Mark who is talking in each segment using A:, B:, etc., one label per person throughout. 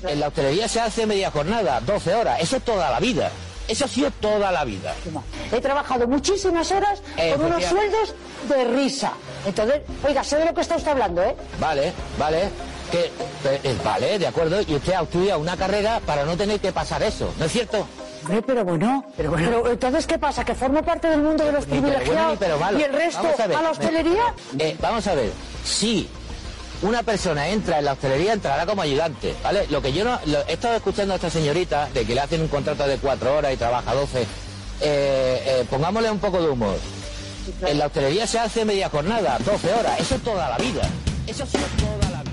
A: Claro. En la hostelería se hace media jornada, 12 horas. Eso es toda la vida. Eso ha sido toda la vida.
B: He trabajado muchísimas horas
A: Eh,
B: con unos sueldos de risa. Entonces, oiga, sé de lo que está usted hablando, ¿eh?
A: Vale, vale. Que, eh, vale, de acuerdo. Y usted ha estudiado una carrera para no tener que pasar eso, ¿no es cierto?
B: Hombre, pero bueno, pero bueno. Pero, entonces, ¿qué pasa? ¿Que formo parte del mundo de los
A: Ni pero bueno, ni
B: privilegiados
A: pero malo.
B: y el resto
A: Vamos
B: a,
A: a ver,
B: la hostelería?
A: Eh, vamos a ver, si una persona entra en la hostelería, entrará como ayudante, ¿vale? Lo que yo no... lo- he estado escuchando a esta señorita de que le hacen un contrato de cuatro horas y trabaja 12. Eh, eh, pongámosle un poco de humor. En la hostelería se hace media jornada, 12 horas. Eso es toda la vida. Eso sí es toda la vida.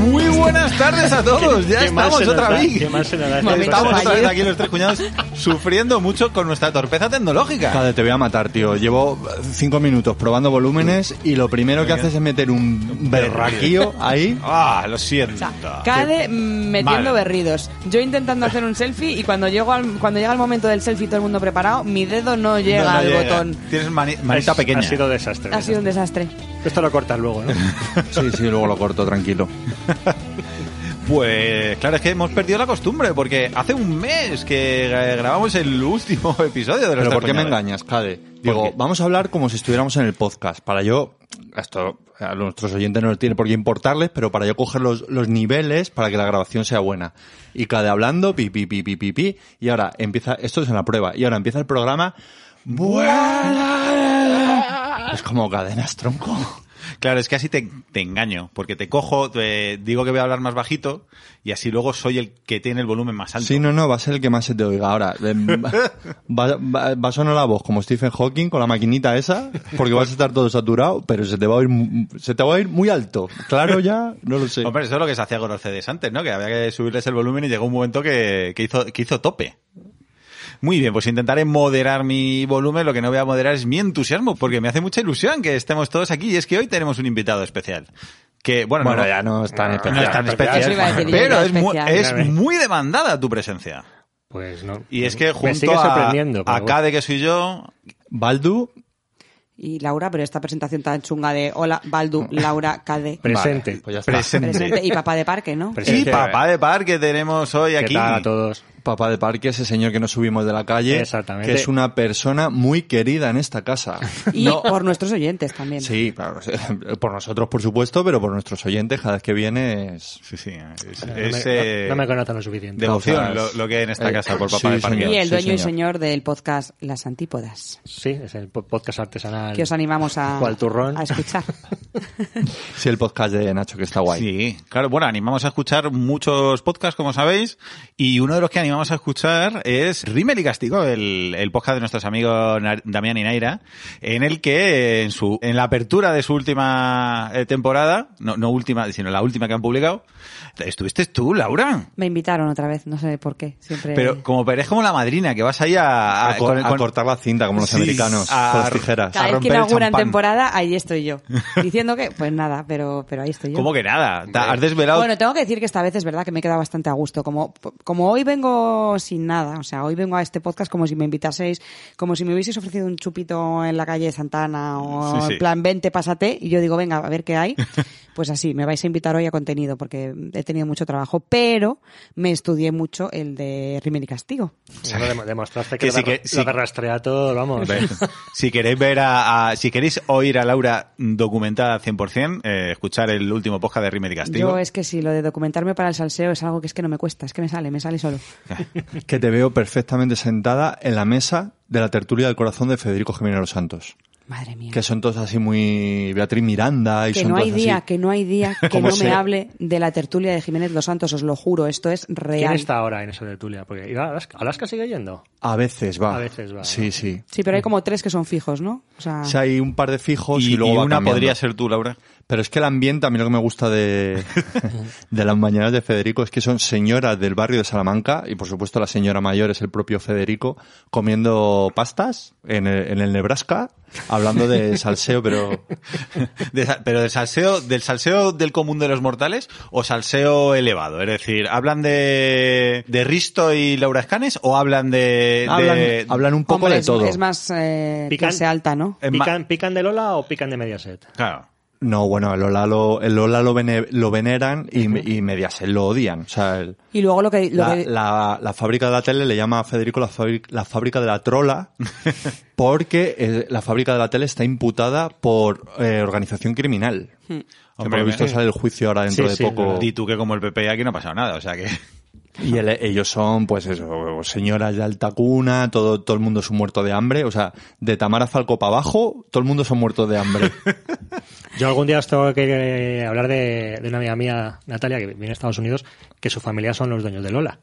C: Muy buenas tardes a todos, ya
D: ¿Qué más
C: estamos
D: se nos
C: otra
D: da?
C: vez.
D: ¿Qué más se nos da? este
C: Estamos
D: ¿Qué pasa?
C: otra vez aquí los tres cuñados sufriendo mucho con nuestra torpeza tecnológica.
E: Joder, te voy a matar, tío. Llevo cinco minutos probando volúmenes y lo primero que haces es meter un berraquío ahí.
C: Ah, lo siento.
F: Cade mm,
C: Mal.
F: metiendo berridos. Yo intentando hacer un selfie y cuando llego al, cuando llega el momento del selfie todo el mundo preparado, mi dedo no llega
C: No, no
F: al
C: llega.
F: botón.
C: Tienes mani- manita
D: Es-
C: pequeña.
D: Ha sido desastre.
F: Ha sido un desastre.
D: Esto lo cortas luego, ¿no?
E: Sí, sí, luego lo corto, tranquilo.
C: Pues claro, es que hemos perdido la costumbre porque hace un mes que eh, grabamos el último episodio de los
E: Pero ¿por qué me
C: engañas?
E: engañas, Cade? Digo,
C: qué?
E: vamos a hablar como si estuviéramos en el podcast. Para yo, esto a nuestros oyentes no les tiene por qué importarles, pero para yo coger los, los niveles para que la grabación sea buena. Y Cade hablando, pi, pi, pi, pi, pi, pi, y ahora empieza, esto es en la prueba, y ahora empieza el programa. Buena- Es como cadenas, tronco.
C: Claro, es que así te, te engaño, porque te cojo, te digo que voy a hablar más bajito y así luego soy el que tiene el volumen más alto.
E: Sí, no, no, va a ser el que más se te oiga. Ahora, eh, va, va- va a sonar la voz como Stephen Hawking con la maquinita esa, porque vas a estar todo saturado, pero se te va a oír, mu- se te va a oír muy alto. Claro, ya, no lo sé.
C: Hombre, eso es lo que se hacía con los CDs antes, ¿no? Que había que subirles el volumen y llegó un momento que, que hizo, que hizo tope. Muy bien, pues intentaré moderar mi volumen. Lo que no voy a moderar es mi entusiasmo, porque me hace mucha ilusión que estemos todos aquí. Y es que hoy tenemos un invitado especial. Que, bueno,
E: bueno,
C: no,
E: ya no es tan
C: no
E: especial.
C: es tan
F: Eso iba a
C: especial,
F: decir yo,
C: pero
F: era
C: es muy,
F: especial.
C: es muy demandada tu presencia.
D: Pues no.
C: Y es que
D: Me
C: junto
D: sigue
C: a,
D: sorprendiendo. pero
C: a
D: bueno.
C: Cade, que soy yo,
E: Baldu,
F: Y Laura, pero esta presentación tan chunga de hola, Baldu, Laura, Cade.
D: Presente.
E: Vale, pues ya está.
C: presente.
F: Presente y papá de parque, ¿no?
C: Y
D: Presente.
C: papá de par que tenemos hoy
D: ¿Qué
C: aquí.
D: tal a todos?
E: Papá de parque, ese señor que nos subimos de la calle,
D: Exactamente.
E: que es una persona muy querida en esta casa.
F: Y por nuestros oyentes también.
E: Sí, claro, sí, por nosotros, por supuesto, pero por nuestros oyentes, cada vez que viene es...
C: Sí, sí. Es,
D: No
C: es,
D: me-
C: eh,
D: no- no me conocen lo suficiente.
C: devoción lo,
E: Cosas-
C: lo que hay en esta
E: Eh,
C: casa por papá
E: sí,
C: de par.
E: señor.
F: Y el
E: Sí,
F: dueño
E: señor.
F: y señor del podcast Las Antípodas,
D: Sí, es el po- podcast artesanal.
F: que os animamos a,
D: O al turrón.
F: a escuchar.
E: Sí, el podcast de Nacho que está guay.
C: Sí, claro, bueno, animamos a escuchar muchos podcasts, como sabéis, y uno de los que animamos a escuchar es Rimel y Castigo, el, el podcast de nuestros amigos Na- Damián y Naira, en el que eh, en su en la apertura de su última eh, temporada, no, no última, sino la última que han publicado, estuviste tú, Laura.
F: Me invitaron otra vez, no sé por qué. Siempre...
C: Pero como pero es como la madrina, que vas ahí a,
E: A, cor-
C: con-
E: a
C: con-
E: cortar la cinta, como los
C: Sí,
E: americanos,
C: a-
E: con las tijeras.
C: a
F: Cada vez que
C: romper el
F: inauguran
C: champán.
F: temporada, ahí estoy yo. Diciendo que, pues nada, pero, pero ahí estoy yo.
C: ¿Cómo que nada? Ta- Has desvelado
F: Bueno, tengo que decir que esta vez es verdad que me he quedado bastante a gusto. Como, como hoy vengo sin nada, o sea, hoy vengo a este podcast como si me invitaseis, como si me hubieseis ofrecido un chupito en la calle de Santana o
C: Sí, sí.
F: en plan 20, pásate, y yo digo, venga, a ver qué hay. Pues así, me vais a invitar hoy a contenido porque he tenido mucho trabajo, pero me estudié mucho el de Rimen y Castigo.
D: Bueno, dem- demostraste
C: Que
D: que,
C: sí,
D: lo,
C: que
D: que,
C: sí.
D: todo, vamos.
C: Ve, si queréis ver a, a- si queréis oír a Laura documentada al 100%, eh, escuchar el último podcast de Rímel y Castigo.
F: Yo es que sí, lo de documentarme para el salseo es algo que es que no me cuesta, es que me sale, me sale solo.
E: Que te veo perfectamente sentada en la mesa de la tertulia del corazón de Federico Jiménez de los Santos.
F: Madre mía.
E: Que son todos así muy Beatriz Miranda y
F: que
E: son
F: no hay
E: todos
F: día,
E: así.
F: que no hay día que
E: Como
F: no me
E: sea.
F: hable de la tertulia de Jiménez Los Santos, os lo juro, esto es real.
D: ¿Quién está ahora en esa tertulia? Porque ¿y Alaska, Alaska sigue yendo.
E: A veces va.
D: A veces va,
E: Sí,
D: ¿no?
E: sí.
F: Sí, pero hay como tres que son fijos, ¿no? O sea,
E: Si hay un par de fijos y,
C: y,
E: luego
C: y
E: va
C: una
E: cambiando.
C: podría ser tú, Laura.
E: Pero es que el ambiente, a mí lo que me gusta de, de las mañanas de Federico es que son señoras del barrio de Salamanca y por supuesto la señora mayor es el propio Federico comiendo pastas en el, en el Nebraska, hablando de salseo, pero
C: De sa- pero del salseo, del salseo del común de los mortales o salseo elevado. Es decir, ¿hablan de, de Risto y Laura Escanes o hablan de...
E: hablan,
C: de-
E: hablan un poco
F: Hombre,
E: de
F: es,
E: todo.
F: es más eh,
D: Pican-
F: clase alta, ¿no?
C: Eh, ma-
D: ¿Pican, ¿Pican de Lola o pican de Mediaset?
C: Claro.
E: No, bueno, el Lola lo, el Lola lo, vene- lo veneran y, y Mediaset lo odian. O sea, el-
F: Y luego lo que... lo
E: la,
F: que-
E: la- la fábrica de la tele le llama a Federico la, fabri- la fábrica de la trola porque eh, la fábrica de la tele está imputada por eh, organización criminal.
F: Hmm.
E: Que por
C: Hombre,
E: lo visto
C: me-
E: sale el juicio ahora dentro
D: Sí,
E: de
D: sí,
E: poco.
C: Di tú que como el PP aquí no ha pasado nada, o sea que...
E: Y el- ellos son, pues eso, señoras de alta cuna, todo, todo el mundo es un muerto de hambre. O sea, de Tamara Falco para abajo, todo el mundo son muertos de hambre.
D: Yo algún día os tengo que eh, hablar de, de una amiga mía, Natalia, que viene de Estados Unidos, que su familia son los dueños de Lola.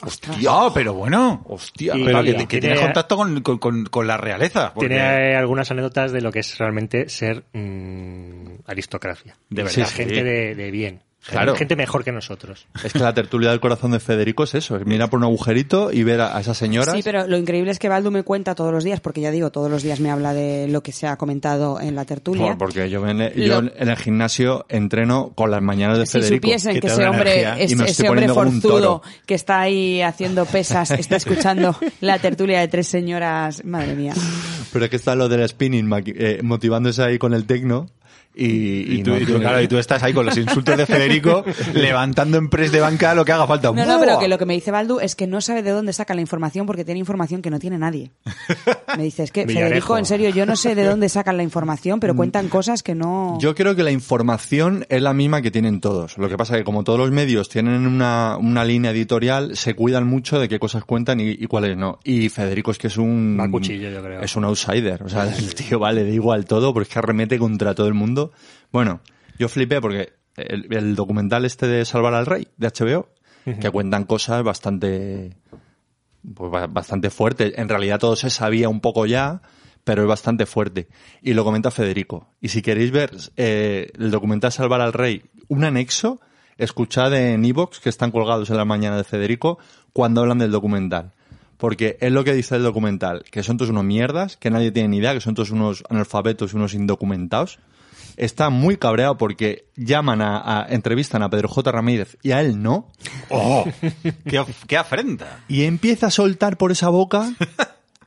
F: ostras.
C: Ya, pero bueno.
E: Hostia,
D: Y-
C: Pero que,
D: Pablo,
C: que
D: tiene-
C: tienes contacto con, con- con- con la realeza. porque-
D: Tiene eh, algunas anécdotas de lo que es realmente ser mm, aristocracia.
C: De
D: O
C: verdad,
D: sea,
C: sí.
D: gente de, de bien.
C: Claro.
D: Gente mejor que nosotros.
E: Es que la tertulia del corazón de Federico es eso, es mirar por un agujerito y ver a, a esas señoras.
F: Sí, pero lo increíble es que Baldu me cuenta todos los días, porque ya digo, todos los días me habla de lo que se ha comentado en la tertulia.
E: Por- porque yo, en, yo
F: Lo-
E: en el gimnasio entreno con las mañanas de
F: si
E: Federico.
F: supiesen
C: que
F: que
C: te
F: ese
C: da
F: hombre,
C: energía.
F: es-
E: Y me estoy
F: ese hombre
E: poniendo como un
F: forzudo
E: toro.
F: que está ahí haciendo pesas, está escuchando la tertulia de tres señoras, madre mía.
E: Pero es que está lo del spinning, maqui- eh, motivándose ahí con el tecno. Y,
C: Y, tú,
E: no
C: y tú,
E: tiene-
C: claro, y tú estás ahí con los insultos de Federico, levantando en press de banca lo que haga falta.
F: No, no, pero
C: ¡Buah!
F: que lo que me dice Baldu es que no sabe de dónde saca la información porque tiene información que no tiene nadie. Me dice, es que
D: Villarejo.
F: Federico, en serio, yo no sé de dónde sacan la información, pero cuentan cosas que no...
E: Yo creo que la información es la misma que tienen todos. Lo que pasa es que como todos los medios tienen una, una línea editorial, se cuidan mucho de qué cosas cuentan y, y cuáles no. Y Federico es que es un...
D: Va a cuchillo, yo creo.
E: Es un outsider. O sea, el tío vale, da igual todo, porque es que arremete contra todo el mundo. Bueno, yo flipé porque el, el documental este de Salvar al Rey, de HBO, que cuentan cosas bastante pues, ba- bastante fuerte. En realidad todo se sabía un poco ya, pero es bastante fuerte. Y lo comenta Federico. Y si queréis ver eh, el documental Salvar al Rey, un anexo, escuchad en Evox, que están colgados en la mañana de Federico, cuando hablan del documental. Porque es lo que dice el documental, que son todos unos mierdas, que nadie tiene ni idea, que son todos unos analfabetos, unos indocumentados. Está muy cabreado porque llaman a, a- entrevistan a Pedro J. Ramírez y a él no
C: ¡Oh! ¡Qué, of- qué afrenta!
E: y empieza a soltar por esa boca.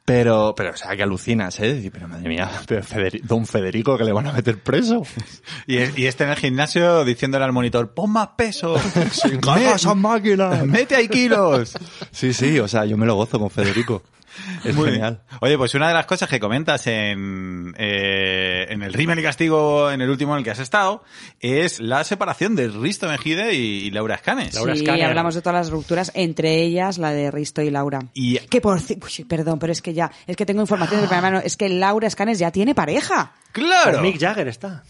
E: Pero, pero, o sea, que alucinas, ¿eh? Decir, pero madre mía, pero Federi- don Federico, que le van a meter preso.
C: Y, es- y está en el gimnasio diciéndole al monitor, pon más peso,
E: ¡Carga esas máquinas!
C: mete ahí kilos.
E: Sí, sí, o sea, yo me lo gozo con Federico. Es
C: Muy bien.
E: genial.
C: Oye, pues una de las cosas que comentas en, eh, en el Rímel y Castigo, en el último en el que has estado, es la separación de Risto Mejide y, y Laura Escanes.
D: Laura
F: sí,
D: Escáner.
F: hablamos de todas las rupturas, entre ellas la de Risto y Laura.
C: Y-
F: Que por... ci- Uy, perdón, pero es que ya... Es que tengo información de primera mano. Es que Laura Escanes ya tiene pareja.
C: ¡Claro!
D: Con Mick Jagger está.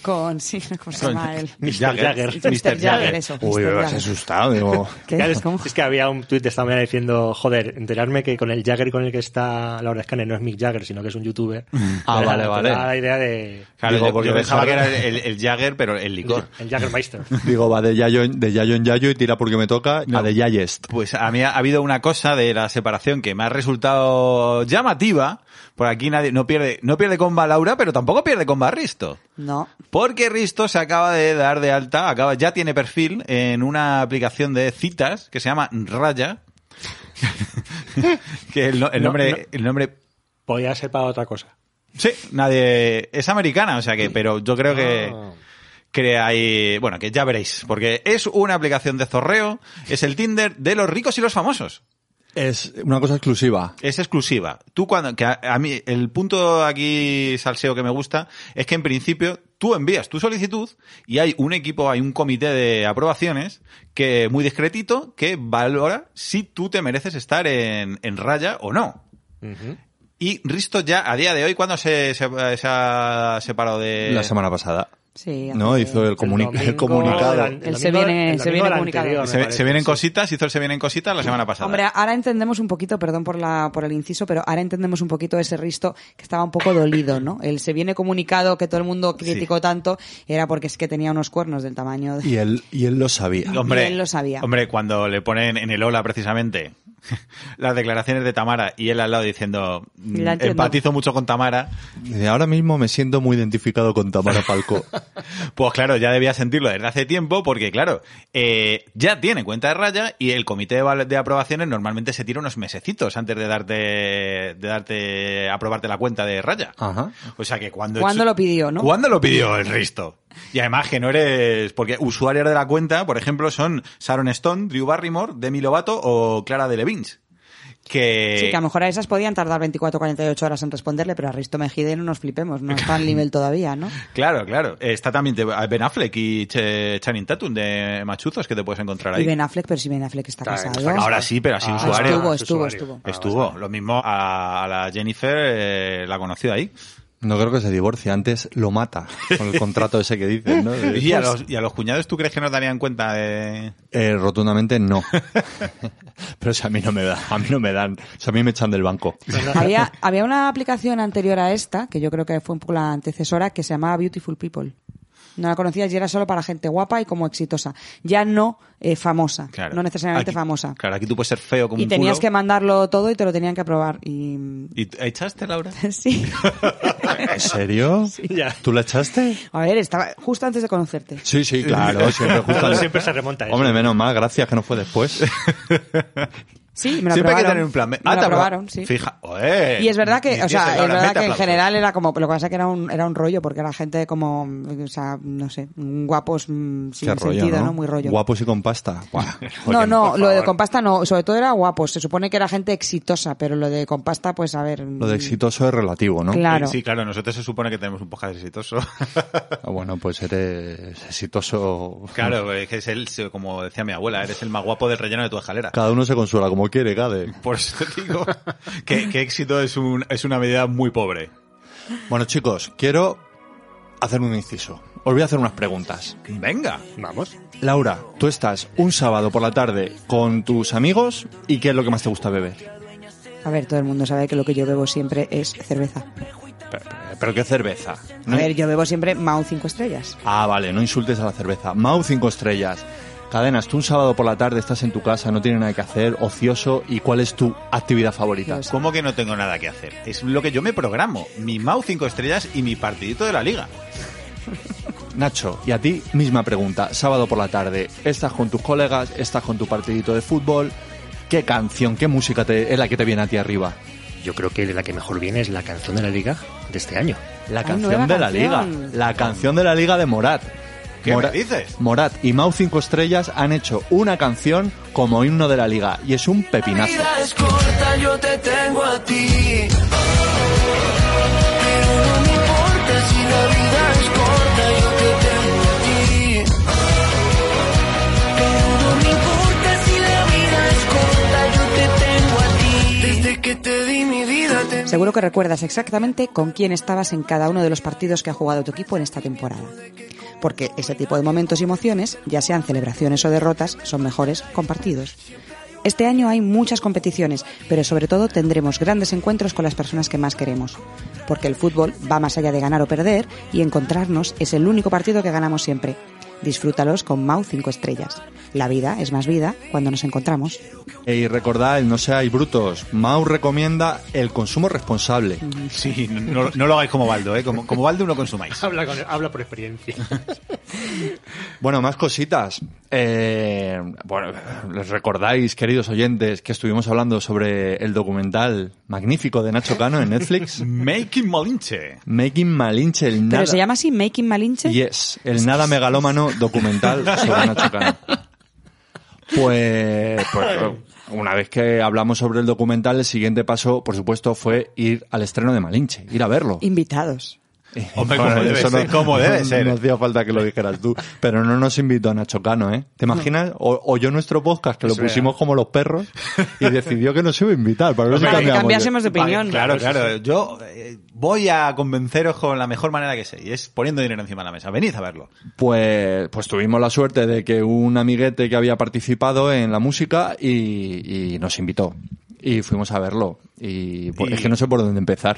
F: Con... Sí, ¿cómo se llama él?
C: Mick
D: Mr. Jagger.
C: Mr.
F: Mr. Jagger,
C: Jagger.
F: eso.
E: Uy,
F: Mr.
E: me has
F: Jagger.
E: asustado, digo.
F: ¿Qué?
D: Ya ves,
F: ¿Cómo?
D: Es que había un tuit de esta mañana diciendo, joder, enterarme que con el Jagger con el que está Laura Escane no es Mick Jagger, sino que es un youtuber.
E: Ah,
D: Era-
E: vale, vale.
D: era la idea de...
C: Claro,
E: Digo,
C: yo-
E: porque
C: yo pensaba que
E: pensaba-
C: era el, el Jagger, pero el licor.
D: El Jaggermeister.
E: Digo, va de Yayo, en- de Yayo en Yayo y tira porque me toca a de Yayest.
C: Pues a mí ha ha habido una cosa de la separación que me ha resultado llamativa. Por aquí nadie no pierde, no pierde comba Laura, pero tampoco pierde comba Risto.
F: No.
C: Porque Risto se acaba de dar de alta, acaba, ya tiene perfil en una aplicación de citas que se llama Raya. que el, no- el
D: No,
C: nombre,
D: no.
C: el nombre,
D: Podía ser para otra cosa.
C: sí, nadie, es americana, o sea que, pero yo creo que,
D: Ah.
C: que hay, bueno, que ya veréis, porque es una aplicación de zorreo, es el Tinder de los ricos y los famosos.
E: Es una cosa exclusiva.
C: Es exclusiva. Tú cuando que a, a mí el punto aquí salseo que me gusta es que en principio tú envías tu solicitud y hay un equipo, hay un comité de aprobaciones que muy discretito que valora si tú te mereces estar en, en raya o no.
D: Ujú.
C: Y Risto ya a día de hoy, ¿cuándo se, se, se ha separado de
E: La semana pasada.
F: Sí,
E: Eh. ¿no?
F: hace-
E: Hizo el, comuni-
D: domingo
E: el comunicado.
D: del- el
F: Él se
D: domingo-
F: viene-
D: el
F: se
D: domingo
F: viene
D: del
F: comunicado.
D: anterior, me
C: Se, se
D: parece, Pues
C: vienen
D: sí.
C: cositas, hizo el se vienen cositas la semana pasada.
F: Hombre, ahora entendemos un poquito, perdón por la por el inciso, pero ahora entendemos un poquito ese risto que estaba un poco dolido, ¿no? El se viene comunicado que todo el mundo criticó tanto era porque es que tenía unos cuernos del tamaño de...
E: Y él, y él lo sabía.
C: Hombre,
F: él lo sabía.
C: Hombre, cuando le ponen en el hola precisamente las declaraciones de Tamara y él al lado diciendo mm,
F: La entiendo.
C: empatizo mucho con Tamara,
E: Dice, Eh, Ahora mismo me siento muy identificado con Tamara Falcó.
C: pues claro, ya debía sentirlo desde hace tiempo porque claro, eh, ya tiene cuenta de raya y el comité de, val- de aprobaciones normalmente se tira unos mesecitos antes de darte de darte aprobarte la cuenta de raya.
E: Ajá.
C: O sea que cuando...
F: ¿Cuándo lo pidió, no?
C: ¿Cuándo lo pidió el Risto? Y además que no eres... Porque usuarios de la cuenta, por ejemplo, son Sharon Stone, Drew Barrymore, Demi Lovato o Clara Delevins. Que...
F: Sí, que a lo mejor a esas podían tardar 24 o 48 horas en responderle, pero a Risto Mejide no nos flipemos, no está al nivel todavía, ¿no?
C: Claro, claro. Está también te- Ben Affleck y Che- Channing Tatum de Machuzos que te puedes encontrar ahí.
F: Y Ben Affleck, pero si Ben Affleck está casado...
C: Ahora sí, pero así
D: Ah,
C: usuario.
F: pues, estuvo,
D: Ah,
F: Ah, estuvo,
D: usuario.
F: estuvo.
C: Estuvo. Lo mismo a, a la Jennifer, eh, la conoció ahí.
E: No creo que se divorcie, antes lo mata con el contrato ese que dicen, ¿no? De-
C: Y a, los, y a los cuñados, ¿tú crees que nos darían cuenta de...?
E: Eh, rotundamente no. Pero si a mí no me da, a mí no me dan, si a mí me echan del banco.
F: Había, había una aplicación anterior a esta, que yo creo que fue un poco la antecesora, que se llamaba Beautiful People. No la conocías y era solo para gente guapa y como exitosa. Ya no eh, famosa,
C: Claro.
F: no necesariamente
C: Aquí-
F: famosa.
C: Claro, aquí tú puedes ser feo como
F: Y
C: un
F: tenías
C: culo.
F: que mandarlo todo y te lo tenían que aprobar. Y
C: ¿Y echaste, Laura?
F: sí.
E: ¿En serio?
D: Ya.
E: ¿Tú la echaste?
F: A ver, estaba justo antes de conocerte.
E: Sí, sí, claro, siempre justo.
D: Siempre se remonta a eso.
E: Hombre, menos mal, gracias que no fue después.
F: Sí, me lo
C: Siempre hay que
F: aprobaron.
C: tener un plan B. Ah,
F: Me
C: te
F: lo
C: apro-
F: aprobaron, sí.
C: Fija, ¡Oe!
F: Y es verdad que,
C: Ni
F: o
C: diez
F: sea,
C: segundos,
F: es verdad
C: veinte
F: que en
C: aplausos.
F: general era como, lo que pasa es que era un, era un rollo, porque era gente como, o sea, no sé, guapos mm, sin
E: Qué rollo,
F: sentido,
E: ¿no?
F: Muy rollo.
E: Guapos y con pasta. Buah.
F: No, no, lo de compasta no, sobre todo era guapos, se supone que era gente exitosa, pero lo de compasta, pues a ver.
E: Lo de exitoso es relativo, ¿no?
F: Claro.
C: Sí, claro, nosotros se supone que tenemos un podcast exitoso.
E: Ah, Bueno, pues eres exitoso.
C: claro, pues, es que es el, como decía mi abuela, eres el más guapo del relleno de tu escalera.
E: Cada uno se consuela como quiere, Gade.
C: Por eso digo que, que éxito es, un, es una medida muy pobre.
E: Bueno, chicos, quiero hacer un inciso. Os voy a hacer unas preguntas.
C: Venga.
D: Vamos.
E: Laura, tú estás un sábado por la tarde con tus amigos y ¿qué es lo que más te gusta beber?
F: A ver, todo el mundo sabe que lo que yo bebo siempre es cerveza.
E: Eh, ¿Pero qué cerveza?
F: A ver, yo bebo siempre Mau 5 estrellas.
E: Ah, vale, no insultes a la cerveza. Mau 5 estrellas. Cadenas, tú un sábado por la tarde estás en tu casa, no tienes nada que hacer, ocioso, ¿y cuál es tu actividad favorita?
F: Dios.
C: ¿Cómo que no tengo nada que hacer? Es lo que yo me programo. Mi Mau 5 estrellas y mi partidito de la liga.
E: Nacho, y a ti misma pregunta, sábado por la tarde, estás con tus colegas, estás con tu partidito de fútbol, ¿qué canción, qué música te- es la que te viene a ti arriba?
D: Yo creo que la que mejor viene es la canción de la liga de este año.
E: La
F: Ay,
E: canción
F: nueva
E: de la liga,
F: canción.
E: la canción de la liga de Morat.
C: ¿Qué
E: Morat-
C: me dices?
E: Morat y Mau 5 Estrellas han hecho una canción como himno de la liga y es un pepinazo.
G: vida es corta, yo te tengo a ti. Pero no me importa si la vida es corta, yo te tengo a ti. Pero no me importa si la vida es corta, yo te tengo a ti. Desde que te di mi vida, te
F: Seguro que recuerdas exactamente con quién estabas en cada uno de los partidos que ha jugado tu equipo en esta temporada. Porque ese tipo de momentos y emociones, ya sean celebraciones o derrotas, son mejores compartidos. Este año hay muchas competiciones, pero sobre todo tendremos grandes encuentros con las personas que más queremos. Porque el fútbol va más allá de ganar o perder y encontrarnos es el único partido que ganamos siempre. Disfrútalos con Mau 5 estrellas. La vida es más vida cuando nos encontramos.
E: Y recordad, el no seáis brutos, Mau recomienda el consumo responsable.
C: Sí, no, no lo hagáis como Baldo, ¿eh? Como, como Baldo no consumáis.
D: Habla, con- habla por experiencia.
E: Bueno, más cositas. Eh, bueno, les recordáis, queridos oyentes, que estuvimos hablando sobre el documental magnífico de Nacho Cano en Netflix,
C: Making Molinche.
E: Making Malinche, el nada. e-
F: Pero se llama así Making Malinche.
E: Yes, el nada megalómano documental sobre Nacho Cano. Pues, pues, una vez que hablamos sobre el documental, el siguiente paso, por supuesto, fue ir al estreno de Malinche, ir a verlo.
F: Invitados.
C: Hombre, como
E: Bueno,
C: debe
E: eso
C: ser, como debe
E: no-
C: ser.
E: No hacía falta que lo dijeras tú. Pero no nos invitó a Nacho Cano, ¿eh? ¿Te imaginas? O, o yo nuestro podcast, que lo
D: Es verdad.
E: pusimos como los perros, y decidió que nos iba a invitar. Para ver si
F: Para que
E: cambiamos
F: cambiásemos de opinión.
C: Vale, claro, claro. Yo eh, voy a convenceros con la mejor manera que sé, y es poniendo dinero encima de la mesa. Venid a verlo.
E: Pues, pues tuvimos la suerte de que un amiguete que había participado en la música y, y nos invitó. Y fuimos a verlo. Y, pues,
C: Y-
E: es que no sé por dónde empezar.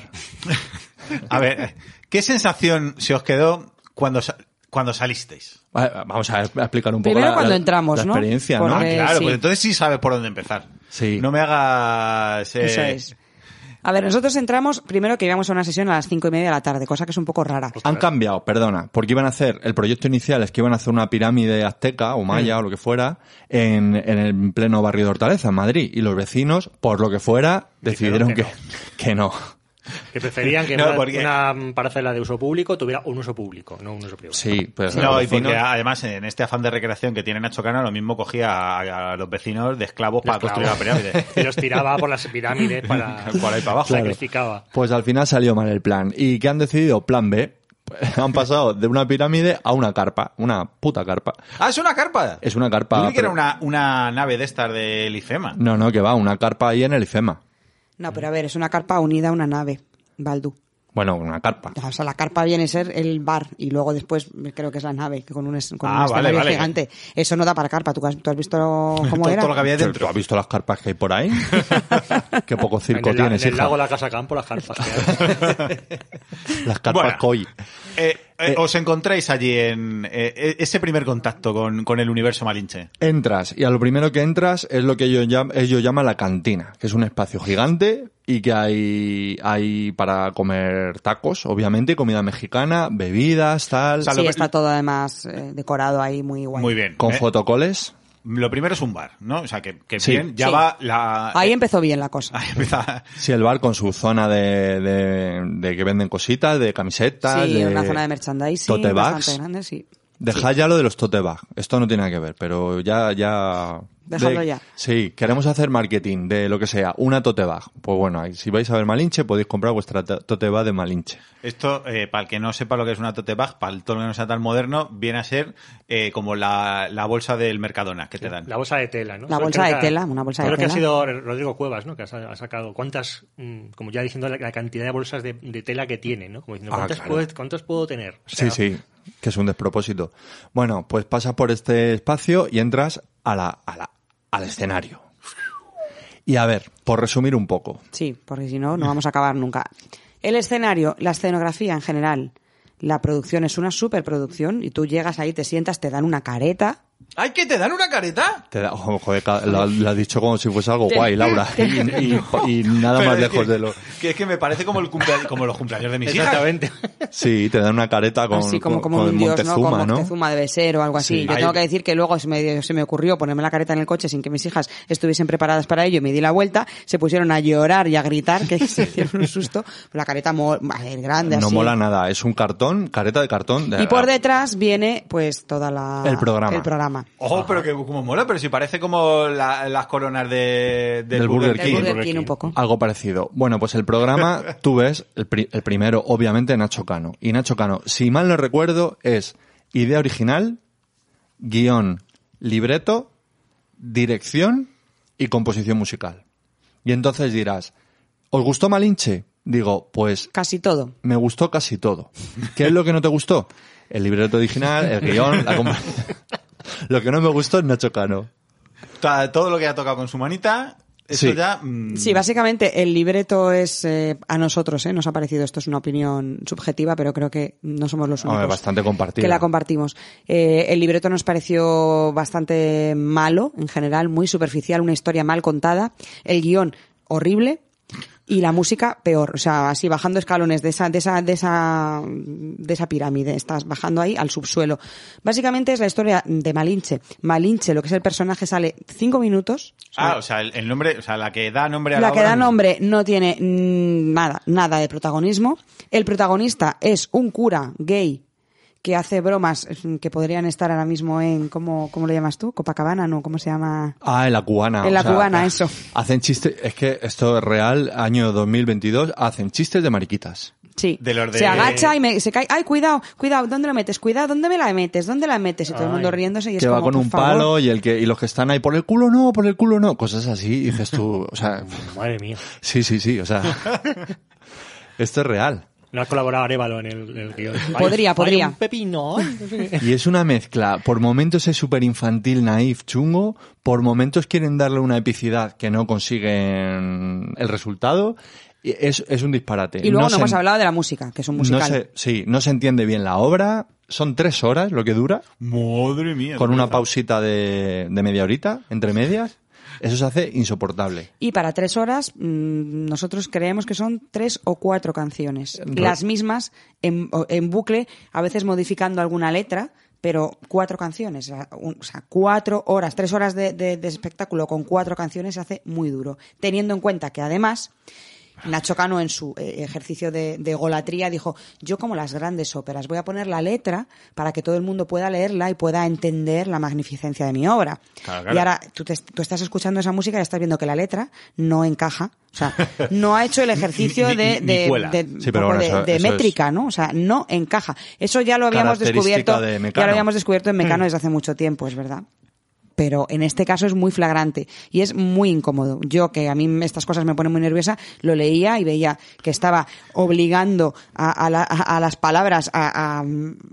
C: A ver, eh, ¿qué sensación se os quedó cuando, sa- cuando salisteis?
E: Va- Vamos a a explicar un poco
F: Primero
E: la,
F: cuando
E: la-
F: entramos,
E: la
F: ¿no?
E: experiencia, ¿no?
F: Porque- Eh,
C: claro,
F: sí.
C: pues entonces sí sabes por dónde empezar.
E: Sí.
C: No me hagas... eh,
F: Eso es. A ver, nosotros entramos primero que íbamos a una sesión a las cinco y media de la tarde, cosa que es un poco rara.
E: Han cambiado, perdona, porque iban a hacer, el proyecto inicial es que iban a hacer una pirámide azteca o
D: Mm.
E: maya o lo que fuera en, en el pleno barrio de Hortaleza, en Madrid. Y los vecinos, por lo que fuera,
D: Dijeron
E: decidieron
D: que
E: que, que no.
D: Que preferían que
C: No,
D: una,
C: porque-
D: una parcela de uso público tuviera un uso público, no un uso privado.
E: Sí, pues
C: No,
E: los
C: y porque
E: vecinos-
C: además en este afán de recreación que tiene Nacho Cano, lo mismo cogía a, a los vecinos de esclavos para
D: esclavos.
C: construir la pirámide.
D: Y los tiraba por las pirámides para...
C: Por ahí para abajo.
E: Claro.
D: Sacrificaba.
E: Pues al final salió mal el plan. ¿Y qué han decidido? Plan B. Han pasado de una pirámide a una carpa, una puta carpa.
C: Ah, es una carpa.
E: Es una carpa,
C: Yo creí que era
E: pero-
C: una, una nave de estas del IFEMA.
E: No, no, que va, una carpa ahí en el E IFEMA.
F: No, pero a ver, es una carpa unida a una nave, Baldu.
E: Bueno, una carpa.
F: O sea, la carpa viene a ser el bar y luego después creo que es la nave que con un, es- con
C: Ah,
F: un
C: vale,
F: escenario
C: vale.
F: gigante. Eso no da para carpa. ¿Tú has, tú has visto cómo
C: Todo-
F: era?
C: todo lo que había
E: ¿Tú
C: dentro.
E: has visto las carpas que hay por ahí? Qué poco circo
D: en el,
E: tienes,
D: en el
E: hija.
D: lago, la casa campo, las carpas. que hay.
E: Las carpas
C: Bueno.
E: koi.
C: Eh, eh, os encontráis allí en eh, eh, ese primer contacto con, con el universo malinche.
E: Entras y a lo primero que entras es lo que ellos, llam- ellos llaman la cantina, que es un espacio gigante y que hay, hay para comer tacos, obviamente, comida mexicana, bebidas, tal,
C: sea, lo
F: Sí,
C: que-
F: está todo además eh, decorado ahí muy guay.
C: Muy bien.
E: con
C: Eh,
E: fotocoles.
C: Lo primero es un bar, ¿no? O sea, que, que
E: Sí.
C: bien, ya
F: Sí.
C: va la... eh,
F: Ahí empezó bien la cosa.
C: ahí empieza-
E: Sí, el bar con su zona de, de, de que venden cositas, de camisetas,
F: sí,
E: de
F: una zona de merchandising
E: eh, tote
F: bastante
E: bags.
F: grande, sí.
E: Dejad ya lo de los tote bag. Esto no tiene nada que ver, pero ya, ya.
F: Dejadlo
E: de-
F: ya.
E: Sí, queremos hacer marketing de lo que sea, una tote bag. Pues bueno, ahí, si vais a ver Malinche, podéis comprar vuestra to- tote bag de Malinche.
C: Esto, eh, para el que no sepa lo que es una tote bag, para el todo lo que no sea tan moderno, viene a ser eh, como la, la bolsa del Mercadona que te dan.
D: La bolsa de tela, ¿no?
F: La
D: Creo
F: bolsa
D: que
F: de
D: ha-
F: tela, una bolsa de
D: creo
F: tela.
D: que ha sido Rodrigo Cuevas, ¿no? Que ha sa- ha sacado cuántas, mm, como ya diciendo, la, la cantidad de bolsas de, de tela que tiene, ¿no? Como diciendo,
E: Ah,
D: ¿cuántas,
E: claro.
D: puedo, cuántas puedo tener? O
E: Sí,
D: sea,
E: sí, que es un despropósito. Bueno, pues pasas por este espacio y entras a la, a la- al escenario. Y a ver, por resumir un poco.
F: Sí, porque si no, no vamos a acabar nunca. El escenario, la escenografía en general, la producción es una superproducción y tú llegas ahí, te sientas, te dan una careta.
C: ¡Ay, que te dan una careta!
E: Te da, oh, joder, ca- lo, lo has dicho como si fuese algo guay, Laura. Y, y- y nada
C: Pero
E: más
C: es
E: lejos
C: que-
E: de lo.
C: Que es que me parece como, el cumplea- como los cumpleaños de mis hijas.
D: Exactamente.
E: Sí, te dan una careta con,
F: así como,
E: con-
F: como
E: con
F: un dios, ¿no?
E: Montezuma,
F: Como
E: ¿no?
F: Moctezuma debe ser o algo así.
E: Sí.
F: Yo
C: Ahí-
F: tengo que decir que luego se me, se me ocurrió ponerme la careta en el coche sin que mis hijas estuviesen preparadas para ello. Me di la vuelta, se pusieron a llorar y a gritar, que se hicieron un susto. La careta mo- a ver, grande,
E: No
F: así.
E: mola nada, es un cartón, careta de cartón. de-
F: Y por detrás viene, pues, toda la...
E: El programa.
F: El programa.
C: Ojo, pero que como mola, pero si parece como la- las coronas de,
E: Del Burger
F: El
E: King.
F: Burger King un poco.
E: Algo parecido. Bueno, pues el programa, tú ves, el, pri- el primero, obviamente, Nacho Cano. Y Nacho Cano, si mal no recuerdo, es idea original, guión, libreto, dirección y composición musical. Y entonces dirás, ¿os gustó Malinche? Digo, pues
F: Casi todo.
E: me gustó casi todo. ¿Qué es lo que no te gustó? El libreto original, el guión, la compa- Lo que no me gustó es Nacho Cano.
C: Ta- Todo lo que ha tocado con su manita, eso
E: Sí.
C: ya... mm,
F: Sí, básicamente el libreto es eh, a nosotros, ¿eh? nos ha parecido, esto es una opinión subjetiva, pero creo que no somos los
E: Hombre,
F: únicos
E: bastante compartida.
F: que la compartimos. Eh, el libreto nos pareció bastante malo, en general, muy superficial, una historia mal contada, el guión horrible y la música peor, o sea, así bajando escalones de esa, de esa, de esa, de esa pirámide, estás bajando ahí al subsuelo. Básicamente es la historia de Malinche. Malinche, lo que es el personaje, sale cinco minutos.
C: Ah, o sea, el, el nombre, o sea, la que da nombre a la,
F: La que
C: obra
F: da
C: no-
F: nombre no tiene mm, nada, nada de protagonismo. El protagonista es un cura gay que hace bromas mm, que podrían estar ahora mismo en, ¿cómo, cómo lo llamas tú? Copacabana, ¿no? ¿Cómo se llama?
E: Ah, en la cubana.
F: En la cubana, eso.
E: Hacen chistes, es que esto es real, año 2022, hacen chistes de mariquitas.
F: Sí.
C: De los de-
F: Se agacha y me- se cae. ¡Ay, cuidado! ¡Cuidado! ¿Dónde lo metes? ¡Cuidado! ¿Dónde me la metes? ¿Dónde la metes? Y todo el
D: Ay.
F: mundo riéndose y es
E: que va
F: como,
E: con
F: por
E: un
F: favor.
E: palo y el que y los que están ahí por el culo no, por el culo no, cosas así, y dices tú, o sea,
D: Madre mía.
E: sí, sí, sí, o sea, esto es real.
D: No has colaborado Arevalo en el, en el guión.
F: Podría,
D: Hay-
F: podría.
D: hay un pepino.
E: Y es una mezcla, por momentos es súper infantil, naif, chungo, por momentos quieren darle una epicidad que no consiguen el resultado, y es, es un disparate.
F: Y luego no,
E: se
F: hemos
E: en-
F: hablado de la música, que es un musical.
E: No se, sí, no se entiende bien la obra, son tres horas lo que dura,
C: Madre mía.
E: con una
C: empieza.
E: pausita de, de media horita, entre medias, eso se hace insoportable.
F: Y para tres horas, mm, nosotros creemos que son tres o cuatro canciones. Las mismas en, o- en bucle, a veces modificando alguna letra, pero cuatro canciones. O sea, un- o sea, cuatro horas, tres horas de, de- de espectáculo con cuatro canciones se hace muy duro. Teniendo en cuenta que además. Nacho Cano en su eh, ejercicio de, de golatría dijo, yo como las grandes óperas voy a poner la letra para que todo el mundo pueda leerla y pueda entender la magnificencia de mi obra.
C: Claro, claro.
F: Y ahora tú, te- tú estás escuchando esa música y estás viendo que la letra no encaja. O sea, no ha hecho el ejercicio
C: Ni- ni-
F: de,
C: ni
F: de-
C: cuela.
F: de-
E: Sí, pero
F: un poco
E: bueno,
F: de-
E: eso-
F: de
E: eso es-
F: métrica, ¿no? O sea, no encaja. Eso ya lo habíamos
E: Característica
F: descubierto.
E: de
F: ya
E: Mecano.
F: lo habíamos descubierto en Mecano desde hace mucho tiempo, es verdad pero en este caso es muy flagrante y es muy incómodo. Yo, que a mí estas cosas me ponen muy nerviosa, lo leía y veía que estaba obligando a, a la- a- a las palabras a, a-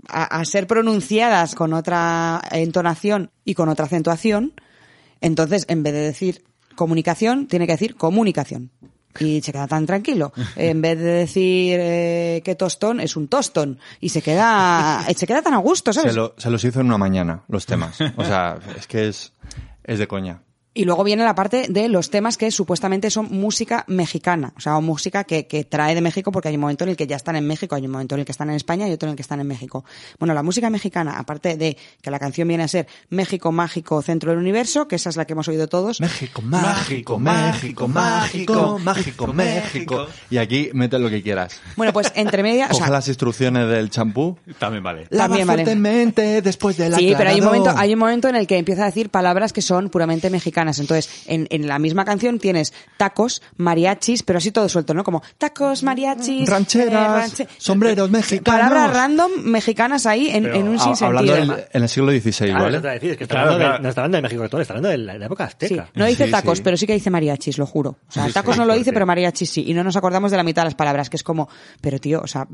F: a- a ser pronunciadas con otra entonación y con otra acentuación. Entonces, en vez de decir comunicación, tiene que decir comunicación. Y se queda tan tranquilo. En vez de decir eh, que tostón, es un tostón. Y se queda, eh, se queda tan a gusto, ¿sabes?
E: Se, lo- se los hizo en una mañana, los temas. O sea, es que es, es de coña.
F: Y luego viene la parte de los temas que supuestamente son música mexicana, o sea, o música que, que trae de México, porque hay un momento en el que ya están en México, hay un momento en el que están en España y otro en el que están en México. Bueno, la música mexicana, aparte de que la canción viene a ser México Mágico Centro del Universo, que esa es la que hemos oído todos,
E: México,
C: mágico, mágico, mágico, mágico, México.
E: Y aquí mete lo que quieras.
F: bueno, pues entre medias, o sea,
E: Coge las instrucciones del champú.
C: También vale.
F: También
E: Lava
F: vale.
E: fuertemente después del
F: Sí, pero hay un,
E: aclarado.
F: momento, hay un momento en el que empieza a decir palabras que son puramente mexicanas. Entonces, en, en la misma canción tienes tacos, mariachis, pero así todo suelto, ¿no? Como tacos, mariachis, eh,
E: Rancheras, sombreros mexicanos.
F: Palabras random mexicanas ahí en,
D: Pero
F: en un
E: Ha-
F: sinsentido.
E: Ah, Hablando del- en el siglo XVI,
D: Claro, eso Ah, te va a
E: ¿vale?
D: decir, es que está
C: Claro,
D: hablando de-
C: claro.
D: no está hablando de México actual, está hablando de la, de la época
F: Sí,
D: azteca.
F: no dice
E: Sí,
F: tacos,
E: sí.
F: pero sí que dice mariachis, lo juro. O sea,
E: Sí,
F: tacos
E: sí,
F: no lo dice,
E: fuerte.
F: pero mariachis sí. Y no nos acordamos de la mitad de las palabras, que es como, pero tío, o sea,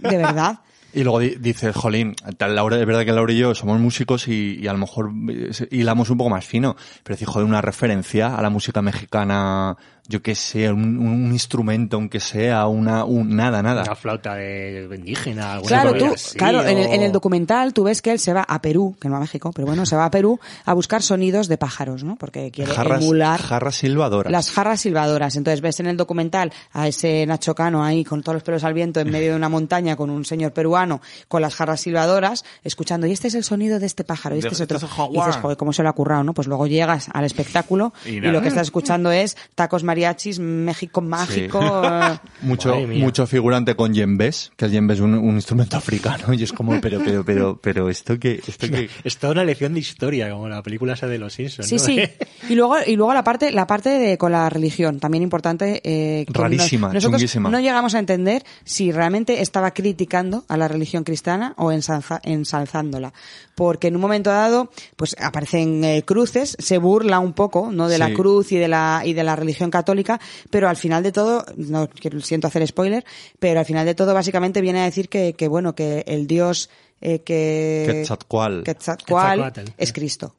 F: de verdad.
E: Y luego di- dices, jolín, tal Laura, es verdad que Laura y yo somos músicos y, y a lo mejor eh, hilamos un poco más fino. Pero decir, joder, una referencia a la música mexicana, yo qué sé, un, un instrumento, aunque sea, una, un, nada, nada.
D: Una flauta de indígena.
C: Pues
D: alguna
F: Claro,
D: movida
F: tú,
D: así,
F: claro, en, el, en el
D: o-
F: documental tú ves que él se va a Perú, que no a México, pero bueno, se va a Perú a buscar sonidos de pájaros, ¿no? Porque quiere
E: jarras,
F: emular
E: jarras silbadoras.
F: las jarras silbadoras. Entonces ves en el documental a ese Nacho Cano ahí con todos los pelos al viento en medio de una montaña con un señor peruano con las jarras silbadoras, escuchando, y este es el sonido de este pájaro, y este
C: De-
F: es otro.
C: este es el jaguar.
F: Y dices, joder, cómo se lo ha currado, ¿no? Pues luego llegas al espectáculo
C: Y
F: y,
C: nada.
F: lo que estás escuchando es tacos mariachis, México mágico. eh,
E: Mucho,
D: Madre mía.
E: mucho figurante con yembes, que el yembes es un, un instrumento africano y es como, pero, pero, pero, pero, esto que, esto que...
D: Es toda una lección de historia, como la película esa de los Simpsons.
F: Sí,
D: ¿no?
F: sí. Y luego, y luego la parte, la parte de con la religión, también importante. Eh, que
E: Rarísima,
F: nos- nosotros
E: chunguísima.
F: No llegamos a entender si realmente estaba criticando a la religión cristiana o ensalza- ensalzándola. Porque en un momento dado, pues aparecen eh, cruces, se burla un poco, ¿no? De la
E: Sí.
F: cruz y de la, y de la religión católica, pero al final de todo, no quiero- siento hacer spoiler, pero al final de todo básicamente viene a decir que, que bueno, que el Dios, eh, que...
E: Quetzalcoatl.
F: Quetzalcoatl
D: Quetzalcoatl.
F: es Cristo.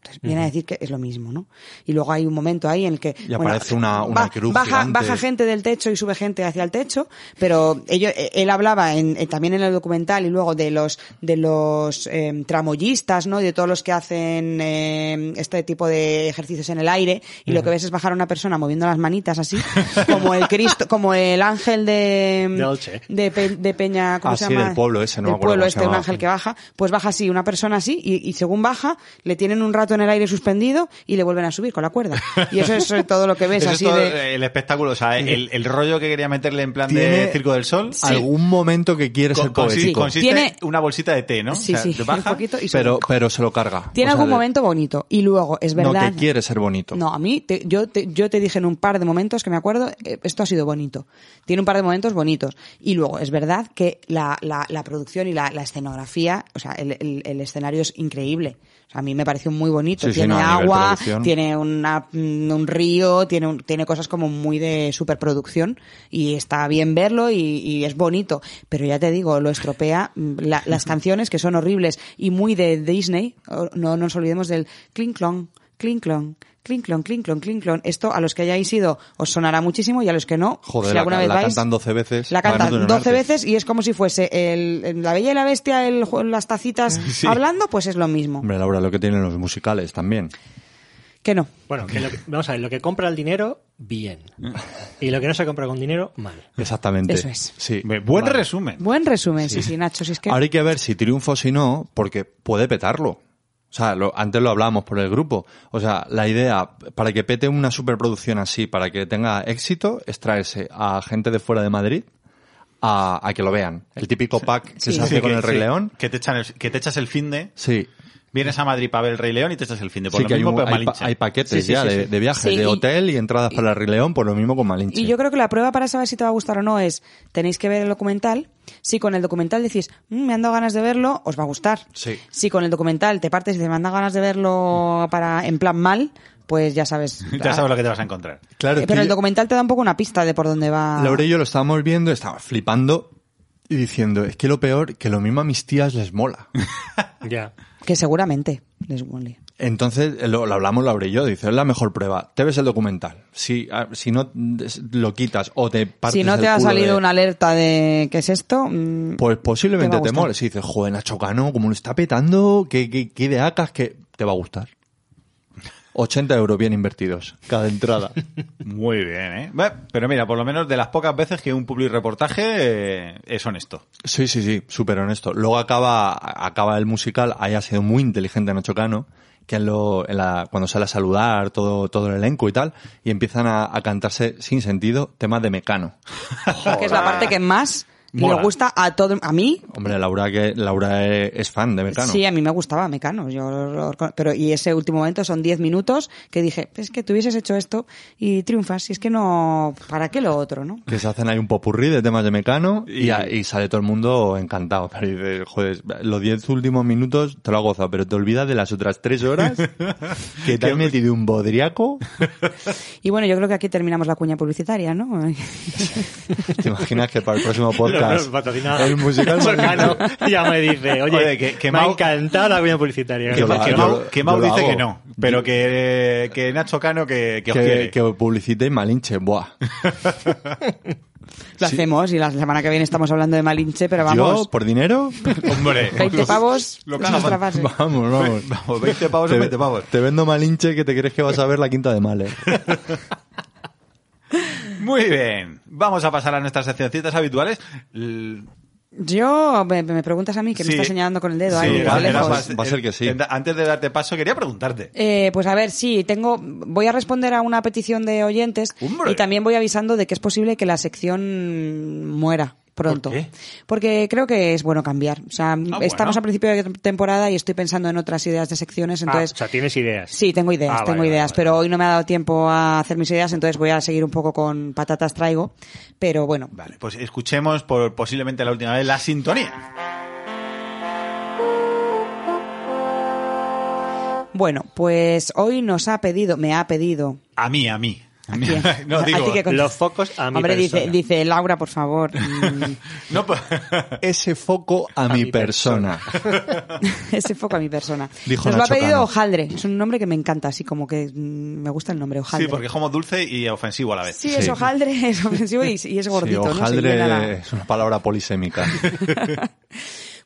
F: Entonces, viene a decir que es lo mismo, ¿no? Y luego hay un momento ahí en el que...
E: Y aparece una- una cruz
F: Baja,
E: gigante.
F: baja gente del techo y sube gente hacia el techo, pero ello- eh, él hablaba en- eh, también en el documental y luego de los de los eh, tramoyistas, ¿no? De todos los que hacen eh, este tipo de ejercicios en el aire y lo que ves es bajar a una persona moviendo las manitas así, como el Cristo, como el ángel de...
D: De Elche.
F: de Pe- de Peña... ¿cómo
E: Ah,
F: se
E: sí,
F: llama?
E: del pueblo ese, no me
F: Del
E: acuerdo
F: pueblo
E: cómo se
F: este, un
E: llamaba.
F: ángel que baja, pues baja así, una persona así, y, y según baja, le tienen un rato rato en el aire suspendido y le vuelven a subir con la cuerda. Y eso es todo lo que ves
C: Eso es
F: Pues así
C: todo
E: eh,
F: de...
C: el espectáculo, o sea, el, el rollo que quería meterle en plan de
E: Tiene-
C: Circo del Sol.
E: Algún momento que quiere
C: Con-
E: ser
C: consi-
E: poético.
C: consiste
F: Tiene-
C: en una bolsita de té, ¿no?
F: Sí, sí,
C: te
F: un
C: baja,
F: poquito y sube.
E: pero, pero se lo carga.
F: Tiene
E: O sea,
F: algún
E: le-
F: momento bonito. Y luego, es verdad.
E: No, que quiere ser bonito.
F: No, a mí, te- yo, te, yo te dije en un par de momentos que me acuerdo, eh, esto ha sido bonito. Tiene un par de momentos bonitos. Y luego, es verdad que la, la- la producción y la, la escenografía, o sea, el, el- el escenario es increíble. O sea, a mí me pareció muy bonito.
E: Sí, sí,
F: tiene
E: no, a nivel
F: agua,
E: producción.
F: tiene una, mm, un río, tiene, un- tiene cosas como muy de superproducción y está bien verlo y, y es bonito. Pero ya te digo, lo estropea mm, la- las canciones que son horribles y muy de Disney. O- No nos olvidemos del clink clon, clink clon. Clink, clon, clink, clon, clink, clon. Esto a los que hayáis ido os sonará muchísimo y a los que no,
E: Joder,
F: si
E: la-
F: alguna vez
E: la
F: vais,
E: cantan 12 veces.
F: La
E: Además,
F: cantan
E: no
F: 12
E: durante.
F: veces y es como si fuese el, el- la Bella y la Bestia, el, ju- las tacitas hablando, pues es lo mismo.
E: Hombre, Laura, lo que tienen los musicales también.
F: Que no.
D: Bueno, que lo que- vamos a ver, lo que compra el dinero, bien.
F: Mm.
D: Y lo que no se compra con dinero, mal.
E: Exactamente.
F: Eso es.
E: Sí.
C: Buen resumen.
F: Buen resumen, sí, sí, Nacho. Si es que...
E: Ahora hay que ver si triunfa o si no, porque puede petarlo. O sea, lo- antes lo hablamos por el grupo. O sea, la idea para que pete una superproducción así, para que tenga éxito, es traerse a gente de fuera de Madrid a, a que lo vean. El típico pack que
F: Sí.
E: se hace
C: Sí,
E: con
C: que-
E: el Rey
C: sí,
E: León.
C: Que te, echan el- que te echas el fin de.
E: Sí.
C: Vienes a Madrid para ver el Rey León y te echas el fin de. Por
E: Sí
C: lo
E: que hay,
C: mismo,
E: un-
C: pero
E: hay pa-
C: malinche.
E: hay paquetes
C: Sí, sí,
E: ya
C: sí,
E: de,
C: sí.
E: de viajes,
F: Sí,
E: de
F: y-
E: hotel y entradas para el Rey León, por lo mismo con Malinche.
F: Y yo creo que la prueba para saber si te va a gustar o no es, tenéis que ver el documental. Si con el documental decís, "Mm, me han dado ganas de verlo, os va a gustar.
E: Sí.
F: Si con el documental te partes y te mandan ganas de verlo para en plan mal, pues ya sabes.
C: Ya sabes lo que te vas a encontrar.
E: Claro,
F: Eh,
E: es
F: Pero
E: que
F: el
E: yo-
F: documental te da un poco una pista de por dónde va.
E: Laura y yo lo estábamos viendo, estábamos flipando y diciendo, es que lo peor, que lo mismo a mis tías les mola.
D: Ya.
F: Que seguramente les mole.
E: Entonces, lo, lo hablamos Laura y yo, dice, es la mejor prueba. Te ves el documental. Si, ah, si no des- lo quitas o te partes
F: Si no
E: el
F: te ha
E: culo
F: salido
E: de-
F: una alerta de qué es esto, Mm,
E: Pues
F: te va
E: posiblemente
F: a
E: te,
F: gustar.
E: mole. Si dices, joder, Nacho Cano, como lo está petando, qué, qué, qué de acas, que te va a gustar. 80 euros bien invertidos, cada entrada.
C: Muy bien, ¿eh? Bueno, Pero mira, por lo menos de las pocas veces que un public reportaje eh, es honesto.
E: Sí, sí, sí, súper honesto. Luego acaba, acaba el musical, ahí ha sido muy inteligente Nacho Cano, que en lo, en la, cuando sale a saludar todo, todo el elenco y tal, y empiezan a, a cantarse sin sentido temas de Mecano.
F: que es la parte que más
C: Mola.
F: le gusta a todo, a mí
E: Hombre, Laura que Laura es, es fan de Mecano.
F: Sí, a mí me gustaba Mecano. Yo, lo- lo- pero y ese último momento son 10 minutos que dije, "Pues es que tú hubieses hecho esto y triunfas. Si es que no, ¿para qué lo otro, no?
E: Que se hacen ahí un popurrí de temas de Mecano y, a- y sale todo el mundo encantado. Pero dices, joder, los 10 últimos minutos te lo ha gozado, pero te olvidas de las otras 3 horas que te has metido un bodriaco.
F: Y bueno, yo creo que aquí terminamos la cuña publicitaria, ¿no?
E: ¿Te imaginas que para el próximo podcast
D: Los patrocinados.
E: el musical
D: Nacho Cano ya me dice, oye,
C: Oye, que- que
D: me
C: Mau-
D: ha encantado la cuña publicitaria.
E: Que
C: Que,
E: lo-
C: Mau- que
E: yo
C: Mau,
E: lo-
C: que Mau
E: yo lo
C: dice
E: hago.
C: que no, pero que, que Nacho Cano que, que os
E: que,
C: quiere.
E: que publicite Malinche, buah.
F: Lo hacemos y la semana que viene estamos hablando de Malinche, pero vamos,
E: Yo, por dinero,
C: Hombre,
F: 20 pavos
C: Lo
F: es
C: caga
F: nuestra
C: mal.
F: frase.
E: vamos, vamos.
C: Vamos, 20 pavos o 20 pavos.
E: Te vendo Malinche que te crees que vas a ver la quinta de Males.
C: Muy bien. Vamos a pasar a nuestras seccioncitas habituales. L-
F: Yo, me, me preguntas a mí que me
C: sí.
F: está señalando con el dedo.
C: Sí,
F: ahí,
E: era-
F: desde
E: era
F: lejos.
E: más- Va a ser que sí.
C: Antes de darte paso, quería preguntarte.
F: Eh, pues a ver, sí, tengo, voy a responder a una petición de oyentes
C: Hombre.
F: y también voy avisando de que es posible que la sección muera pronto.
C: ¿Por qué?
F: Porque creo que es bueno cambiar. O
D: Ah,
F: sea, estamos
C: bueno.
F: a principio de temporada y estoy pensando en otras ideas de secciones, entonces...
D: Ah, o sea, tienes ideas.
F: Sí, tengo ideas,
D: Ah, vale,
F: tengo
D: vale,
F: ideas,
D: vale.
F: pero hoy no me ha dado tiempo a hacer mis ideas, entonces voy a seguir un poco con patatas traigo, pero bueno.
C: Vale, pues escuchemos por posiblemente la última vez la sintonía.
F: Bueno, pues hoy nos ha pedido, me ha pedido
C: A mí, a mí.
F: ¿A quién?
C: No
F: ¿A ti
C: digo.
F: qué contestas?
D: los focos a mi
F: Hombre, dice,
D: persona.
F: dice Laura, por favor. mm,
C: No, pues-
E: Ese foco a, mi
D: mi
E: persona.
F: Ese foco a mi persona.
E: Dijo Nacho
F: Nos lo ha pedido
E: Cano.
F: Hojaldre. Es un nombre que me encanta, así como que mm, me gusta el nombre Hojaldre.
C: sí, porque es como dulce y ofensivo a la vez.
F: Sí, es
E: Sí.
F: Hojaldre, es ofensivo y, y es
E: Sí,
F: gordito. ¿no? Se
E: hojaldre
F: llena la-
E: es una palabra polisémica.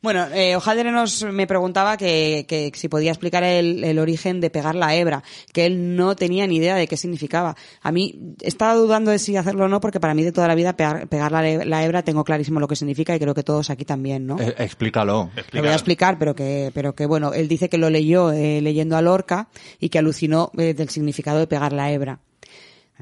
F: Bueno, eh, Ojaldre nos me preguntaba que, que si podía explicar el, el origen de pegar la hebra, que él no tenía ni idea de qué significaba. A mí estaba dudando de si hacerlo o no, porque para mí de toda la vida pegar, pegar la, he- la hebra tengo clarísimo lo que significa y creo que todos aquí también, ¿no?
E: Eh, explícalo.
F: Lo voy a explicar, pero que, pero que bueno, él dice que lo leyó eh, leyendo a Lorca y que alucinó eh, del significado de pegar la hebra.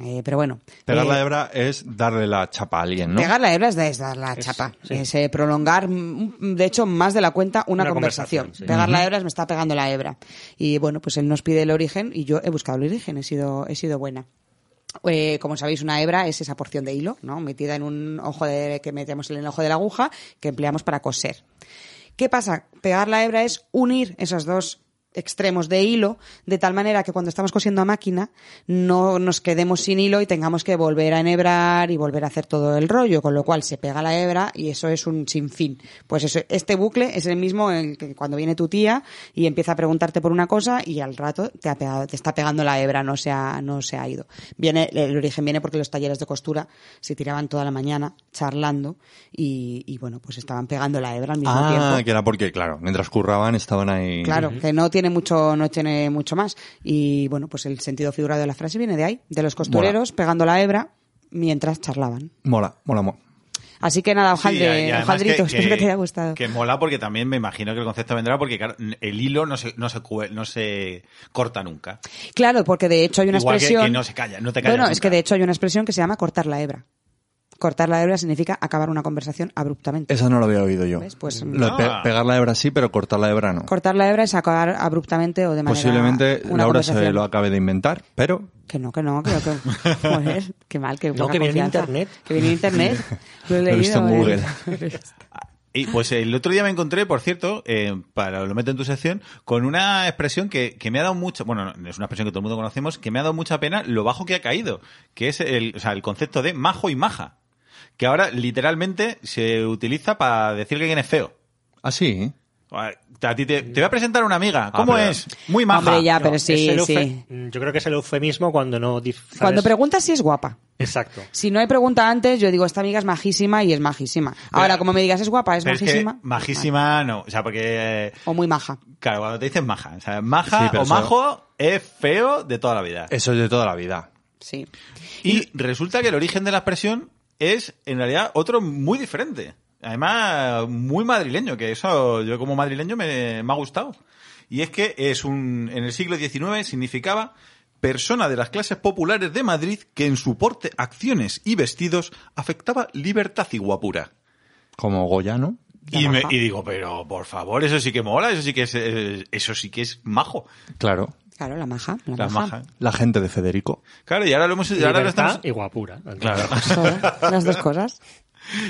F: Eh, pero bueno.
E: Pegar
F: eh,
E: la hebra es darle la chapa a alguien, ¿no?
F: Pegar la hebra es, de- es dar la chapa. Es eh, prolongar, mm, de hecho, más de la cuenta una,
D: Una
F: conversación.
D: conversación, sí.
F: Pegar la hebra es me está pegando la hebra. Y bueno, pues él nos pide el origen y yo he buscado el origen, he sido, he sido buena. Eh, como sabéis, una hebra es esa porción de hilo, ¿no? Metida en un ojo de, que metemos en el ojo de la aguja que empleamos para coser. ¿Qué pasa? Pegar la hebra es unir esos dos extremos de hilo de tal manera que cuando estamos cosiendo a máquina no nos quedemos sin hilo y tengamos que volver a enhebrar y volver a hacer todo el rollo, con lo cual se pega la hebra y eso es un sinfín. Pues eso, este bucle es el mismo en el que cuando viene tu tía y empieza a preguntarte por una cosa y al rato te ha pegado, te está pegando la hebra, no se ha, no se ha ido. Viene, el origen viene porque los talleres de costura se tiraban toda la mañana charlando y, y bueno, pues estaban pegando la hebra al mismo tiempo.
E: Ah, que era porque, claro, mientras curraban estaban ahí.
F: Claro, que no tiene mucho, no tiene mucho más. Y bueno, pues el sentido figurado de la frase viene de ahí, de los costureros pegando la hebra mientras charlaban.
E: Mola, mola, mola.
F: Así que
C: Sí, y- y
F: nada, hojaldre,
C: además
F: hojaldrito, espero que te haya gustado.
C: Que mola porque también me imagino que el concepto vendrá porque claro, el hilo no se, no se, cue- no se corta nunca.
F: Claro, porque de hecho hay una
C: Igual que-
F: expresión.
C: que no se calla, no te callas
F: Bueno, es
C: nunca.
F: que de hecho hay una expresión que se llama cortar la hebra. Cortar la hebra significa acabar una conversación abruptamente.
E: Esa no la había oído yo.
F: ¿Ves? Pues,
E: Lo de pe-
C: Ah.
E: pegar la hebra sí, pero cortar la hebra no.
F: Cortar la hebra es acabar abruptamente o de manera.
E: Posiblemente
F: una
E: Laura se
F: conversación.
E: lo acabe de inventar, pero
F: Que no, que no, que, que joder, qué mal, que
D: No,
F: poca
D: que viene en
F: confianza.
D: internet.
F: Que viene en internet. Lo he
E: Lo he visto en
F: leído,
E: Google.
F: eh.
C: Y pues el otro día me encontré, por cierto, eh, para lo meto en tu sección, con una expresión que, que me ha dado mucha, bueno, no, es una expresión que todo el mundo conocemos, que me ha dado mucha pena lo bajo que ha caído, que es el, o sea, el concepto de majo y maja, que ahora literalmente se utiliza para decir que alguien es feo.
E: así. ¿eh?
C: A ti te, te voy a presentar a una amiga. ¿Cómo
E: Ah, pero-
C: es? Muy maja.
F: Hombre, ya,
D: No,
F: Ah, pero
D: es
F: sí,
D: el
F: sí.
D: eufe- mm, Yo creo que es el eufemismo cuando no. dif- sabes-
F: Cuando preguntas si es guapa.
D: Exacto.
F: Si no hay pregunta antes, yo digo, esta amiga es majísima y es majísima. Ahora,
C: Pero-
F: como me digas, es guapa, es
C: Pero es que
F: majísima.
C: majísima no, o sea, porque... eh,
F: Vale. O muy maja.
C: Claro, cuando te dicen maja, o sea, maja
E: Sí, pero
C: o
E: eso-
C: majo es feo de toda la vida.
E: Eso es de toda la vida.
F: Sí.
C: Y resulta que el origen de la expresión es, en realidad, otro muy diferente. Además, muy madrileño, que eso yo como madrileño me, me ha gustado. Y es que es un, en el siglo XIX significaba persona de las clases populares de Madrid que en su porte, acciones y vestidos afectaba libertad y guapura.
E: Como Goya, ¿no?
C: Y, me- y digo, pero por favor, eso sí que mola, eso sí que es, eh, eso sí que es majo.
E: Claro.
F: Claro, la maja. La,
C: La
F: maja.
C: maja.
E: Ah. La gente de Federico.
C: Claro, y ahora lo hemos, y ahora lo
D: Libertad
C: estamos,
D: y guapura.
C: Claro.
F: Solo, las dos cosas.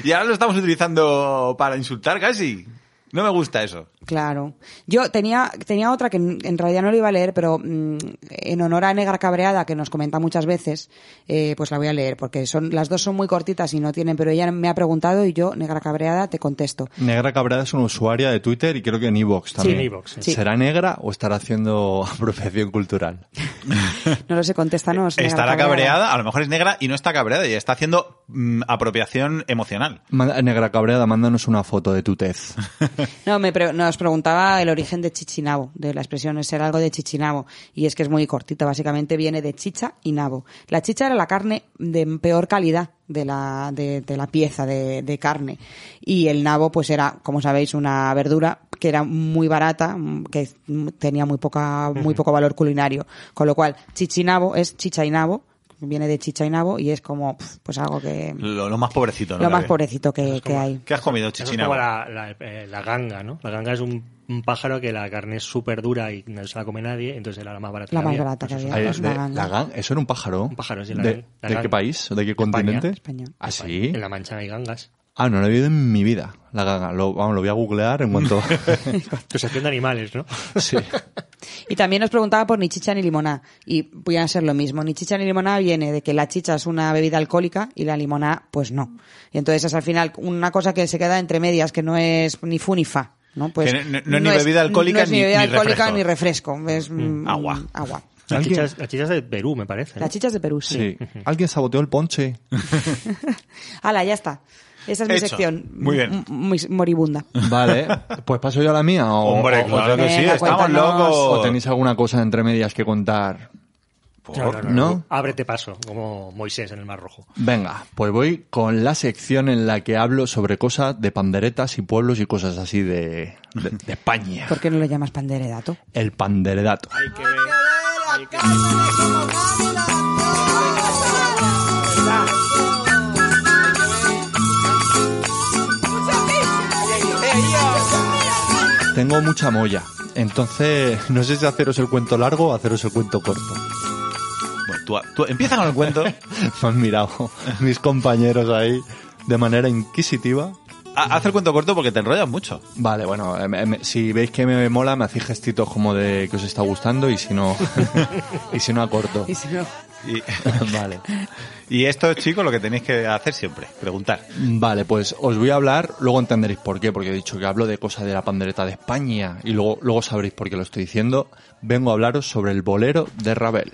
C: y ahora lo estamos utilizando para insultar casi. No me gusta eso.
F: Claro. Yo tenía, tenía otra que en, en realidad no la iba a leer, pero mm, en honor a Negra Cabreada, que nos comenta muchas veces, eh, pues la voy a leer, porque son, las dos son muy cortitas y no tienen, pero ella me ha preguntado y yo, Negra Cabreada, te contesto.
E: Negra Cabrada es una usuaria de Twitter y creo que en Evox también.
D: en iVoox, sí.
F: Sí.
E: ¿Será negra o estará haciendo apropiación cultural?
F: No lo sé, contéstanos.
C: Eh,
F: Negra
C: Estará cabreada, a lo mejor es negra y no está cabreada y está haciendo mm, apropiación emocional.
E: Manda- negra Cabrada, mándanos una foto de tu tez.
F: No, me pre- nos preguntaba el origen de Chichinabo, de la expresión es ser algo de Chichinabo, y es que es muy cortito, básicamente viene de chicha y nabo. La chicha era la carne de peor calidad de la, de, de la pieza de, de carne, y el nabo pues era, como sabéis, una verdura que era muy barata, mm, que mm, tenía muy, poca, muy poco valor culinario, con lo cual chichinabo es chicha y nabo, viene de chicha y nabo, y es como pf, pues algo que...
C: Lo, lo más pobrecito, ¿no?
F: lo más
C: Gabriel?
F: pobrecito que, que hay.
C: ¿Qué has comido,
D: Eso es como
C: Chichinabo?
D: la, la, eh, la ganga, ¿no? La ganga es un, un pájaro que la carne es súper dura y no se la come nadie, entonces era la más barata. que
F: La más
D: había.
F: barata que
D: Pues eso
F: había.
E: Ay,
F: es una
E: de-
F: ganga.
E: la gan- ¿Eso era un pájaro?
D: Un pájaro, sí, la
E: ¿De,
D: gan- la
E: de
D: gan.
E: qué país? ¿De qué
D: España.
E: continente?
F: España.
E: ¿Ah,
D: es.
E: sí?
D: En la mancha hay gangas.
E: Ah, no lo he oído en mi vida, la gaga. Lo, vamos, lo voy a googlear en cuanto...
D: Tu sección Pues de animales, ¿no?
E: sí.
F: Y también nos preguntaba por ni chicha ni limoná. Y podían ser lo mismo. Ni chicha ni limoná viene de que la chicha es una bebida alcohólica y la limoná, pues no. Y entonces es al final una cosa que se queda entre medias, que no es ni fu ni fa. ¿no? Pues,
C: Que no- no- no es ni bebida alcohólica
F: no es
C: ni-
F: bebida
C: ni
F: alcohólica
C: refresco.
F: ni refresco. Es mm,
C: agua.
F: agua.
D: La
E: ¿Alguien?
D: chicha, es, la chicha es de Perú, me parece. ¿no?
F: La chicha es de Perú, sí.
E: Sí. Alguien saboteó el ponche.
F: Hala, ya está. Esa es mi
C: Hecho.
F: sección.
C: Muy bien.
F: M- m- moribunda.
E: Vale, pues paso yo a la mía. O,
C: Hombre,
E: o-
C: claro que sí,
F: Venga,
C: estamos
F: cuéntanos.
C: locos.
E: o tenéis alguna cosa entre medias que contar.
C: Oh,
E: ¿No?
D: Ábrete paso, como Moisés en el Mar Rojo.
E: Venga, pues voy con la sección en la que hablo sobre cosas de panderetas y pueblos y cosas así de, de- de España.
F: ¿Por qué no lo llamas panderedato?
E: El panderedato. Tengo mucha molla, entonces no sé si haceros el cuento largo o haceros el cuento corto.
C: Bueno, tú, tú empieza con el cuento.
E: Me han mirado Pues mis compañeros ahí de manera inquisitiva.
C: Ha- Haz el cuento corto porque te enrollas mucho.
E: Vale, bueno, eh, me- me- si veis que me mola, me hacéis gestitos como de que os está gustando y si no, y si no acorto.
F: Y si no,
C: Y,
E: vale.
C: y esto, chicos, lo que tenéis que hacer siempre, preguntar.
E: Vale, pues os voy a hablar, luego entenderéis por qué, porque he dicho que hablo de cosas de la pandereta de España y luego, luego sabréis por qué lo estoy diciendo. Vengo a hablaros sobre el bolero de Ravel.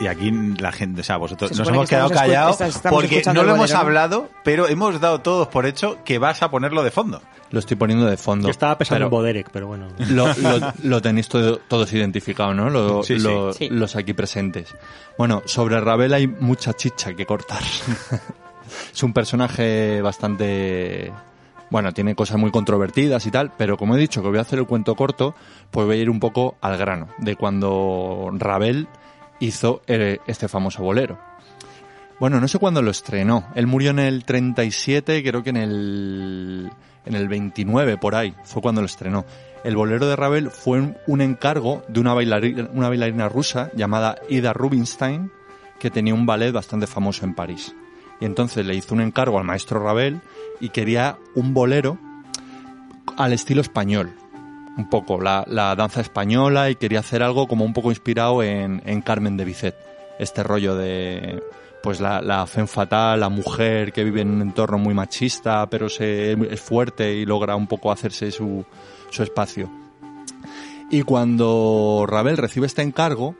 C: Y aquí la gente, o sea, vosotros
F: Se
C: nos
F: supone
C: hemos
F: que
C: quedado
F: estamos escu-
C: callados
F: estamos escuchando
C: porque no
F: el
C: lo hemos
F: bolero, ¿no?
C: hablado, pero hemos dado todos por hecho que vas a ponerlo de fondo.
E: Lo estoy poniendo de fondo.
D: Yo estaba pensando en
E: pero
D: Boderek, pero bueno.
E: Lo, lo- lo tenéis todo- todos identificados, ¿no? Lo-
C: Sí, sí.
E: lo-
F: Sí.
E: Los aquí presentes. Bueno, sobre Ravel hay mucha chicha que cortar. es un personaje bastante... Bueno, tiene cosas muy controvertidas y tal, pero como he dicho que voy a hacer el cuento corto, pues voy a ir un poco al grano de cuando Ravel hizo eh, este famoso bolero. Bueno, no sé cuándo lo estrenó. Él murió en el 37, creo que en el, en el 29, por ahí. Fue cuando lo estrenó. El bolero de Ravel fue un, un encargo de una bailarina, una bailarina rusa llamada Ida Rubinstein, que tenía un ballet bastante famoso en París. Y entonces le hizo un encargo al maestro Ravel y quería un bolero al estilo español. Un poco, la, la danza española y quería hacer algo como un poco inspirado en, en Carmen de Bizet. Este rollo de, pues la, la femme fatal, la mujer que vive en un entorno muy machista, pero se, es fuerte y logra un poco hacerse su, su espacio. Y cuando Ravel recibe este encargo,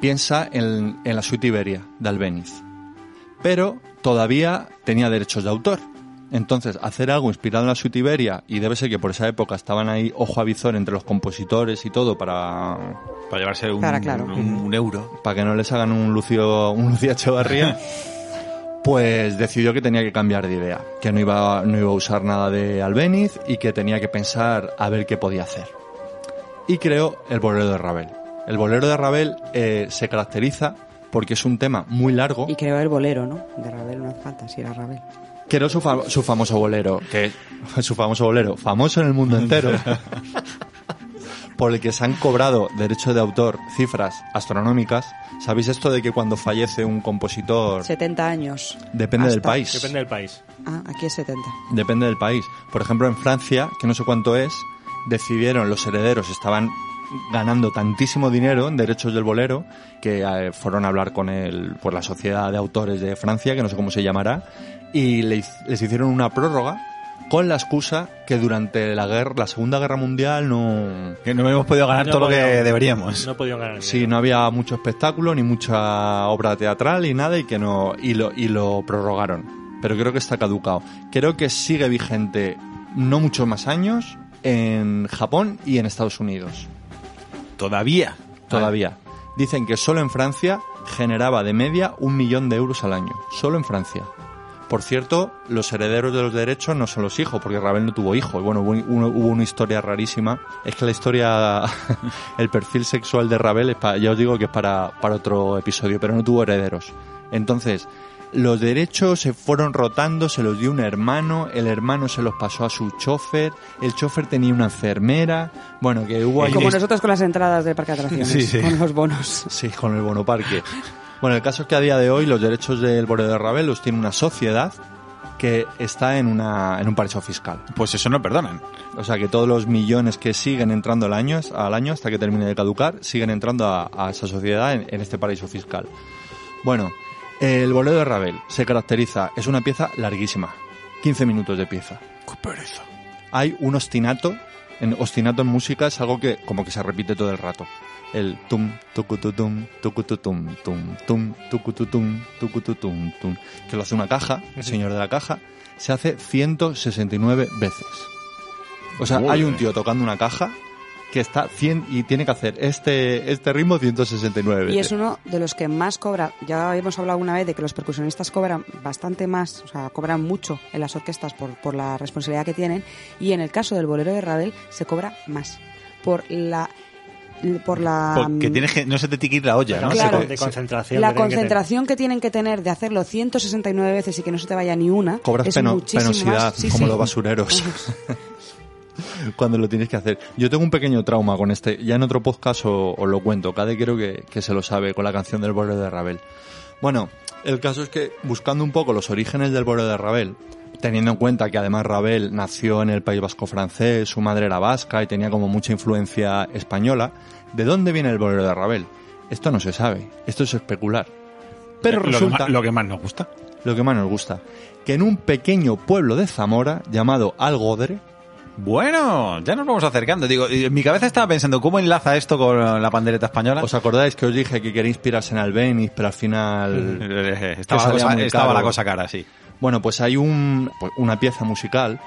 E: piensa en, en la suite Iberia de Albéniz. Pero todavía tenía derechos de autor. Entonces, hacer algo inspirado en la suite Iberia, y debe ser que por esa época estaban ahí ojo a visor entre los compositores y todo para,
C: Para llevarse un,
F: Claro, claro.
C: un- un euro.
E: para que no les hagan un Lucio, un Lucía Echevarría, pues decidió que tenía que cambiar de idea, que no iba, no iba a usar nada de Albéniz y que tenía que pensar a ver qué podía hacer. Y creó el bolero de Ravel. El bolero de Ravel eh, se caracteriza porque es un tema muy largo.
F: y creo el bolero, ¿no? De Ravel no hace falta, si era Ravel.
E: Creó su, fa- su famoso bolero, que es su famoso bolero, famoso en el mundo entero, por el que se han cobrado derechos de autor cifras astronómicas. ¿Sabéis esto de que cuando fallece un compositor
F: 70 años.
E: Depende
F: Hasta-
E: del país.
D: Depende del país.
F: Ah, aquí es 70.
E: Depende del país. Por ejemplo, en Francia, que no sé cuánto es, decidieron los herederos estaban ganando tantísimo dinero en derechos del bolero que eh, fueron a hablar con el, pues, la sociedad de autores de Francia, que no sé cómo se llamará, y le hic- les hicieron una prórroga con la excusa que durante la guerra, la Segunda Guerra Mundial no,
C: Que no hemos podido ganar
D: No
C: todo lo que
D: podían-
C: deberíamos.
D: No podían ganar.
E: Sí, no había mucho espectáculo, ni mucha obra teatral, ni nada, y que no. Y lo, y lo prorrogaron. Pero creo que está caducado. Creo que sigue vigente no muchos más años en Japón y en Estados Unidos.
C: Todavía.
E: Todavía. Dicen que solo en Francia generaba de media un millón de euros al año. Solo en Francia. Por cierto, los herederos de los derechos no son los hijos, porque Ravel no tuvo hijos. Y Bueno, hubo, hubo- hubo una historia rarísima. Es que la historia, el perfil sexual de Ravel, es pa- ya os digo que es para, para otro episodio, pero no tuvo herederos. Entonces, los derechos se fueron rotando, se los dio un hermano, el hermano se los pasó a su chofer, el chofer tenía una enfermera. Bueno, que hubo ahí
F: Como
E: una
F: nosotros con las entradas del parque de atracciones,
C: Sí, sí.
F: con los bonos.
E: Sí, con el bonoparque. Bueno, el caso es que a día de hoy los derechos del Boreo de Ravel los tiene una sociedad que está en, una, en un paraíso fiscal.
C: Pues eso no perdonan.
E: O sea que todos los millones que siguen entrando al año, al año hasta que termine de caducar, siguen entrando a, a esa sociedad en, en este paraíso fiscal. Bueno, el bolero de Ravel se caracteriza, es una pieza larguísima, 15 minutos de pieza. Hay un ostinato en ostinato en música es algo que como que se repite todo el rato. El tum, tucututum, tucututum, tum, tum, tucututum, tucututum, tum. Que lo hace una caja, el señor de la caja, se hace 169 veces. O sea,
C: Muy
E: hay un
C: bien.
E: tío tocando una caja que está 100 y tiene que hacer este, este ritmo 169 veces.
F: Y es uno de los que más cobra. Ya hemos hablado una vez de que los percusionistas cobran bastante más, o sea, cobran mucho en las orquestas por, por la responsabilidad que tienen. Y en el caso del bolero de Ravel se cobra más por la por la
C: Porque
F: mm,
C: tienes Pues que, no se te tiqui la olla, ¿no?
F: Claro.
C: Se
D: Claro.
C: te-
D: De concentración.
F: la
D: que tienen que tener.
F: concentración que tienen que tener de hacerlo 169 veces y que no se te vaya ni una
E: Cobras
F: es
E: peno-
F: muchísimo
E: penosidad,
F: más. Sí,
E: como
F: sí.
E: los basureros. Cuando lo tienes que hacer. Yo tengo un pequeño trauma con este. Ya en otro podcast o- os lo cuento. Cada creo que, que se lo sabe con la canción del bolero de Ravel. Bueno, el caso es que buscando un poco los orígenes del bolero de Ravel, teniendo en cuenta que además Ravel nació en el País Vasco francés, su madre era vasca y tenía como mucha influencia española, ¿de dónde viene el bolero de Ravel? Esto no se sabe. Esto es especular. Pero
C: lo que
E: resulta
C: más- lo que más nos gusta.
E: lo que más nos gusta, que en un pequeño pueblo de Zamora llamado Algodre,
C: Bueno, ya nos vamos acercando. Digo, y en mi cabeza estaba pensando cómo enlaza esto con la pandereta española.
E: ¿os acordáis que os dije que quería inspirarse en Albéniz, pero al final...
C: Eh,
E: Que
C: estaba la
E: salía
C: cosa,
E: muy
C: estaba
E: caro.
C: la cosa cara, sí.
E: Bueno, pues hay un, pues una pieza musical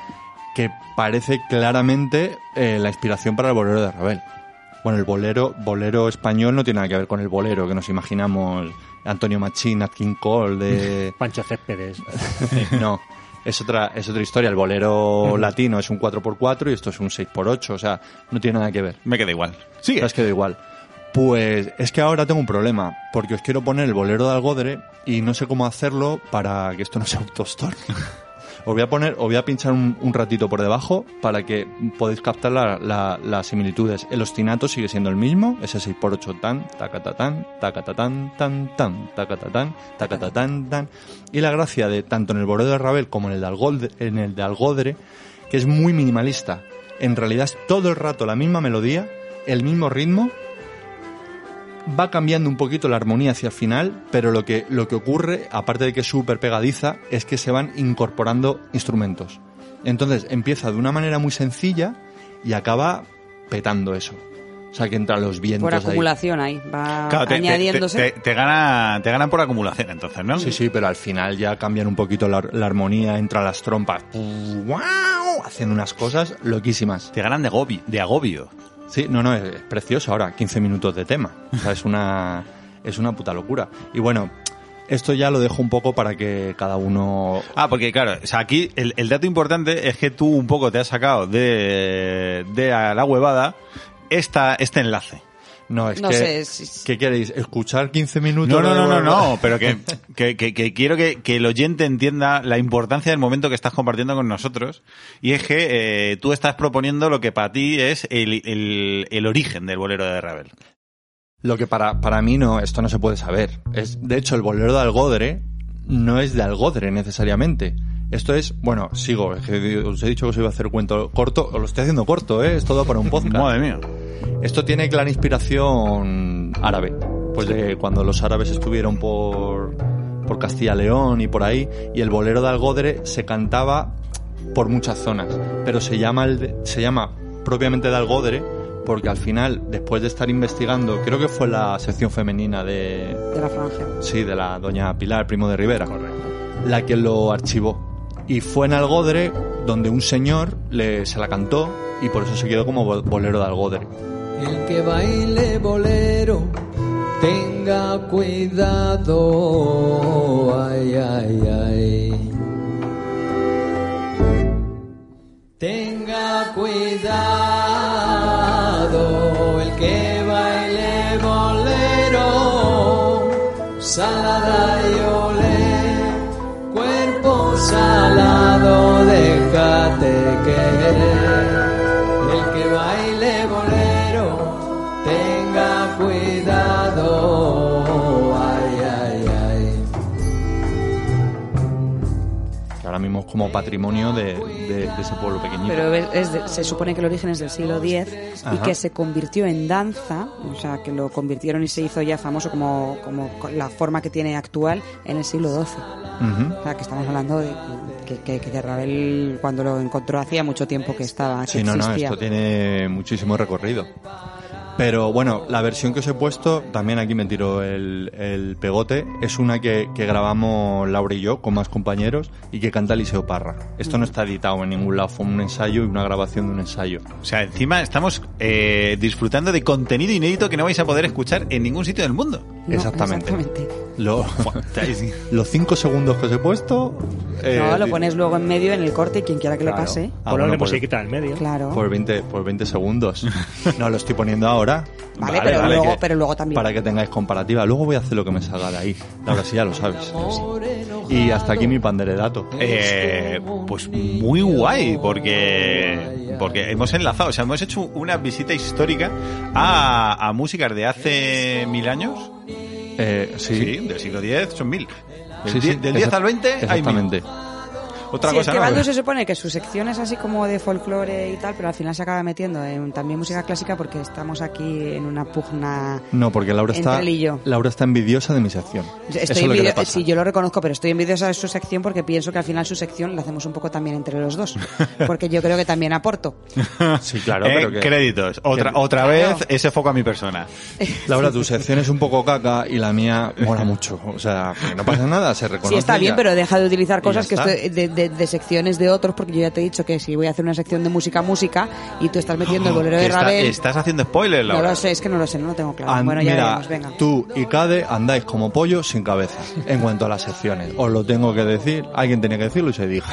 E: que parece claramente eh, la inspiración para el bolero de Ravel. Bueno, el bolero, bolero español no tiene nada que ver con el bolero que nos imaginamos Antonio Machín, Atkin Cole, de...
D: Pancho Céspedes.
E: Ah,
D: Pues
E: no. Es otra, es otra historia. El bolero latino es un 4x4 y esto es un 6x8. O sea, no tiene nada que ver.
C: Me queda igual. Sigue.
E: Te has quedado igual. Pues es que ahora tengo un problema, porque os quiero poner el bolero de Algodre y no sé cómo hacerlo para que esto no sea autostore. Os voy a poner, os voy a pinchar un, un ratito por debajo para que podáis captar la- la- las similitudes. El ostinato sigue siendo el mismo, ese 6x8 tan, tacatatán, tacatatán, tan, tan, tacatatán, tacatatán, tan. Y la gracia de tanto en el boreo de Ravel como en el de Algodre, en el de Algodre, que es muy minimalista. En realidad es todo el rato la misma melodía, el mismo ritmo, va cambiando un poquito la armonía hacia el final, pero lo que, lo que ocurre, aparte de que es súper pegadiza, es que se van incorporando instrumentos. Entonces empieza de una manera muy sencilla y acaba petando eso. O sea, que entra los vientos.
F: por
E: ahí.
F: acumulación ahí, va
C: Claro, te, te-
F: añadiéndose
C: te- te gana, te ganan por acumulación, entonces, ¿no?
E: Sí, sí, pero al final ya cambian un poquito la, la armonía, entran las trompas. ¡Wow! Hacen unas cosas loquísimas.
C: Te ganan de, gobi- de agobio.
E: Sí, no, no, es, es precioso ahora, 15 minutos de tema. O sea, es una, es una puta locura. Y bueno, esto ya lo dejo un poco para que cada uno...
C: Ah, porque claro, o sea, aquí el, el dato importante es que tú un poco te has sacado de, de a la huevada esta, este enlace.
E: No, es
F: No
E: que...
F: sé, si-
E: ¿Qué queréis? ¿Escuchar 15 minutos?
C: No, no,
E: de-
C: no, no, no, pero que, que, que- que quiero que, que el oyente entienda la importancia del momento que estás compartiendo con nosotros. Y es que eh, tú estás proponiendo lo que para ti es el, el- el origen del bolero de Ravel.
E: Lo que para, para mí no, esto no se puede saber. Es, de hecho, el bolero de Algodre no es de Algodre necesariamente. Esto es, bueno, sigo, es que os he dicho que os iba a hacer cuento corto, os lo estoy haciendo corto, ¿eh? es todo para un podcast.
C: Madre mía.
E: Esto tiene clara inspiración árabe. Pues de cuando los árabes estuvieron por, por Castilla-León y por ahí, y el bolero de Algodre se cantaba por muchas zonas, pero se llama, el de- se llama propiamente de Algodre porque al final, después de estar investigando, creo que fue la sección femenina de,
F: de la franja.
E: Sí, de la doña Pilar Primo de Rivera. La que lo archivó. Y fue en Algodre donde un señor le, se la cantó y por eso se quedó como bol- bolero de Algodre.
H: El que baile bolero, tenga cuidado, ay, ay, ay. Tenga cuidado, el que baile bolero, salada y olé, cuerpo salado, déjate querer. El que baile bolero, tenga cuidado, ay, ay, ay.
E: Que ahora mismo es como patrimonio de, de- de ese pueblo pequeñito.
F: Pero es- es de- se supone que el origen es del siglo X y
E: Ajá.
F: que se convirtió en danza, o sea, que lo convirtieron y se hizo ya famoso como, como la forma que tiene actual en el siglo XII.
E: Ujú.
F: O sea, que estamos hablando de que, que, que Cerrabel, cuando lo encontró hacía mucho tiempo que estaba, que
E: Sí, no, no,
F: existía.
E: esto tiene muchísimo recorrido. Pero bueno, la versión que os he puesto, también aquí me tiro el, el pegote, es una que, que grabamos Laura y yo con más compañeros y que canta Eliseo Parra. Esto no está editado en ningún lado, fue un ensayo y una grabación de un ensayo.
C: O sea, encima estamos eh, disfrutando de contenido inédito que no vais a poder escuchar en ningún sitio del mundo.
F: No,
E: exactamente.
F: exactamente.
E: Lo-
C: Estáis-
E: los cinco segundos que os he puesto... eh,
F: no, lo pones luego en medio, en el corte, y quien quiera que
E: Claro.
F: le pase.
E: Ah,
D: Ponlo
E: bueno,
D: de
E: pues-
D: musiquita en medio.
F: Claro.
E: Por 20, por 20 segundos. No lo estoy poniendo ahora.
F: Vale, pero luego- pero luego también.
E: Para que tengáis comparativa. Luego voy a hacer lo que me salga de ahí. Ahora sí, ya lo sabes. Y hasta aquí mi panderedato.
C: Eh, pues muy guay, porque, porque hemos enlazado, Ah, o sea, hemos hecho una visita histórica a, a músicas de hace mil años.
E: Eh, sí,
C: Sí, del siglo X son mil. Del,
E: Sí, sí,
C: die- del 10 al
E: exact-
C: 20 hay mil.
E: Exactamente.
C: Otra
F: Sí,
C: cosa,
F: es que
C: ¿no?
F: Baldu se supone que su sección es así como de folclore y tal, pero al final se acaba metiendo en también música clásica porque estamos aquí en una pugna.
E: No, porque Laura está,
F: Entre él y yo.
E: Laura está envidiosa de mi sección. Eso es
F: Estoy
E: lo que le
F: envidio-
E: pasa.
F: sí, yo lo reconozco, pero estoy envidiosa de su sección porque pienso que al final su sección la hacemos un poco también entre los dos, porque yo creo que también aporto.
E: Sí, claro,
C: Eh,
E: pero que-
C: créditos. Otra,
E: que-
C: otra vez ese foco a mi persona.
E: Laura, tu sección es un poco caca y la mía mola mucho. O sea, que no pasa nada, se reconoce.
F: Sí, está bien,
E: ya.
F: pero deja de utilizar
E: Y
F: cosas
E: ya
F: que
E: está.
F: estoy- de, de- de secciones de otros, porque yo ya te he dicho que si voy a hacer una sección de música, música, y tú estás metiendo el bolero
C: Que
F: de
C: está-
F: Ravel.
C: estás haciendo spoilers,
F: No
C: Laura.
F: lo sé, es que no lo sé, no lo tengo claro.
E: An-
F: bueno, ya
E: Ah, mira,
F: veremos, venga.
E: tú y Cade andáis como pollo sin cabeza en cuanto a las secciones. Os lo tengo que decir, alguien tenía que decirlo y se dijo.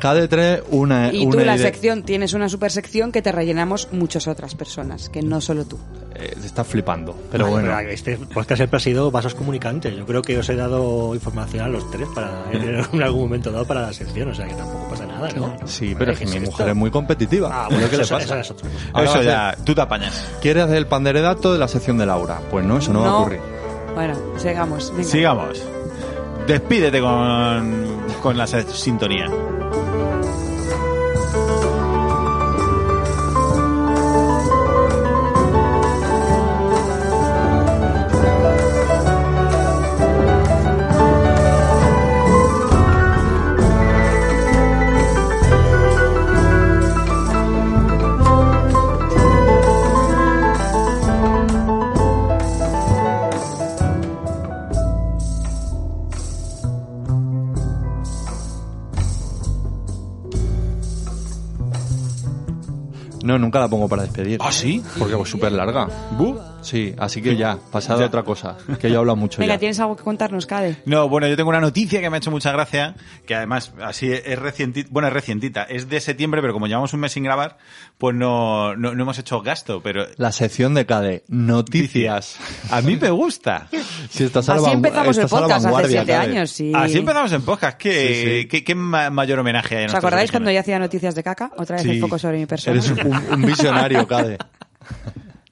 E: Cade 3, una.
F: Y
E: una
F: tú la
E: ide-
F: sección tienes una super sección que te rellenamos muchas otras personas, que no solo tú.
E: Eh, te estás flipando, pero
D: Vale,
E: bueno.
D: pero este podcast siempre ha sido vasos comunicantes. Yo creo que os he dado información a los tres para en algún momento dado para la sección, o sea que tampoco pasa nada, ¿no?
E: Sí, pero es que mi
D: esto?
E: mujer es muy competitiva.
D: Ah, bueno,
E: ¿Qué le
D: eso- eso
E: pasa?
D: es otro.
E: Ahora va
C: Eso
E: a
C: ya,
E: ser,
C: tú te apañas.
E: ¿Quieres hacer el panderedato de la sección de Laura? Pues no, eso no, va a ocurrir.
F: Bueno, sigamos. venga.
C: Sigamos. Despídete con, con la se- sintonía.
E: No, nunca la pongo para despedir.
C: ¿Ah, sí?
E: Porque es súper larga. Sí, así que ya, pasado a otra cosa, que yo hablo mucho
F: Venga,
E: ya.
F: ¿tienes algo que contarnos, Cade?
C: No, bueno, yo tengo una noticia que me ha hecho mucha gracia, que además así es recientita, bueno, es recientita, es de septiembre, pero como llevamos un mes sin grabar, pues no, no, no hemos hecho gasto, pero...
E: La sección de Cade, noticias.
C: A mí me gusta.
E: Si estás a la
F: Así
E: vangu-
F: empezamos el
E: estás a la
F: podcast hace
E: vanguardia,
F: siete
E: Cade.
F: años. sí.
C: Así empezamos en podcast, que,
E: Sí, sí.
C: que- que ma- mayor homenaje hay a
F: ¿Os
C: nuestros
F: acordáis cuando
C: orígenes.
F: yo hacía noticias de caca? Otra vez
C: Sí.
F: el foco sobre mi persona.
E: Eres un, un visionario, Cade.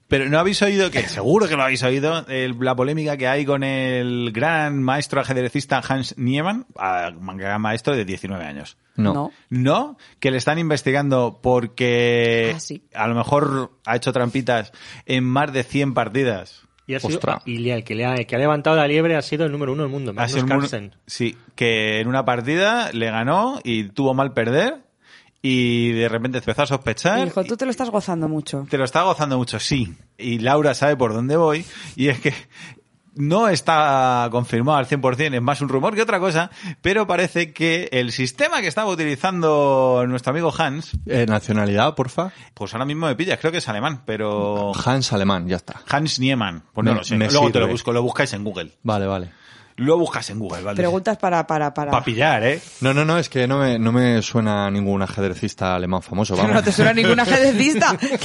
C: Pero no habéis oído, que seguro que lo habéis oído, el- la polémica que hay con el gran maestro ajedrecista Hans Niemann, ah, gran maestro de 19 años.
E: No.
F: No.
C: No, que le están investigando porque
F: Ah, sí.
C: a lo mejor ha hecho trampitas en más de 100 partidas.
D: Y, ha sido-
E: Ostras.
D: y le- el, que le ha, el que ha levantado la liebre ha sido el número uno del mundo,
C: Ha sido
D: Magnus
C: un mono-
D: Carlsen.
C: Sí, que en una partida le ganó y tuvo mal perder y de repente empezó a sospechar.
F: Hijo, tú te lo estás gozando mucho.
C: Te lo está gozando mucho, sí. Y Laura sabe por dónde voy. Y es que no está confirmado al 100%, es más un rumor que otra cosa, pero parece que el sistema que estaba utilizando nuestro amigo Hans,
E: Eh, nacionalidad, porfa.
C: pues ahora mismo me pillas, creo que es alemán, pero...
E: Hans Alemán, ya está.
C: Hans Niemann, pues no
E: Me-
C: lo sé.
E: me
C: Luego te lo
E: sirve.
C: busco, lo buscáis en Google.
E: Vale, vale.
C: Lo buscas en Google, ¿vale?
F: Preguntas para, para, para.
C: Para pillar, ¿eh?
E: No, no, no, es que no me, no me suena ningún ajedrecista alemán famoso. Vamos.
F: No te suena ninguna ajedrecista. qué,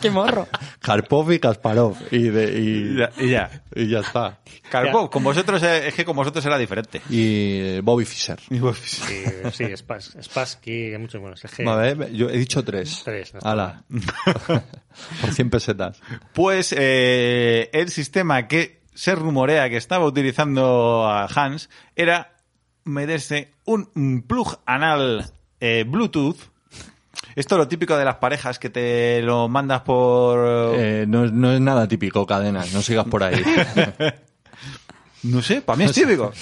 F: qué morro.
E: Karpov y Kasparov. Y, de, y,
C: Y ya. y ya.
E: y ya está.
C: Karpov, con vosotros eh, es que con vosotros era diferente.
E: Y eh, Bobby Fischer.
C: Y vos-
D: Sí, sí, Spas, Spassky, hay muchos buenos. Es que-
E: A ver, yo he dicho tres.
D: Tres, no está
E: Ala. Por 100 pesetas.
C: Pues eh, el sistema que se rumorea que estaba utilizando a Hans era meterse un mm, plug anal eh, Bluetooth. Esto es lo típico de las parejas que te lo mandas por...
E: Eh, no, es- no es nada típico, cadenas. No sigas por ahí.
C: No sé, para mí es típico.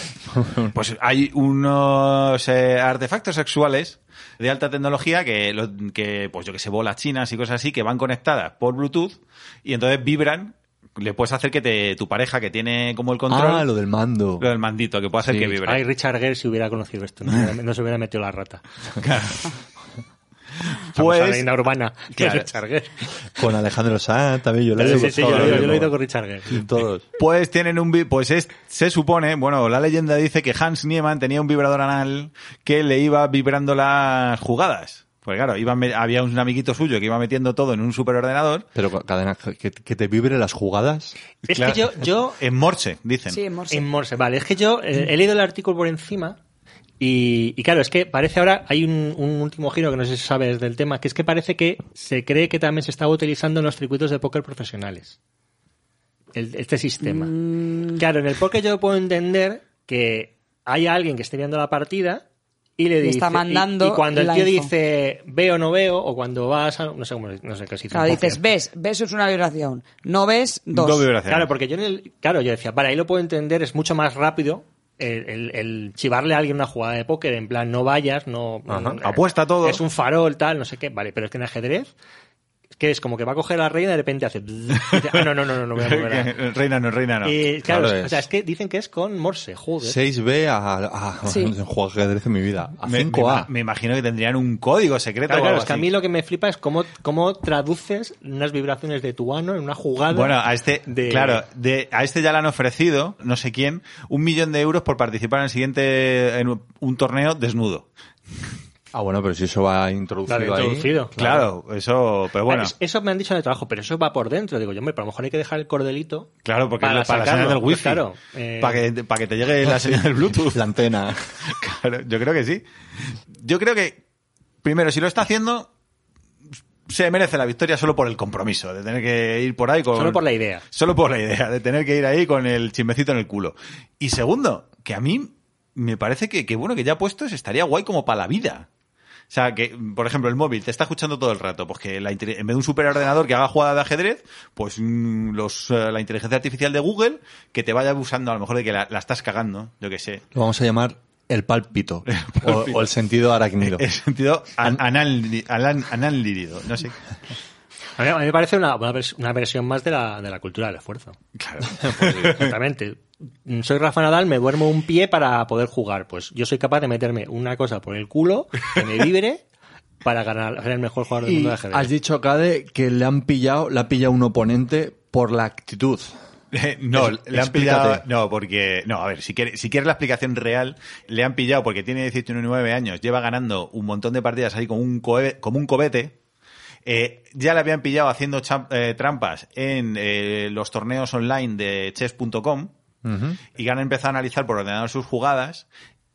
C: Pues hay unos eh, artefactos sexuales de alta tecnología que, lo- que, pues yo que sé, bolas chinas y cosas así, que van conectadas por Bluetooth y entonces vibran. Le puedes hacer que te, tu pareja que tiene como el control,
E: Ah, lo
C: lo,
E: del mando.
C: del mandito, que puede hacer
E: Sí.
C: que vibre.
D: Ay, Richard Gere si hubiera conocido esto, no, se hubiera- no se hubiera metido la rata.
C: Pues-
D: la reina urbana de
C: Claro.
D: Richard Gere.
E: Con Alejandro Sanz también, yo lo he
D: Sí,
E: leído
D: sí, sí, yo,
E: todo,
D: lo- yo lo he oído
E: mismo.
D: con Richard Gere.
E: Todos.
C: Pues tienen un vi- pues es, se supone, bueno, la leyenda dice que Hans Niemann tenía un vibrador anal que le iba vibrando las jugadas. Pues claro, iba me- había un amiguito suyo que iba metiendo todo en un superordenador.
E: Pero ca- cadena, que, que te vibre las jugadas.
D: Es
C: Claro,
D: que yo, yo
C: en Morse, dicen.
F: Sí, en Morse.
D: En Morse, vale. Es que yo eh, he leído el artículo por encima y, y claro, es que parece ahora, hay un, un último giro que no sé si sabes del tema, que es que parece que se cree que también se estaba utilizando en los circuitos de póker profesionales. El- este sistema.
F: Mm.
D: Claro, en el póker yo puedo entender que hay alguien que esté viendo la partida y le
F: Le
D: dice,
F: está
D: y-
F: mandando
D: y, cuando el
F: la
D: tío
F: info.
D: dice veo no veo o cuando vas a, no sé cómo no sé qué se dice
F: Claro,
D: en
F: dices,
D: póker.
F: ves, ves es una vibración, no ves, dos.
C: Dos vibraciones.
D: Claro, porque yo en el, claro, yo decía, vale, ahí lo puedo entender, es mucho más rápido el, el- el chivarle a alguien una jugada de póker, en plan, no vayas, no...
C: Ajá,
D: eh,
C: apuesta todo.
D: Es un farol, tal, no sé qué, vale, pero es que en ajedrez, es que es como que va a coger a la reina y de repente hace... y dice, ah, no, no, no, no, no voy a mover a-
C: reina no, reina no.
D: Eh, claro,
E: Claro
D: es- o sea,
E: es.
D: es que dicen que es con Morse, joder.
E: 6B a, a,
F: Sí.
E: a- juego de ajedrez en mi vida. A
C: Me- me
E: 5A.
C: ima- Me, imagino que tendrían un código secreto.
D: Claro,
C: o algo
D: claro, es que a
C: así.
D: mí lo que me flipa es cómo, cómo traduces unas vibraciones de tu ano en una jugada.
C: Bueno, a este,
D: de-
C: claro, de, a este ya le han ofrecido, no sé quién, un millón de euros por participar en el siguiente, en un- un torneo desnudo.
E: Ah, bueno, pero si eso va introducido,
D: Claro,
E: ahí.
D: introducido.
C: Claro, eso, pero bueno.
D: Ah, es- Eso me han dicho en el trabajo, pero eso va por dentro. Digo, yo, hombre, pero a lo mejor hay que dejar el cordelito
C: Claro, porque
D: Para
C: para, para la señal
D: sacarlo,
C: del wifi.
D: claro, eh.
C: Para que, para que te llegue la señal del Bluetooth.
E: La antena.
C: Claro, yo creo que sí. Yo creo que, primero, si lo está haciendo, se merece la victoria solo por el compromiso, de tener que ir por ahí con...
D: Solo por la idea.
C: Solo por la idea, de tener que ir ahí con el chimbecito en el culo. Y segundo, que a mí me parece que, que bueno, que ya puestos estaría guay como para la vida. O sea, que, por ejemplo, el móvil te está escuchando todo el rato, pues que la, inte- en vez de un superordenador que haga jugada de ajedrez, pues mm, los, eh, la inteligencia artificial de Google que te vaya abusando a lo mejor de que la, la estás cagando, yo qué sé.
E: Lo vamos a llamar el pálpito. o-
C: pálpito.
E: O, el sentido arácnido.
C: En sentido an- anal, anal- analírido, no sé.
D: A mí, a mí me parece una, una, vers- una versión más de la, de la cultura del esfuerzo.
C: Claro.
D: Exactamente. Mm, Soy Rafa Nadal, me duermo un pie para poder jugar. Pues yo soy capaz de meterme una cosa por el culo que me vibre para ganar, ser el mejor jugador del
E: Y
D: mundo de
E: has
D: ajedrez.
E: dicho, Cade, que le han pillado, le ha pillado un oponente por la actitud.
C: Eh, No,
E: Es-
C: le han
E: explícate.
C: pillado. No, porque. No, a ver, si quieres si quiere la explicación real, le han pillado porque tiene 18 o 9 años, lleva ganando un montón de partidas ahí como un, coe- como un cobete. Eh, ya le habían pillado haciendo cham- eh, trampas en eh, los torneos online de chess.com y han empezado a analizar por ordenador sus jugadas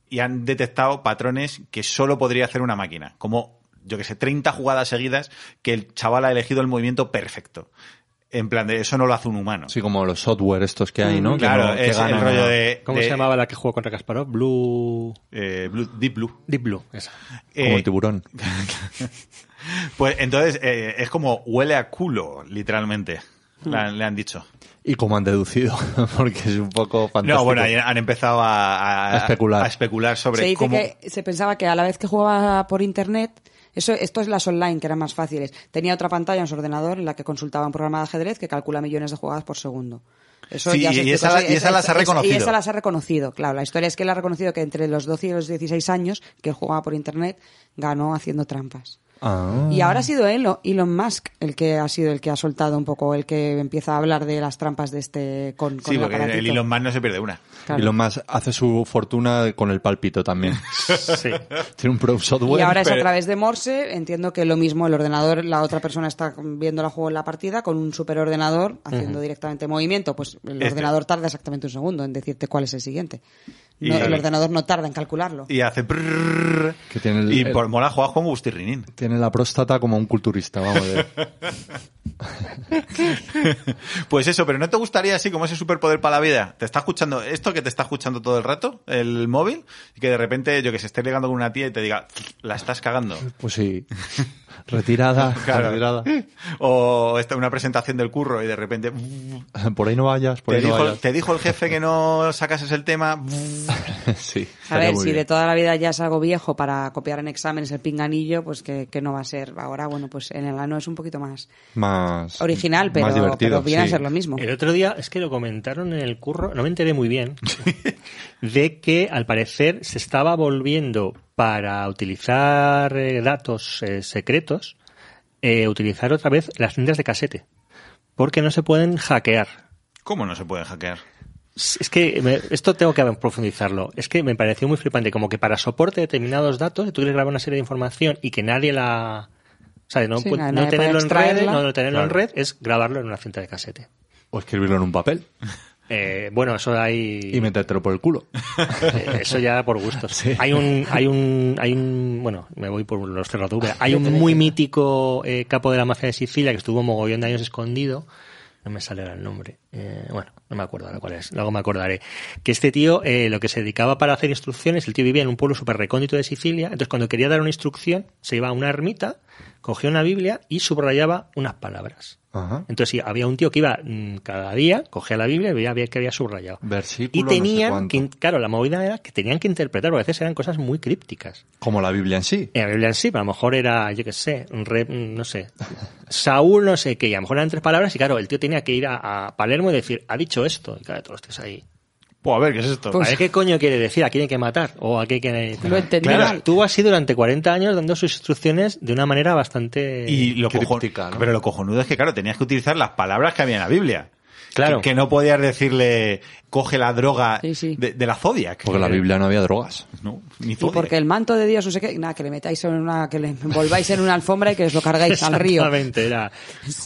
C: y han detectado patrones que solo podría hacer una máquina, como yo que sé, 30 jugadas seguidas que el chaval ha elegido el movimiento perfecto. En plan de eso no lo hace un humano.
E: Así como los software estos que hay, ¿no? Que
C: Claro,
E: no- que
C: es el
E: ganan,
C: rollo
E: ¿no?
C: de.
D: ¿Cómo
C: de,
D: se llamaba la que jugó contra Kasparov? Blue.
C: eh, Blue- Deep Blue.
D: Deep Blue, esa.
E: Como
C: Eh,
E: el tiburón.
C: Pues entonces eh, es como huele a culo, literalmente.
F: Hmm.
C: Le han, le han dicho.
E: Y como han deducido, porque es un poco fantástico.
C: No, bueno, ahí han empezado a, a-
E: A especular.
C: a especular sobre
F: Se dice
C: cómo.
F: que se pensaba que a la vez que jugaba por internet, eso, esto es las online, que eran más fáciles. Tenía otra pantalla en su ordenador en la que consultaba un programa de ajedrez que calcula millones de jugadas por segundo. Eso
C: Sí,
F: ya
C: y-
F: se
C: y
F: explicó,
C: esa la-
F: sí,
C: y esa las ha
F: es-
C: reconocido.
F: Y esa las ha reconocido, claro. La historia es que él ha reconocido que entre los 12 y los 16 años que jugaba por internet ganó haciendo trampas.
E: Ah.
C: Mm.
F: Y ahora ha sido él, o- Elon Musk, el que ha sido el que ha soltado un poco, el que empieza a hablar de las trampas de este con, con
C: Sí,
F: el
C: porque el
F: aparatito.
C: Elon Musk no se pierde una.
F: Claro.
E: Y lo más, hace su fortuna con el palpito también.
D: Sí.
E: Tiene un pro software.
F: Y ahora es a
C: pero-
F: través de Morse. Entiendo que lo mismo, el ordenador, la otra persona está viendo la juego en la partida con un superordenador haciendo directamente movimiento. Pues el
C: Este.
F: ordenador tarda exactamente un segundo en decirte cuál es el siguiente.
C: Y
F: No, el
C: claro.
F: ordenador no tarda en calcularlo.
C: Y hace. prrrr.
E: Que tiene el-
C: y
E: el-
C: por mola jugar con Gustirrinin.
E: Tiene la próstata como un culturista, vamos. de-
C: Pues eso, pero ¿no te gustaría así como ese superpoder para la vida? ¿Te está escuchando esto que te está escuchando todo el rato, el móvil? Y que de repente, yo que se esté ligando con una tía y te diga, la estás cagando.
E: Pues sí. Retirada,
C: Claro.
E: retirada.
C: O esta, una presentación del curro y de repente
E: Por ahí no vayas, por
C: te
E: ahí Pues no
C: dijo,
E: vayas.
C: te dijo el jefe que no sacases el tema.
E: sí,
F: A
E: estaría
F: ver,
E: muy
F: si
E: bien.
F: de toda la vida ya es algo viejo para copiar en exámenes el pinganillo, pues que, que no va a ser. Ahora, bueno, pues en el ano es un poquito más
E: más
F: original, pero,
E: más divertido,
F: pero viene
E: sí.
F: a ser lo mismo.
D: El otro día, es que lo comentaron en el curro, no me enteré muy bien, de que al parecer se estaba volviendo para utilizar eh, datos eh, secretos, eh, utilizar otra vez las cintas de casete, porque no se pueden hackear.
C: ¿Cómo no se puede hackear?
D: Es que me- esto tengo que profundizarlo. Es que me pareció muy flipante, como que para soporte de determinados datos, tú quieres grabar una serie de información y que nadie la... O sea, no,
F: Sí,
D: pu-
F: nadie
D: no
F: puede
D: tenerlo en red,
F: extraerla.
D: no tenerlo en
E: Claro.
D: red es grabarlo en una cinta de casete.
E: O escribirlo en un papel
D: Eh, bueno, eso hay...
E: y metértelo por el culo.
D: Eh, Eso ya por gustos. Hay un, hay un, hay un, bueno, me voy por los cerraduras. Hay un muy mítico eh, capo de la mafia de Sicilia que estuvo mogollón de años escondido. No me sale ahora el nombre. Eh, bueno, no me acuerdo ahora cuál es. Luego me acordaré. Que este tío, eh, lo que se dedicaba para hacer instrucciones, el tío vivía en un pueblo súper recóndito de Sicilia. Entonces, cuando quería dar una instrucción, se iba a una ermita, cogía una Biblia y subrayaba unas palabras.
E: Ajá.
D: Entonces, sí, había un tío que iba mm, cada día, cogía la Biblia y veía veía que había subrayado.
E: Versículo,
D: Y
E: no sé
D: tenían
E: cuánto.
D: que, in- claro, la movida era que tenían que interpretar, porque a veces eran cosas muy crípticas.
E: Como la Biblia en sí.
D: En la Biblia en sí, pero a lo mejor era, yo qué sé, un re- mm, no sé, Saúl no sé qué, y a lo mejor eran tres palabras, y claro, el tío tenía que ir a, a Palermo y decir, ha dicho esto, y claro, todos los tres ahí.
C: Pues a ver, ¿qué es esto?
D: a ver qué coño quiere decir, a quién hay que matar, o a qué hay que...
F: Lo entendí
D: Claro,
F: mal.
D: estuvo así durante 40 años dando sus instrucciones de una manera
F: eh,
D: bastante...
C: y lo cojo-
E: críptica, ¿no?
C: Pero lo cojonudo es que, claro, tenías que utilizar las palabras que había en la Biblia.
D: Claro.
C: Que, que no podías decirle, coge la droga
F: Sí, sí.
C: De, de la Zodiac. Eh,
E: Porque en la Biblia no había drogas.
C: No, ni
F: Y
C: Zodiac.
F: porque el manto de Dios, no sé qué, nada, que le metáis en una, que le envolváis en una alfombra y que os lo cargáis al río.
D: Exactamente, era...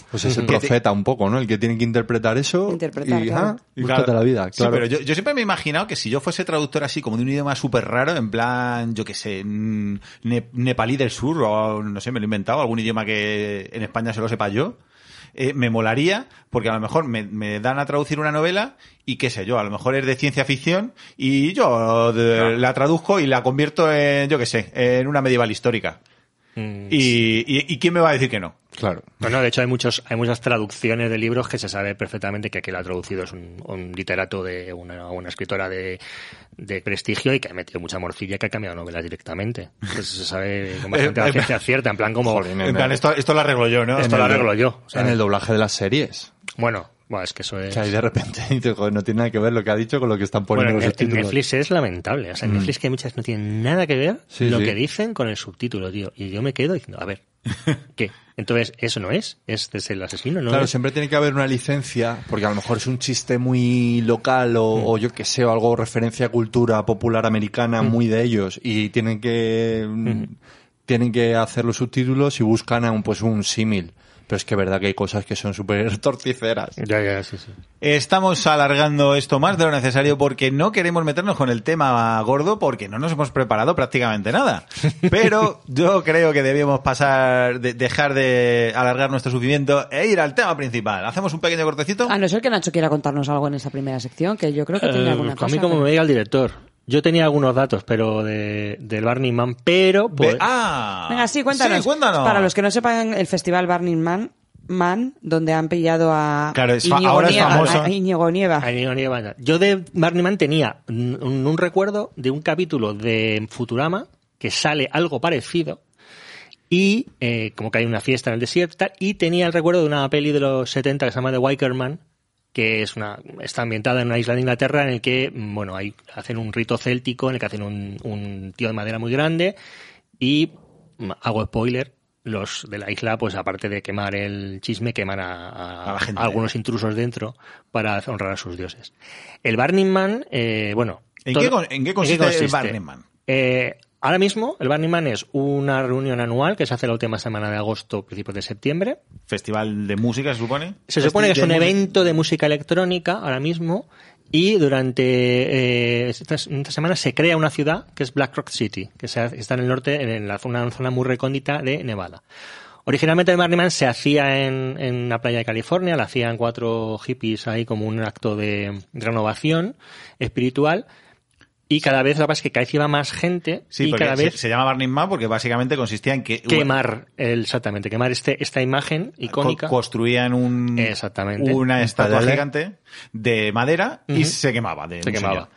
E: Pues es el
C: Que te-
E: profeta un poco, ¿no? El que tiene que interpretar eso.
F: Interpretar,
E: y,
F: claro.
E: ah,
C: Y
E: búscate
C: claro,
E: la vida,
C: sí,
E: claro.
C: pero yo, yo siempre me he imaginado que si yo fuese traductor así, como de un idioma súper raro, en plan, yo qué sé, mm, ne- nepalí del sur, o no sé, me lo he inventado, algún idioma que en España se lo sepa yo, eh, me molaría, porque a lo mejor me, me dan a traducir una novela y qué sé yo, a lo mejor es de ciencia ficción y yo de- la traduzco y la convierto en, yo qué sé, en una medieval histórica.
D: mm,
C: Y, y- ¿y quién me va a decir que no?
E: Claro.
D: No, no, de hecho hay muchos, hay muchas traducciones de libros que se sabe perfectamente que aquel ha traducido es un, un literato de una, una escritora de, de prestigio y que ha metido mucha morcilla que ha cambiado novelas directamente. Entonces se sabe con
E: Eh,
D: bastante la ciencia cierta, en plan como
C: En plan, esto, esto lo arreglo yo, ¿no?
D: esto lo
C: En el-
D: arreglo yo.
E: En
D: ¿sabes?
E: el doblaje de las series.
D: Bueno, bueno, es que eso es.
E: Que ahí de repente dices, joder, no tiene nada que ver lo que ha dicho con lo que están poniendo
D: Bueno, en,
E: los
D: en
E: subtítulos. Mm.
D: Netflix es lamentable. O sea, en Netflix que hay muchas no tienen nada que ver
E: Sí,
D: lo
E: sí.
D: que dicen con el subtítulo, tío. Y yo me quedo diciendo, a ver, ¿qué? Entonces, eso no es, este es el asesino, ¿no?
E: Claro,
D: es?
E: siempre tiene que haber una licencia, porque a lo mejor es un chiste muy local o,
D: Mm.
E: o yo qué sé, o algo referencia a cultura popular americana
D: Mm.
E: muy de ellos y tienen que mm, tienen que hacer los subtítulos y buscan a un pues un símil. Pero es que es verdad que hay cosas que son súper torticeras.
D: Ya, ya, sí, sí.
C: Estamos alargando esto más de lo necesario porque no queremos meternos con el tema gordo porque no nos hemos preparado prácticamente nada. Pero yo creo que debíamos pasar, de- dejar de alargar nuestro sufrimiento e ir al tema principal. Hacemos un pequeño cortecito.
F: A no ser que Nacho quiera contarnos algo en esta primera sección, que yo creo que tiene
D: Eh,
F: alguna
D: a
F: cosa.
D: mí como
F: pero-
D: me diga el director. Yo tenía algunos datos, pero de, del Barney Man, pero... pues-
C: Ve- ah,
F: Venga, sí, cuéntanos.
C: Sí, cuéntanos.
F: Para los que no sepan, el festival Burning Man, Man donde han pillado a
C: Claro, es fa-
F: Íñigo
C: ahora es
F: Nieva,
C: famoso.
F: a Íñigo Nieva.
D: Ay, no, ni vaya. Yo de Barney Man tenía un, un recuerdo de un capítulo de Futurama que sale algo parecido y eh, como que hay una fiesta en el desierto tal, y tenía el recuerdo de una peli de los 70 que se llama The Wicker Man que es una, está ambientada en una isla de Inglaterra en el que, mm, bueno, hay, hacen un rito céltico en el que hacen un, un tío de madera muy grande y, mm, hago spoiler, los de la isla, pues aparte de quemar el chisme, queman a, a-
C: A la gente.
D: a algunos intrusos dentro para honrar a sus dioses. El Burning Man, eh, bueno...
C: ¿En qué con- en qué consiste el Burning Man?
D: Eh, ahora mismo el Burning Man es una reunión anual que se hace la última semana de agosto, principios de septiembre,
C: Festival de música, se supone.
D: se supone que es un
C: Festival de
D: evento de música electrónica ahora mismo y durante eh, esta, esta semana se crea una ciudad que es Black Rock City, que se ha- está en el norte, en la zona, una zona muy recóndita de Nevada. Originalmente el Burning Man se hacía en, en una playa de California, la hacían cuatro hippies ahí como un acto de renovación espiritual, Y cada vez la verdad es que cada vez iba más gente
C: Sí,
D: y
C: porque
D: cada
C: se-
D: vez
C: se, llama Burning Man porque básicamente consistía en que
D: quemar el- exactamente, quemar este, esta imagen
C: co-
D: icónica.
C: construían un,
D: Exactamente.
C: una estatua
E: Dale.
C: gigante de madera y
D: Ujú.
C: se quemaba. de
D: se
C: un
D: quemaba.
C: señor.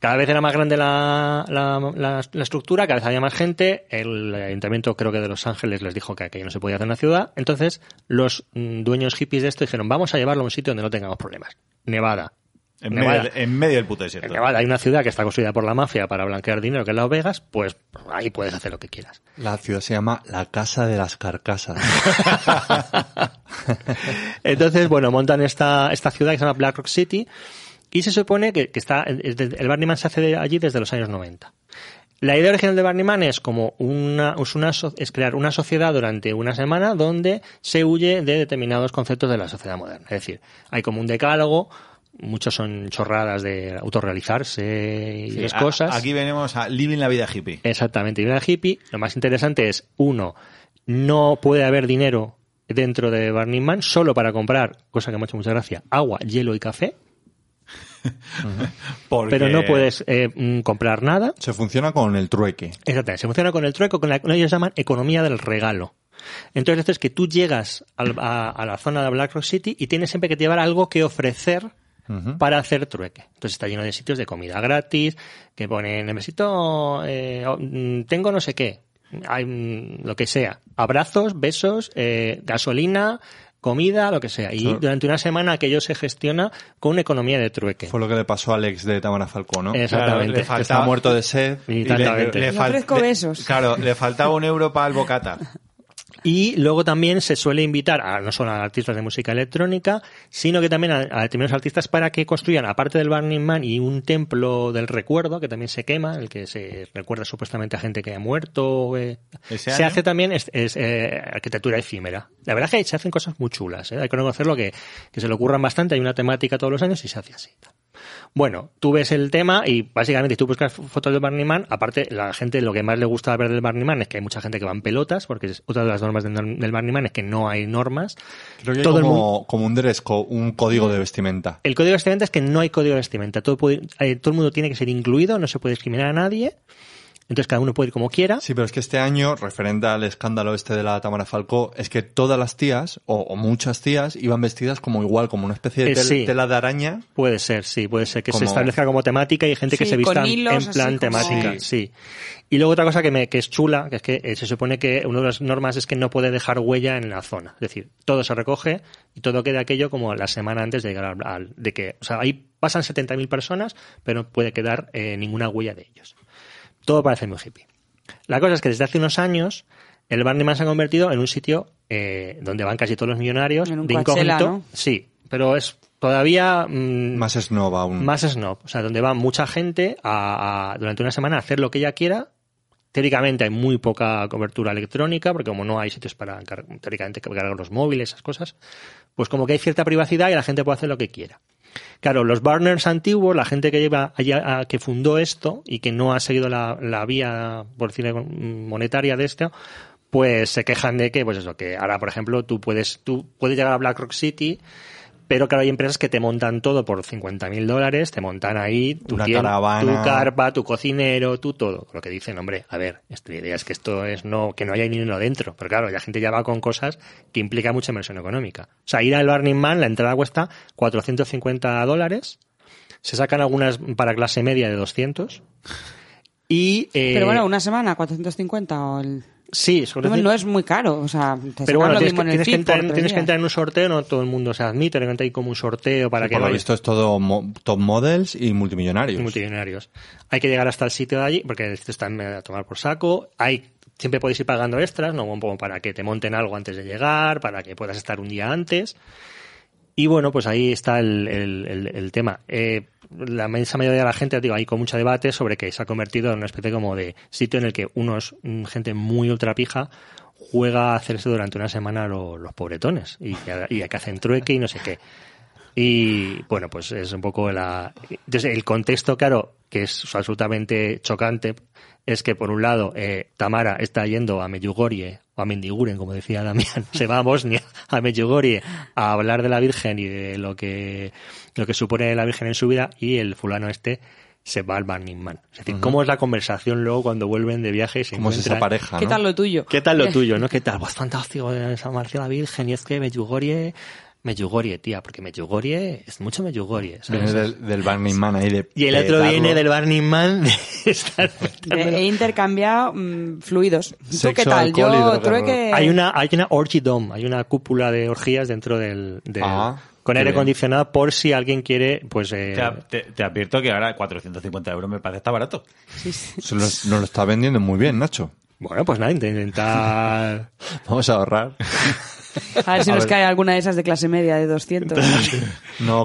D: Cada vez era más grande la, la- la- la estructura, cada vez había más gente. El ayuntamiento, creo que de Los Ángeles, les dijo que aquello no se podía hacer en la ciudad. Entonces, los mm, dueños hippies de esto dijeron: Vamos a llevarlo a un sitio donde no tengamos problemas. Nevada.
C: En,
D: Nevada.
C: medio, del- en medio del puto desierto.
D: En Nevada hay una ciudad que está construida por la mafia para blanquear dinero, que es Las Vegas. Pues ahí puedes hacer lo que quieras.
E: La ciudad se llama la Casa de las Carcasas.
D: Entonces, bueno, montan esta, esta ciudad que se llama Black Rock City y se supone que, que está es de- el Barney Man se hace de allí desde los años 90. La idea original de Barney Man es como una, es, una so- es crear una sociedad durante una semana donde se huye de determinados conceptos de la sociedad moderna. Es decir, hay como un decálogo, muchos son chorradas de autorrealizarse y
C: Sí,
D: las
C: a-
D: cosas.
C: Aquí venimos a Living la Vida Hippie.
D: Exactamente, y una hippie. Lo más interesante es, uno, no puede haber dinero dentro de Burning Man solo para comprar, cosa que me ha hecho mucha gracia, agua, hielo y café,
C: Porque-
D: pero no puedes eh, mm, comprar nada.
E: Se funciona con el trueque.
D: Exactamente, se funciona con el trueco, con la que ellos llaman economía del regalo. Entonces, esto es que tú llegas al- a, a la zona de Black Rock City y tienes siempre que llevar algo que ofrecer para hacer trueque. Entonces, está lleno de sitios de comida gratis, que ponen, necesito, eh, o- mm, tengo no sé qué, Hay, mm, lo que sea. Abrazos, besos, eh, gasolina, comida, lo que sea. Y
E: Claro.
D: durante una semana aquello se gestiona con una economía de trueque.
E: Fue lo que le pasó a Alex de Tamara Falcón, ¿no?
D: Exacto.
C: Claro,
D: Exactamente.
C: le faltaba-
E: Está muerto de sed.
D: Y
C: y le-
D: exactamente.
C: le
F: Le
C: fal-
F: ofrezco
C: le-
F: besos.
C: Claro, le faltaba un euro para el bocata.
D: Y luego también se suele invitar a, no solo a artistas de música electrónica, sino que también a, a determinados artistas para que construyan, aparte del Burning Man y un templo del recuerdo, que también se quema, el que se recuerda supuestamente a gente que ha muerto. eh.
C: Ese
D: Se
C: año.
D: hace también es, es, eh, arquitectura efímera. La verdad es que se hacen cosas muy chulas, eh. hay que reconocerlo que, que se le ocurran bastante, hay una temática todos los años y se hace así. Bueno, tú ves el tema y básicamente tú buscas fotos del Barney Man. Aparte, la gente lo que más le gusta ver del Barney Man es que hay mucha gente que va en pelotas, porque es otra de las normas del, del Barney Man es que no hay normas.
E: Creo que
D: Todo el
E: como, como un dress co- un código
F: Mm.
E: de vestimenta.
D: El código de vestimenta es que no hay código de vestimenta. Todo, puede- eh, todo el mundo tiene que ser incluido, no se puede discriminar a nadie. Entonces cada uno puede ir como quiera.
E: Sí, pero es que este año, referente al escándalo este de la Tamara Falcó, es que todas las tías, o, o muchas tías, iban vestidas como igual, como una especie de
D: Eh,
E: tel-
D: sí.
E: tela de araña.
D: Puede ser, sí, puede ser que se
E: Como-
D: establezca como temática y hay gente que
F: Sí,
D: se vista
F: con hilos,
D: en plan
F: así como-
D: temática, sí. Y luego otra cosa que, me, que es chula, que es que eh, se supone que una de las normas es que no puede dejar huella en la zona. Es decir, todo se recoge y todo queda aquello como la semana antes de llegar al, al- de que, o sea, ahí pasan 70.000 personas, pero no puede quedar eh, ninguna huella de ellos. Todo parece muy hippie. La cosa es que desde hace unos años el Burning Man se ha convertido en un sitio eh, donde van casi todos los millonarios
F: En un
D: de
F: Coachella,
D: incógnito.
F: ¿no?
D: Sí, pero es todavía mm,
E: Más snob aún.
D: más snob, o sea, donde va mucha gente a, a- durante una semana a hacer lo que ella quiera. Teóricamente hay muy poca cobertura electrónica, porque como no hay sitios para car- teóricamente cargar los móviles, esas cosas, pues como que hay cierta privacidad y la gente puede hacer lo que quiera. Claro, los burners antiguos, la gente que lleva allá, a- que fundó esto y que no ha seguido la, la vía, por decirlo, mm, monetaria de esto, pues se quejan de que, pues eso, que ahora, por ejemplo, tú puedes, tú puedes llegar a Black Rock City, pero claro, hay empresas que te montan todo por 50 mil dólares, te montan ahí tu,
E: Una
D: tien-
E: caravana.
D: tu carpa, tu cocinero, tu todo. Lo que dicen, hombre, a ver, esta idea es que esto es no, que no haya dinero dentro. Pero claro, la gente ya va con cosas que implica mucha inversión económica. O sea, ir al Burning Man, la entrada cuesta 450 dólares, se sacan algunas para clase media de 200. Y, eh,
F: Pero bueno, una semana, 450 o el...
D: sí, sobre
F: No,
D: todo-
F: no es muy caro, o sea, te
D: pero
F: sacan
D: bueno,
F: lo
D: tienes,
F: mismo
D: que,
F: en el
D: tienes que
F: feed
D: entrar,
F: por
D: en-
F: tres
D: tienes que
F: días.
D: entrar en un sorteo, no todo el mundo se admite, realmente hay como un sorteo para que
E: Por lo
D: vayas.
E: visto es todo mo- top models y multimillonarios.
D: multimillonarios. Hay que llegar hasta el sitio de allí, porque el sitio está a tomar por saco. Hay, siempre podéis ir pagando extras, ¿no? Un poco para que te monten algo antes de llegar, para que puedas estar un día antes. Y bueno, pues ahí está el, el- el- el tema. Eh, la inmensa mayoría de la gente, digo, hay con mucho debate sobre que se ha convertido en una especie como de sitio en el que unos, mm, gente muy ultrapija, juega a hacerse durante una semana lo- los pobretones y, que- y que hacen trueque y no sé qué. Y bueno, pues es un poco la. Entonces, el contexto, claro, que es absolutamente chocante, es que por un lado, eh, Tamara está yendo a Medjugorje, o a Mendiguren, como decía Damián, se va a Bosnia, a Medjugorje, a hablar de la Virgen y de lo que, lo que supone la Virgen en su vida, y el fulano este se va al Burning Man. Es decir, cómo es la conversación luego cuando vuelven de viaje y se
E: ¿Cómo es esa
D: encuentran-
E: pareja?
F: ¿Qué
E: no?
F: tal lo tuyo?
D: ¿Qué tal lo tuyo, no? ¿Qué tal? Pues fantástico, eh, San Marcial la Virgen, y es que Medjugorje, Medjugorje, tía, porque Medjugorje es mucho Medjugorje,
E: Viene
D: ¿sabes?
E: del, del Burning Man ahí de.
D: Y el otro
E: petarlo.
D: viene del Burning Man de estar
F: He he intercambiado mm, fluidos. ¿Tú
E: Sexo,
F: qué tal?
E: alcohol y
F: Yo
E: droga,
F: trueque...
D: Hay una, hay una orgy dome, hay una cúpula de orgías dentro del, del-
E: Ah,
D: con
E: qué
D: aire
E: bien.
D: acondicionado por si alguien quiere, pues eh,
I: Te, te- te advierto que ahora 450 euros me parece está barato.
E: Se lo- Nos lo está vendiendo muy bien, Nacho.
D: bueno, pues nada, intentar
E: Vamos a ahorrar.
F: A ver si
E: A
F: nos
E: ver.
F: cae alguna de esas de clase media de 200.
E: No,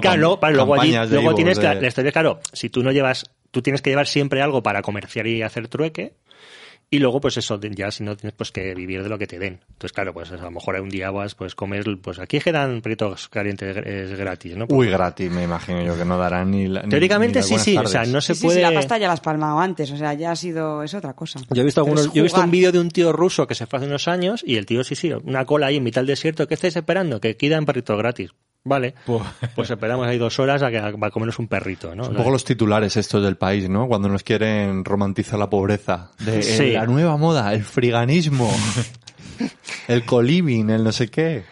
D: Claro,
E: cam-
D: luego, para- luego, allí-
E: campañas de
D: luego
E: Ivo,
D: tienes la,
E: de-
D: la historia, claro, si tú no llevas, tú tienes que llevar siempre algo para comerciar y hacer trueque. Y luego, pues eso, de- ya si no tienes pues que vivir de lo que te den. Entonces, claro, pues a lo mejor un día vas, pues comer, pues aquí es que dan perritos calientes gr- es gratis, ¿no?
E: Uy, gratis, me imagino yo, que no darán ni la. ni-
D: Teóricamente
E: ni las
D: sí,
E: buenas
D: sí,
E: tardes.
D: o sea, no
F: Sí,
D: se
F: sí,
D: puede...
F: sí, la pasta ya la has palmado antes, o sea, ya ha sido... es otra cosa.
D: Yo he visto
F: Pero es
D: algunos, yo he visto un
F: jugar.
D: vídeo de un tío ruso que se fue hace unos años y el tío, sí, sí, una cola ahí en mitad del desierto. ¿Qué estáis esperando? Que aquí dan perritos gratis. Vale, pues esperamos ahí dos horas a que a, a comernos un perrito, ¿no?
E: Un poco los titulares estos del país, ¿no? Cuando nos quieren romantizar la pobreza. De eh,
D: Sí.
E: la nueva moda, el friganismo, el coliving, el no sé qué.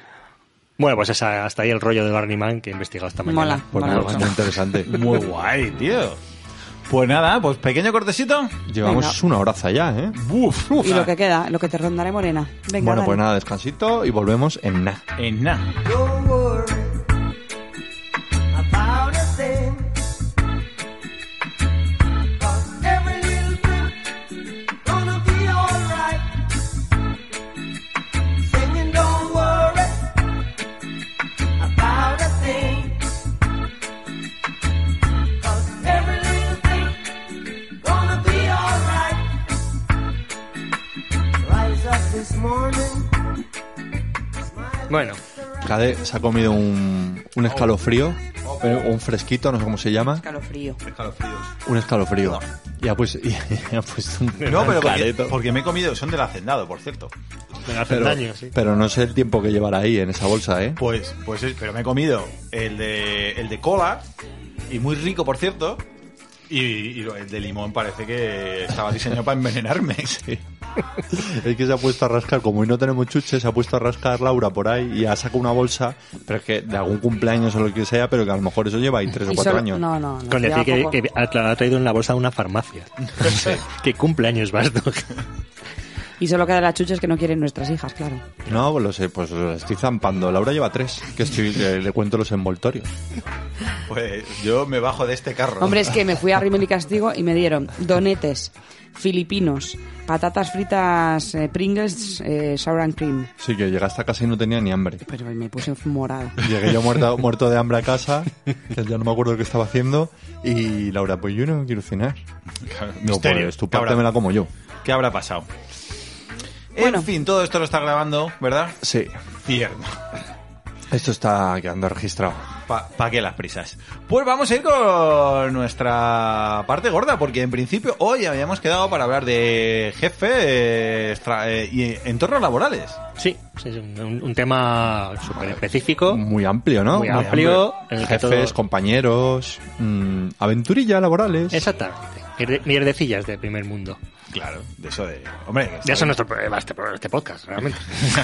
D: Bueno, pues esa- hasta ahí el rollo de Barney Man que he investigado esta mañana.
F: Mola.
E: Pues
F: Vale,
E: nada,
F: mucho.
E: muy interesante.
I: Muy guay, tío. Pues nada, pues pequeño cortecito.
E: Llevamos una horaza ya, ¿eh?
I: Uf, uf.
F: Y
D: Ah.
F: lo que queda, lo que te rondaré morena. Venga,
E: bueno,
F: dale.
E: pues nada, descansito y volvemos en nada.
I: En nada.
G: Don't worry about a thing. 'Cause every little thing gonna be alright. Singing, don't worry about a thing. 'Cause every little thing gonna be alright. Rise up this morning.
D: Bueno,
E: Cade se ha comido un, un escalofrío, eh, un fresquito, no sé cómo se llama,
F: Escalofrío.
E: un escalofrío. Y ha puesto, y ha puesto un
I: No, pero porque,
E: careto.
I: porque me he comido, son del hacendado, por cierto.
D: me hace
E: Pero,
D: daño, sí.
E: pero no sé el tiempo que llevará ahí en esa bolsa, ¿eh?
I: Pues, pues es- pero me he comido el de, el de cola, y muy rico, por cierto. Y, y lo- el de limón parece que estaba diseñado para envenenarme.
E: Es que se ha puesto a rascar, como hoy no tenemos chuches, se ha puesto a rascar Laura por ahí y ha sacado una bolsa, pero es que de algún cumpleaños o lo que sea, pero que a lo mejor eso lleva ahí tres o
F: Y
E: cuatro
F: solo-
E: años.
F: No, no, no.
D: Con
F: lleva
D: decir que,
F: poco.
D: que ha, tra- ha traído en la bolsa de una farmacia. ¿Qué cumpleaños vas tú?
F: Y solo quedan las chuches que no quieren nuestras hijas, claro.
E: No, pues lo sé, pues lo estoy zampando. Laura lleva tres, que estoy, que le cuento los envoltorios.
I: Pues yo me bajo de este carro.
F: Hombre, es que me fui a Rimel y Castigo y me dieron donetes, filipinos, patatas fritas eh, Pringles, eh, sour and cream.
E: Sí, que llegué hasta casa y no tenía ni hambre.
F: Pero me puse morada.
E: Llegué yo muerto, muerto de hambre a casa, que ya no me acuerdo qué estaba haciendo, y Laura, pues yo no quiero cenar. No,
I: Misterio.
E: pues tu
I: ¿Qué habrá-
E: parte me la como yo.
I: ¿Qué habrá pasado?
F: Bueno.
I: En fin, todo esto lo está grabando, ¿verdad?
E: Sí,
I: Cierto.
E: esto está quedando registrado.
I: ¿Para qué las prisas? Pues vamos a ir con nuestra parte gorda, porque en principio hoy habíamos quedado para hablar de jefe eh, extra- eh, y entornos laborales.
D: Sí, sí, es un, un tema súper específico.
E: Muy amplio, ¿no?
D: Muy amplio, en el que
E: Jefes,
D: todo-
E: compañeros, mm, aventurillas laborales.
D: Exactamente. Mierde- Mierdecillas de primer mundo.
I: Claro, de eso de... Hombre, que
D: Ya
I: está
D: son
I: bien.
D: nuestro pro- este, este podcast, realmente.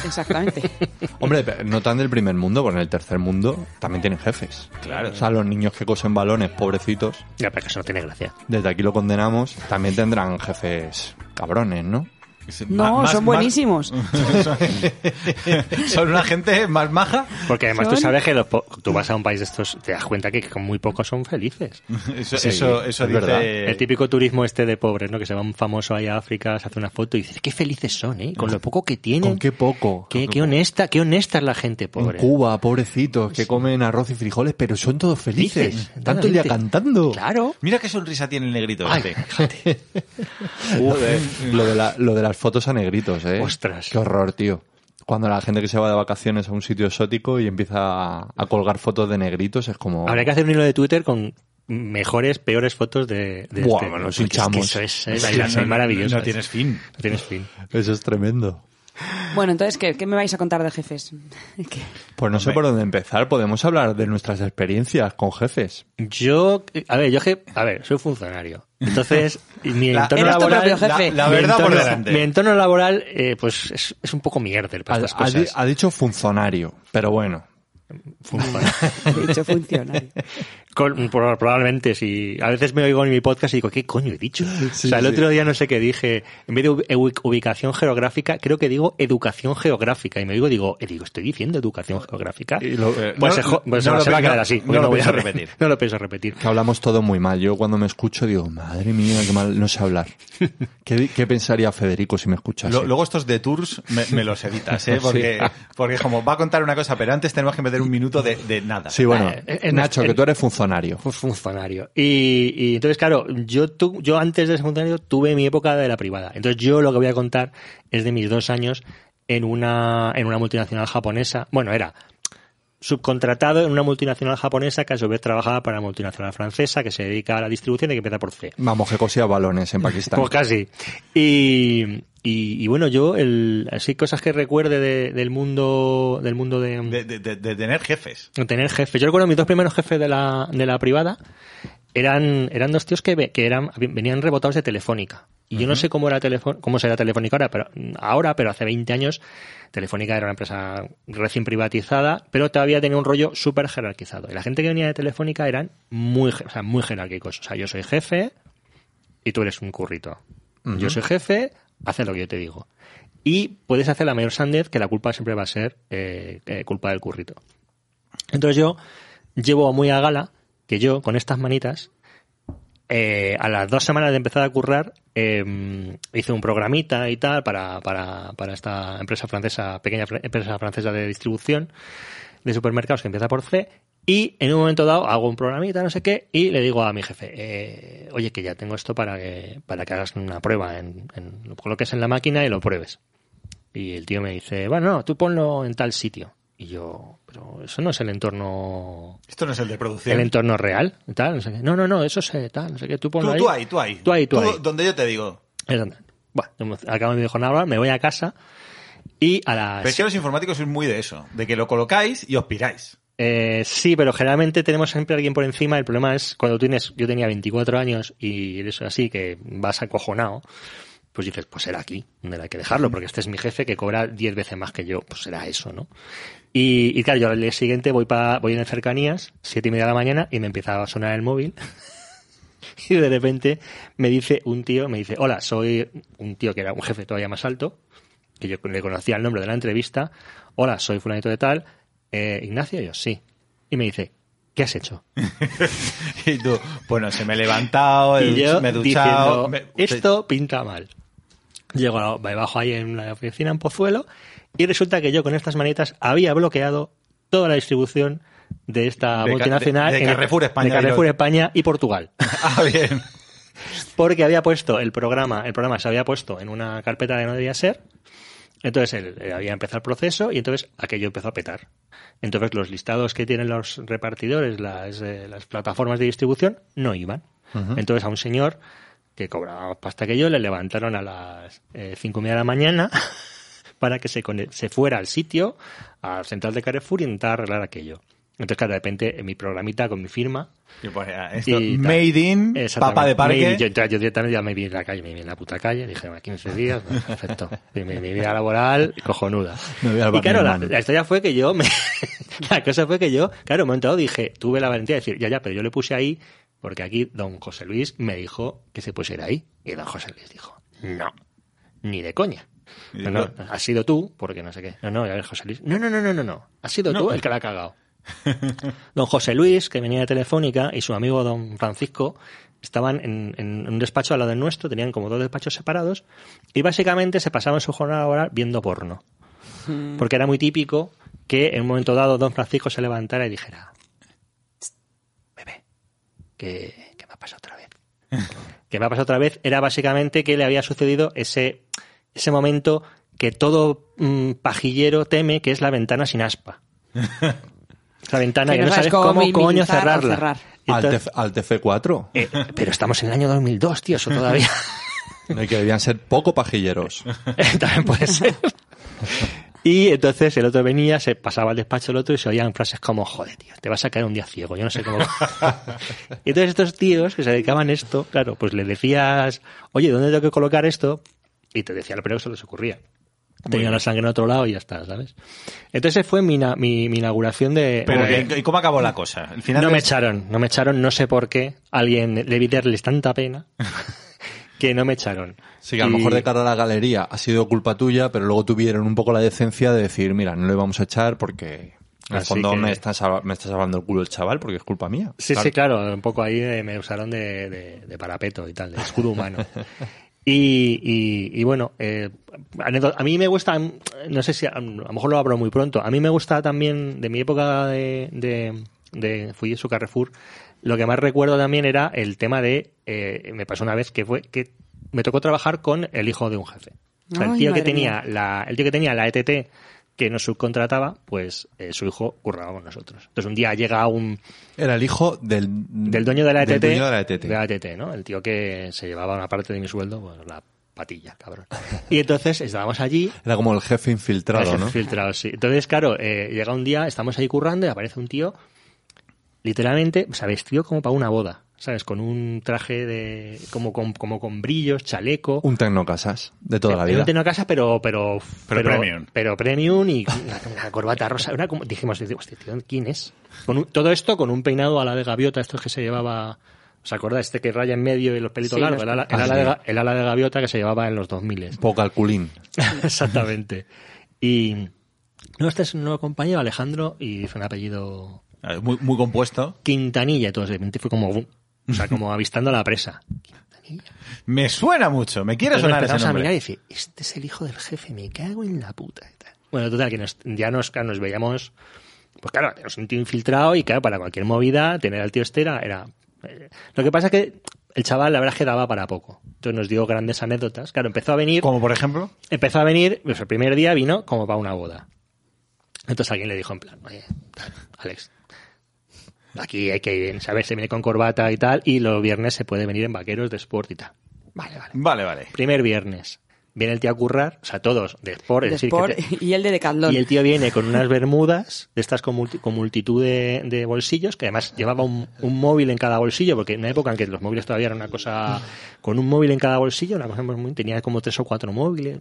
F: Exactamente.
E: Hombre, pero no tan del primer mundo, porque en el tercer mundo también tienen jefes.
I: Claro.
E: O sea, los niños que cosen balones, pobrecitos,
D: Ya, pero que eso no tiene gracia.
E: desde aquí lo condenamos, también tendrán jefes cabrones, ¿no?
I: Es ma-
F: No,
I: más- más-
F: son buenísimos.
I: son una gente más maja.
D: Porque además tú
F: Son-
D: sabes que los po- tú vas a un país de estos, te das cuenta que con muy pocos son felices.
I: Eso,
E: Sí,
I: eso,
E: es
I: eso dice...
E: verdad.
D: El típico turismo este de pobres, ¿no? Que se va un famoso ahí a África, se hace una foto y dices, qué felices son, ¿eh? Con lo poco que tienen.
E: Con qué poco.
D: Qué, qué honesta, qué honesta es la gente pobre.
E: En Cuba, pobrecitos, que comen arroz y frijoles, pero son todos felices.
D: Felices,
E: Tanto ya
D: claramente.
E: cantando.
D: Claro.
I: Mira qué sonrisa tiene el negrito
D: Ay,
I: este.
D: fíjate.
E: Lo de, lo de la- lo de las fotos a negritos, eh.
D: Ostras.
E: Qué horror, tío. Cuando la gente que se va de vacaciones a un sitio exótico y empieza a, a colgar fotos de negritos, es como...
D: Habría que hacer un hilo de Twitter con mejores, peores fotos de, de
E: Buah,
D: este.
E: bueno, los
D: Porque es que
E: hinchamos.
D: eso es, es- ahí las hay
I: No-
D: maravillosas.
I: No tienes fin.
D: No tienes fin.
E: Eso es tremendo.
F: Bueno, entonces, ¿qué, qué me vais a contar de jefes? ¿Qué?
E: Pues no sé por dónde empezar. Podemos hablar de nuestras experiencias con jefes.
D: Yo, a ver, yo je- a ver, soy funcionario. Entonces, mi
C: La-
D: entorno
F: Eres tu
D: laboral,
F: propio jefe.
C: La
D: mi
C: verdad por
D: entorno-
C: delante.
D: Mi entorno laboral, eh, pues es, es un poco mierder
E: Ha,
D: para estas
E: ha di-
D: Pues cosas.
E: ha dicho funcionario, pero bueno.
D: Funciona.
F: De hecho, funcionario.
D: Con- por- probablemente si a veces me oigo en mi podcast y digo qué coño he dicho o sea el otro día no sé qué dije en vez de ubi- ubicación geográfica creo que digo educación geográfica y me digo digo eh, digo estoy diciendo educación geográfica
E: Y lo- eh,
D: pues,
E: no-
D: se jo- pues
E: no
D: se
E: lo
D: va a
E: pi-
D: quedar
E: no-
D: así
E: no
D: porque
E: lo
D: voy a
E: pienso
D: re-
E: repetir.
D: no lo pienso repetir
E: Que hablamos todo muy mal. Yo cuando me escucho digo, madre mía, qué mal no sé hablar. ¿Qué, di- qué pensaría Federico si me
D: Ah,
E: escuchase?
C: Lo- luego estos de tours me, me los evitas, ¿eh?
E: Sí.
C: Porque, porque como va a contar una cosa, pero antes tenemos que meter un minuto de, de nada.
E: sí, bueno,
D: Eh, eh,
E: Nacho,
D: eh,
E: que tú eres funcionario.
D: un funcionario y, y entonces claro yo tu- yo antes de ser funcionario tuve mi época de la privada entonces yo lo que voy a contar es de mis dos años en una en una multinacional japonesa bueno era subcontratado en una multinacional japonesa que a su vez trabajaba para una multinacional francesa que se dedica a la distribución y que empieza por C.
E: Vamos, que cosía balones en Pakistán.
D: Pues casi. Y, y- y bueno, yo, el, así cosas que recuerde de- del mundo del mundo de,
C: De, de- de- de tener jefes.
D: de tener jefe. Yo recuerdo mis dos primeros jefes de la, de la privada eran, eran dos tíos que, ve- que eran, venían rebotados de Telefónica. Y yo no sé cómo era Telefónica, cómo será Telefónica ahora, pero ahora, pero hace 20 años Telefónica era una empresa recién privatizada, pero todavía tenía un rollo súper jerarquizado. Y la gente que venía de Telefónica eran muy, je- o sea, muy jerárquicos. O sea, yo soy jefe y tú eres un currito. Yo soy jefe, haz lo que yo te digo. Y puedes hacer la mayor sandez que la culpa siempre va a ser eh, eh, culpa del currito. Entonces yo llevo muy a gala que yo, con estas manitas, eh, a las dos semanas de empezar a currar, eh, hice un programita y tal para, para, para esta empresa francesa, pequeña fr- empresa francesa de distribución de supermercados que empieza por C. Y en un momento dado hago un programita, no sé qué, y le digo a mi jefe, eh, oye, que ya tengo esto para que, para que hagas una prueba, en, en- lo coloques en la máquina y lo pruebes. Y el tío me dice, bueno, no, tú ponlo en tal sitio. Y yo, pero eso no es el entorno
C: Esto no es el de producción.
D: el entorno real, tal, no sé qué. No, no, no, eso se tal, no sé qué. Tú ponlo
C: tú,
D: ahí.
C: tú ahí, tú ahí.
D: Tú ahí, tú ahí.
C: Donde yo te digo.
D: Exactamente. Bueno, hemos- acabo mi jornada, me voy a casa y a
C: Pero es
D: las...
C: que los informáticos sois muy de eso. De que lo colocáis y os piráis.
D: Eh, sí, pero generalmente tenemos siempre alguien por encima. El problema es cuando tú tienes... Yo tenía 24 años y eres así que vas acojonado. Pues dices, pues será aquí, donde hay que dejarlo, porque este es mi jefe que cobra 10 veces más que yo. Pues será eso, ¿no? Y, y claro, yo al día siguiente voy, pa, voy en cercanías, siete y media de la mañana, y me empieza a sonar el móvil. Y de repente me dice un tío, me dice, hola, soy un tío que era un jefe todavía más alto, que yo le conocía el nombre de la entrevista, hola, soy fulanito de tal, eh, Ignacio, y yo, sí. Y me dice, ¿qué has hecho?
C: Y tú, bueno, se me he levantado, he
D: y
C: duch-
D: yo
C: me he duchado.
D: diciendo,
C: me-
D: esto pinta mal. Llego, a- me bajo ahí en la oficina en Pozuelo y resulta que yo con estas manitas había bloqueado toda la distribución de esta
C: De Ca-
D: multinacional
C: de- de
D: en-
C: Carrefour España y
D: de Carrefour
C: los-
D: España y Portugal.
C: Ah, bien.
D: porque había puesto el programa, el programa se había puesto en una carpeta que no debía ser. Entonces él, eh, había empezado el proceso y entonces aquello empezó a petar. Entonces los listados que tienen los repartidores, las, eh, las plataformas de distribución, no iban. Entonces a un señor que cobraba más pasta que yo le levantaron a las eh, cinco y media de la mañana para que se, cone- se fuera al sitio, al central de Carrefour y intentar arreglar aquello. Entonces, claro, de repente, en mi programita con mi firma,
C: Y pues, ah, esto,
D: Y tal.
C: made in,
D: Exactamente.
C: papa de parque.
D: Me- Yo, yo directamente ya me vi en la calle, me vi en la puta calle, dije, "Bueno, 15 días, bueno, perfecto. Y Mi, mi vida laboral, cojonuda.
E: Me voy al
D: y claro, la,
E: Barney Man.
D: la historia fue que yo, me, la cosa fue que yo, claro, en un momento dado dije, tuve la valentía de decir, ya, ya, pero yo le puse ahí, porque aquí don José Luis me dijo que se pusiera ahí. Y don José Luis dijo, no, ni de coña.
C: Y
D: No, no,
C: dijo,
D: has sido tú, porque no sé qué. No, no, a ver, José Luis. No, no, no, no, no, no. Has sido tú el que la ha cagado. Don José Luis, que venía de Telefónica, y su amigo Don Francisco estaban en, en un despacho al lado del nuestro, tenían como dos despachos separados, y básicamente se pasaban su jornada laboral viendo porno. Porque era muy típico que en un momento dado Don Francisco se levantara y dijera, bebé, que, que me ha pasado otra vez. que me ha pasado otra vez era básicamente que le había sucedido ese, ese momento que todo mm, pajillero teme, que es la ventana sin aspa. La ventana que, no sabes cómo, coño
F: minimizar o
D: cerrarla.
F: cerrar.
D: Y
E: Al,
D: entonces-
E: TF al TF4.
D: eh, pero estamos en el año 2002, tío, eso todavía.
E: No, y que debían ser poco pajilleros.
D: También puede ser. Y entonces el otro venía, se pasaba al despacho del otro y se oían frases como, joder, tío, te vas a caer un día ciego, yo no sé cómo. y entonces estos tíos que se dedicaban a esto, claro, pues le decías, oye, ¿dónde tengo que colocar esto? Y te decía, pero eso les ocurría. Tenía la sangre en otro lado y ya está, ¿sabes? Entonces fue mi, na- mi, mi inauguración de...
C: Pero,
D: porque-
C: ¿y- ¿y cómo acabó la cosa? El final
D: no
C: es-
D: me echaron, no me echaron, no sé por qué. Alguien debí darles tanta pena que no me echaron.
E: Sí, que a lo
D: Y-
E: mejor de cara a la galería ha sido culpa tuya, pero luego tuvieron un poco la decencia de decir, mira, no le vamos a echar porque en el
D: Así
E: fondo
D: que-
E: me, estás, salva- me estás salvando el culo el chaval porque es culpa mía.
D: Sí,
E: Claro.
D: sí, claro, un poco ahí eh, me usaron de, de- de parapeto y tal, de escudo humano. Y, y- y bueno, eh, anécdota- a mí me gusta, mm, no sé si a, a lo mejor lo abro muy pronto, a mí me gusta también de mi época de, de, de Fujitsu Carrefour, lo que más recuerdo también era el tema de, eh, me pasó una vez que fue que me tocó trabajar con el hijo de un jefe. O sea, el,
F: Ay,
D: tío que
F: madre
D: tenía la, el tío que tenía la ETT que nos subcontrataba, pues eh, su hijo curraba con nosotros. Entonces un día llega un,
E: Era el hijo del,
D: del dueño de la E ETT.
E: del dueño de la E ETT.
D: de la ETT, ¿no? El tío que se llevaba una parte de mi sueldo, bueno, la patilla, cabrón. Y entonces estábamos allí.
E: Era como el jefe infiltrado,
D: Ese
E: ¿no?
D: filtrado, sí. Entonces, claro, eh, llega un día, estamos ahí currando y aparece un tío, literalmente, o sea, vestido como para una boda, ¿sabes? Con un traje de. como con, como con brillos, chaleco.
E: Un tecnocasas de toda la
D: Era
E: vida.
D: un casa, pero, pero,
C: Pero premium.
D: Pero premium y una, una corbata rosa. Era como, dijimos, hostia, tío, ¿quién es? Con un- todo esto con un peinado a la de gaviota, estos que se llevaba. ¿Os acordáis? Este que raya en medio y los pelitos
F: Sí,
D: largos.
F: los-
D: El ala, el
E: Ah,
D: ala
E: sí.
D: de, ga- el ala de gaviota que se llevaba en los 2000.
E: Poco calculín.
D: Exactamente. Y. No, este es un nuevo compañero, Alejandro, y dice un apellido
C: Ah, Muy, muy compuesto.
D: Quintanilla. Entonces, de repente fue como. "Bum". O sea, como avistando a la presa.
C: Me suena mucho, me quiere
D: Entonces nos
C: sonar ese
D: empezamos a
C: nombre.
D: mirar y dice, este es el hijo del jefe, me cago en la puta. y tal. Bueno, total, que nos- ya nos, claro, nos veíamos, pues claro, tenemos un tío infiltrado y claro, para cualquier movida, tener al tío este era... era- eh, lo que pasa es que el chaval la verdad es que daba para poco. Entonces nos dio grandes anécdotas. Claro, empezó a venir...
C: Como por ejemplo,
D: Empezó a venir, pues el primer día vino como para una boda. Entonces alguien le dijo en plan, oye, Alex, aquí hay que ir bien, ¿sabes? Se viene con corbata y tal, y los viernes se puede venir en vaqueros de sport y tal. Vale, vale.
C: vale, vale.
D: Primer viernes. Viene el tío a currar, o sea, todos, de sport, es
F: De
D: decir, que
F: Sport
D: te-
F: y el de Decathlon.
D: y el tío viene con unas bermudas, de estas con, multi- con multitud de, de bolsillos, que además llevaba un, un móvil en cada bolsillo, porque en una época en que los móviles todavía era una cosa, con un móvil en cada bolsillo, una cosa muy, tenía como tres o cuatro móviles,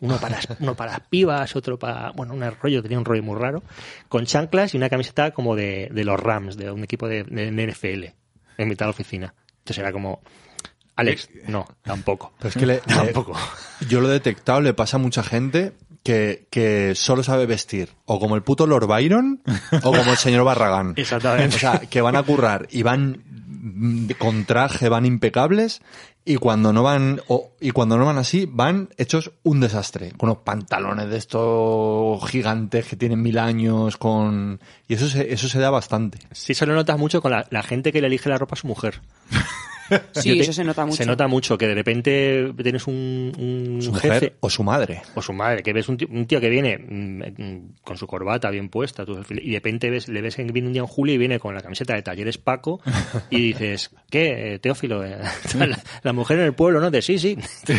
D: uno para, las- uno para las pibas, otro para, bueno, un rollo, tenía un rollo muy raro, con chanclas y una camiseta como de, de los Rams, de un equipo de, de NFL, en mitad de la oficina. Entonces era como, Alex, no, tampoco.
E: Pero es que le-
D: Tampoco.
E: le- yo lo he detectado, le pasa a mucha gente que, que solo sabe vestir o como el puto Lord Byron o como el señor Barragán.
D: Exactamente.
E: O sea, que van a currar y van mm, con traje, van impecables y cuando no van o- y cuando no van así van hechos un desastre con unos pantalones de estos gigantes que tienen mil años con y eso se, eso se da bastante
D: Sí, se lo notas mucho con la, la gente que le elige la ropa a su mujer.
F: Sí,
D: Yo te-
F: eso se nota mucho.
D: Se nota mucho que de repente tienes un, un
E: su
D: jefe
E: mujer o su madre
D: o su madre, que ves un tío, un tío que viene mm, mm, con su corbata bien puesta tus alfileres, y de repente ves, le ves que viene un día en julio y viene con la camiseta de talleres Paco y dices, ¿qué, eh, Teófilo? eh, La, la mujer en el pueblo, ¿no? De sí, sí.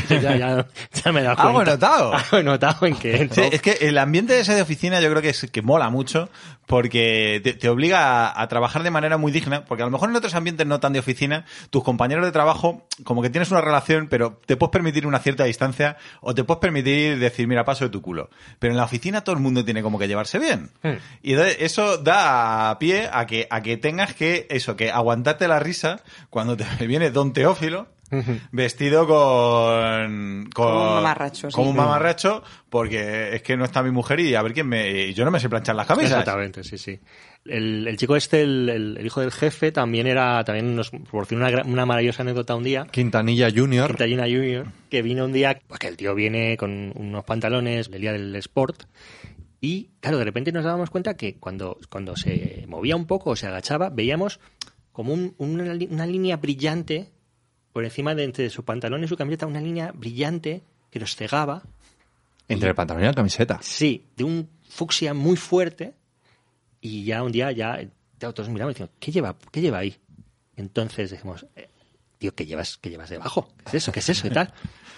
D: ya, ya, ya me da cuenta.
C: Algo he notado.
D: Algo he notado en que...
C: Ah, Sí, es que el ambiente ese de oficina yo creo que es que mola mucho porque te, te obliga a, a trabajar de manera muy digna, porque a lo mejor en otros ambientes no tan de oficina, tus compañeros de trabajo como que tienes una relación, pero te puedes permitir una cierta distancia o te puedes permitir decir, mira, paso de tu culo. Pero en la oficina todo el mundo tiene como que llevarse bien.
F: Hmm.
C: Y entonces eso da pie a que, a que tengas que, eso, que aguantarte la risa cuando te viene Don Teófilo. Vestido con, con.
F: Como un mamarracho, sí. Hmm.
C: Como un mamarracho borracho porque es que no está mi mujer y a ver quién me... y yo no me sé planchar las camisas.
D: Exactamente, sí, sí. El, el chico este, el, el- el hijo del jefe, también era, también nos proporcionó una, gra- una maravillosa anécdota un día.
E: Quintanilla Junior
D: Quintanilla Junior, que vino un día, pues que el tío viene con unos pantalones del día del sport. Y claro, de repente nos dábamos cuenta que cuando, cuando se movía un poco o se agachaba, veíamos como un- una, li- una línea brillante por encima de entre su pantalón y su camiseta, una línea brillante que nos cegaba.
E: entre el pantalón y la camiseta
D: Sí, de un fucsia muy fuerte. Y ya un día, ya, ya todos miramos y decimos, ¿qué lleva, ¿qué lleva ahí? Entonces dijimos, eh, tío, ¿qué llevas, qué llevas debajo? ¿Qué es eso? ¿Qué es eso? Y tal.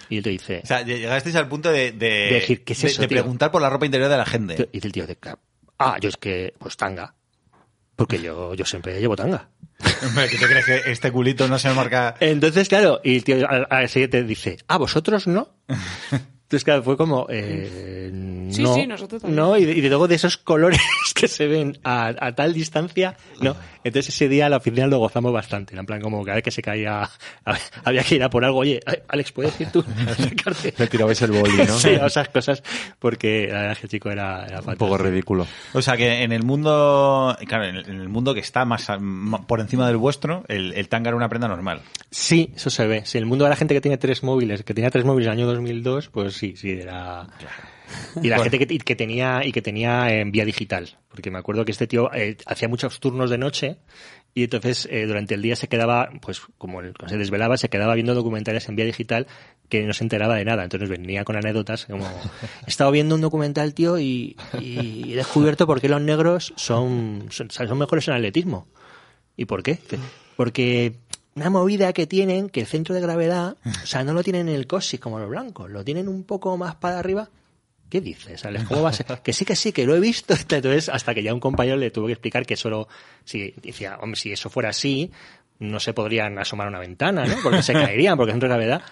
D: Y él te dice,
I: O sea, lle- llegasteis al punto de, de,
D: De decir, ¿qué es
I: de-
D: eso,
I: de
D: tío?
I: preguntar por la ropa interior de la gente.
D: Y dice el tío de ca- ah, yo es que, pues tanga. Porque yo, yo siempre llevo tanga.
I: Hombre, ¿qué te crees que este culito no se me marca?
D: Entonces, claro, y el tío al, al siguiente dice, ah, vosotros no. Entonces, claro, fue como, eh,
J: Sí,
D: no,
J: sí, nosotros también.
D: No, y, de- y de luego de esos colores que se ven a, a tal distancia, no. Entonces ese día la oficina lo gozamos bastante. En plan, como cada vez que se caía, había que ir a por algo. Oye, eh, Alex, ¿puedes ir tú? Sacarte-
E: Le tirabais el boli, ¿no?
D: Sí, o esas cosas, porque la verdad es que el chico era, era
E: Un poco
D: fantástico.
E: ridículo.
I: O sea, que en el mundo, claro, en el, en el mundo que está más, a- ma- por encima del vuestro, el, el tanga era una prenda normal.
D: Sí, eso se ve. Si el mundo de la gente que tiene tres móviles, que tenía tres móviles en el año 2002, pues sí, sí, era... Y la gente que, y que tenía y que tenía en vía digital, porque me acuerdo que este tío eh, hacía muchos turnos de noche y entonces eh, durante el día se quedaba, pues como el- como se desvelaba, se quedaba viendo documentales en vía digital que no se enteraba de nada. Entonces venía con anécdotas como he estado viendo un documental, tío, y, y he descubierto por qué los negros son, son, son mejores en atletismo. ¿Y por qué? Dice, Porque una movida que tienen, que el centro de gravedad, o sea, no lo tienen en el coxis como los blancos, lo tienen un poco más para arriba. ¿Qué dices, Alex? ¿Cómo va a ser? Que sí, que sí, que lo he visto. Entonces, hasta que ya un compañero le tuvo que explicar que solo, si, decía, hombre, si eso fuera así, no se podrían asomar a una ventana, ¿no? Porque se caerían, porque el centro de gravedad.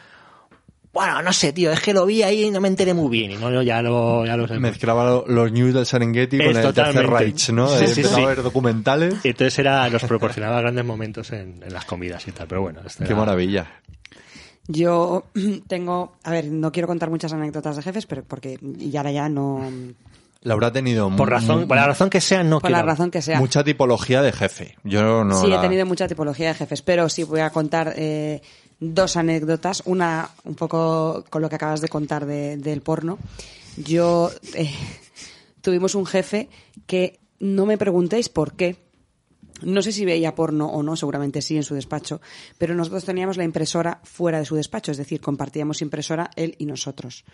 D: Bueno, no sé, tío, es que lo vi ahí y no me enteré muy bien. Y no, yo ya lo, ya lo sé.
E: Mezclaba lo- los news del Serengeti
D: Es
E: con el Tercer
D: totalmente.
E: Reich, ¿no? Eh,
D: Sí, sí,
E: Empezaba
D: sí.
E: a ver documentales.
D: Entonces era, nos proporcionaba grandes momentos en, en las comidas y tal, pero bueno. este
E: Qué
D: era-
E: maravilla.
F: Yo tengo, a ver, no quiero contar muchas anécdotas de jefes, pero porque y ahora ya no,
E: La habrá tenido mu-
D: Por razón, por la razón que sea, no
F: por la
D: quiero-
F: razón que sea.
E: mucha tipología de jefe. Yo no
F: sí,
E: la-
F: he tenido mucha tipología de jefes, pero sí voy a contar eh, dos anécdotas. Una, un poco con lo que acabas de contar de- del porno. Yo eh, tuvimos un jefe que no me preguntéis por qué. No sé si veía porno o no, seguramente sí en su despacho, pero nosotros teníamos la impresora fuera de su despacho, es decir, compartíamos impresora él y nosotros.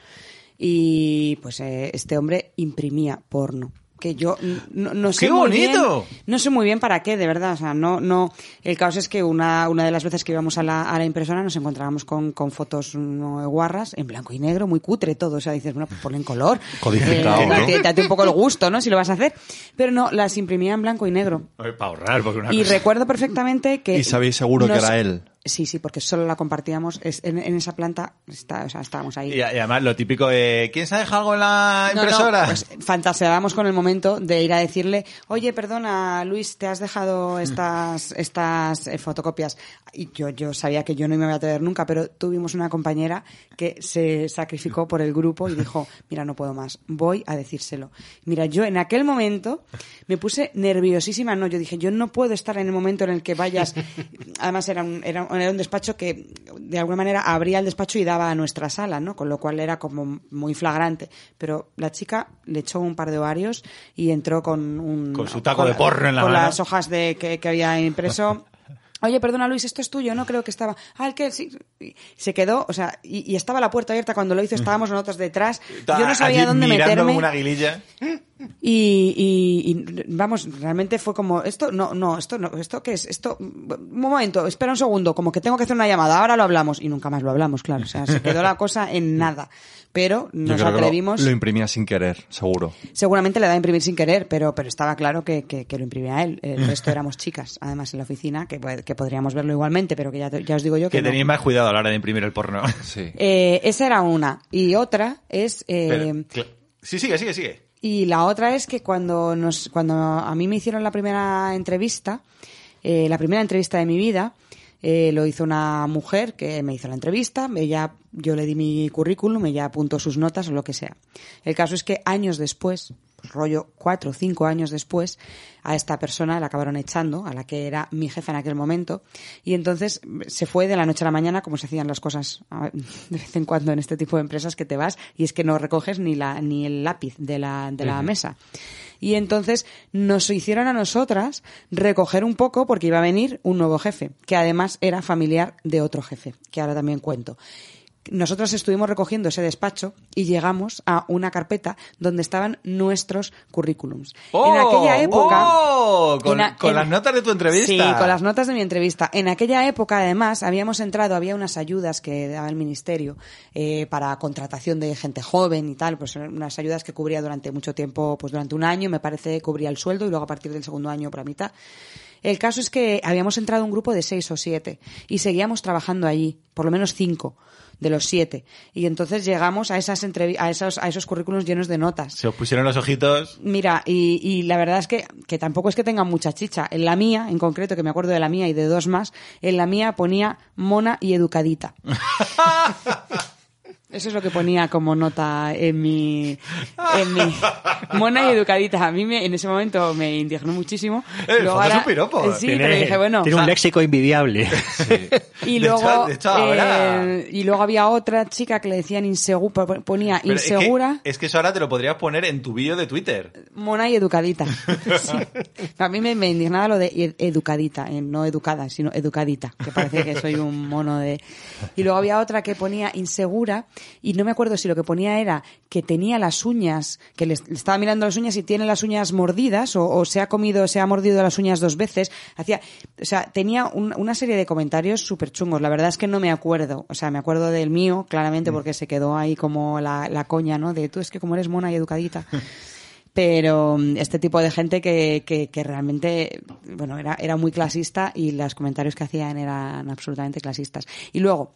F: Y pues eh, este hombre imprimía porno. Que yo n- no, no sé
I: ¡Qué
F: muy bien-
I: bonito!
F: no sé muy bien para qué, de verdad. O sea, no, no. El caos es que una, una de las veces que íbamos a la, a la impresora nos encontrábamos con, con fotos mm, guarras en blanco y negro, muy cutre todo. O sea, dices, bueno, pues ponle en color. Eh,
E: Codificado, ¿no?
F: date, date un poco el gusto, ¿no? Si lo vas a hacer. Pero no, las imprimía en blanco y negro.
I: Para ahorrar, porque una
F: Y
I: cosa-
F: recuerdo perfectamente que.
E: Y sabéis seguro que
F: nos-
E: era él.
F: Sí, sí, porque solo la compartíamos es- en, en esa planta. Está, o sea, estábamos ahí.
I: y, y además lo típico de, ¿quién se ha dejado algo en la
F: No, no,
I: impresora?
F: pues fantaseábamos con el momento de ir a decirle, oye, perdona, Luis, te has dejado estas, estas eh, fotocopias. Y yo, yo sabía que yo no me iba a atrever nunca, pero tuvimos una compañera que se sacrificó por el grupo y dijo, mira, no puedo más, voy a decírselo. Mira, yo en aquel momento me puse nerviosísima, no, yo dije, yo no puedo estar en el momento en el que vayas. Además, era un, era, un- era un despacho que de alguna manera abría el despacho y daba a nuestra sala, ¿no? Con lo cual era como muy flagrante. Pero la chica le echó un par de ovarios y entró con un.
I: Con su taco de porro en la
F: Con
I: mano.
F: las hojas de, que, que había impreso. Oye, perdona Luis, esto es tuyo, no creo que estaba. Ah, el que sí. Y Se quedó, o sea, y, y estaba la puerta abierta cuando lo hizo, estábamos nosotros detrás. Yo no sabía
I: Mm. Allí
F: dónde
I: mirando
F: meterme.
I: como una aguililla.
F: Y, y- y, vamos, realmente fue como esto, no, no, esto no, esto qué es, esto, un momento, espera un segundo, como que tengo que hacer una llamada, ahora lo hablamos y nunca más lo hablamos, claro, o sea, se quedó la cosa en nada, pero
E: Yo
F: nos
E: creo que lo-
F: atrevimos,
E: Lo, imprimía sin querer, seguro.
F: seguramente le da a imprimir sin querer, pero, pero estaba claro que, que, que lo imprimía él, el resto éramos chicas, además en la oficina, que, pod- que podríamos verlo igualmente, pero que ya, te- ya os digo yo que,
I: Que
F: no.
I: tenéis más cuidado a la hora de imprimir el porno.
E: Sí.
F: Eh, esa era una, y otra es... eh,
I: Pero, cl- sí, sigue, sigue, sigue.
F: Y la otra es que cuando nos, cuando a mí me hicieron la primera entrevista, eh, la primera entrevista de mi vida, eh, lo hizo una mujer que me hizo la entrevista, ella, yo le di mi currículum, ella apuntó sus notas o lo que sea. El caso es que años después, pues, rollo cuatro o cinco años después, a esta persona la acabaron echando, a la que era mi jefa en aquel momento, y entonces mm, se fue de la noche a la mañana, como se hacían las cosas a- de vez en cuando en este tipo de empresas que te vas, y es que no recoges ni la, ni el lápiz de la, de la mesa. Y entonces nos hicieron a nosotras recoger un poco porque iba a venir un nuevo jefe, que además era familiar de otro jefe, que ahora también cuento. Nosotros estuvimos recogiendo ese despacho y llegamos a una carpeta donde estaban nuestros currículums. en aquella época.
I: ¡Oh! Con,
F: en a-
I: con
F: en-
I: las notas de tu entrevista.
F: Sí, con las notas de mi entrevista. En aquella época, además, habíamos entrado, había unas ayudas que daba el ministerio eh, para contratación de gente joven y tal, pues eran unas ayudas que cubría durante mucho tiempo, pues durante un año, me parece, cubría el sueldo y luego a partir del segundo año para mitad. El caso es que habíamos entrado un grupo de seis o siete y seguíamos trabajando allí, por lo menos cinco de los siete. Y entonces llegamos a esas entrevi- a esos, a esos currículums llenos de notas.
I: Se os pusieron los ojitos.
F: Mira, y, y la verdad es que, que tampoco es que tenga mucha chicha. En la mía, en concreto, que me acuerdo de la mía y de dos más, en la mía ponía mona y educadita. Eso es lo que ponía como nota en mi, en mi mona y educadita. A mí me- en ese momento me indignó muchísimo.
I: Eh,
F: Luego
I: fue
F: ahora-
I: un piropo.
F: Sí, pero dije, bueno,
D: Tiene un léxico envidiable.
F: y
I: De hecho-
F: luego,
I: de hecho, ahora-
F: eh, y luego había otra chica que le decían insegura, ponía
I: Pero es que-
F: insegura.
I: Es que, eso ahora te lo podrías poner en tu vídeo de Twitter.
F: Mona y educadita. Sí. A mí me, me indignaba lo de ed- educadita, eh, no educada, sino educadita, que parece que soy un mono de... Y luego había otra que ponía insegura y no me acuerdo si lo que ponía era que tenía las uñas, que le, le estaba mirando las uñas y tiene las uñas mordidas o, o se ha comido, se ha mordido las uñas dos veces. Hacía, o sea, tenía un- una serie de comentarios súper chungos. La verdad es que no me acuerdo. O sea, me acuerdo del mío, claramente, porque se quedó ahí como la, la coña, ¿no? De tú es que como eres mona y educadita pero mm, este tipo de gente que, que, que realmente bueno era, era muy clasista y los comentarios que hacían eran absolutamente clasistas. Y luego,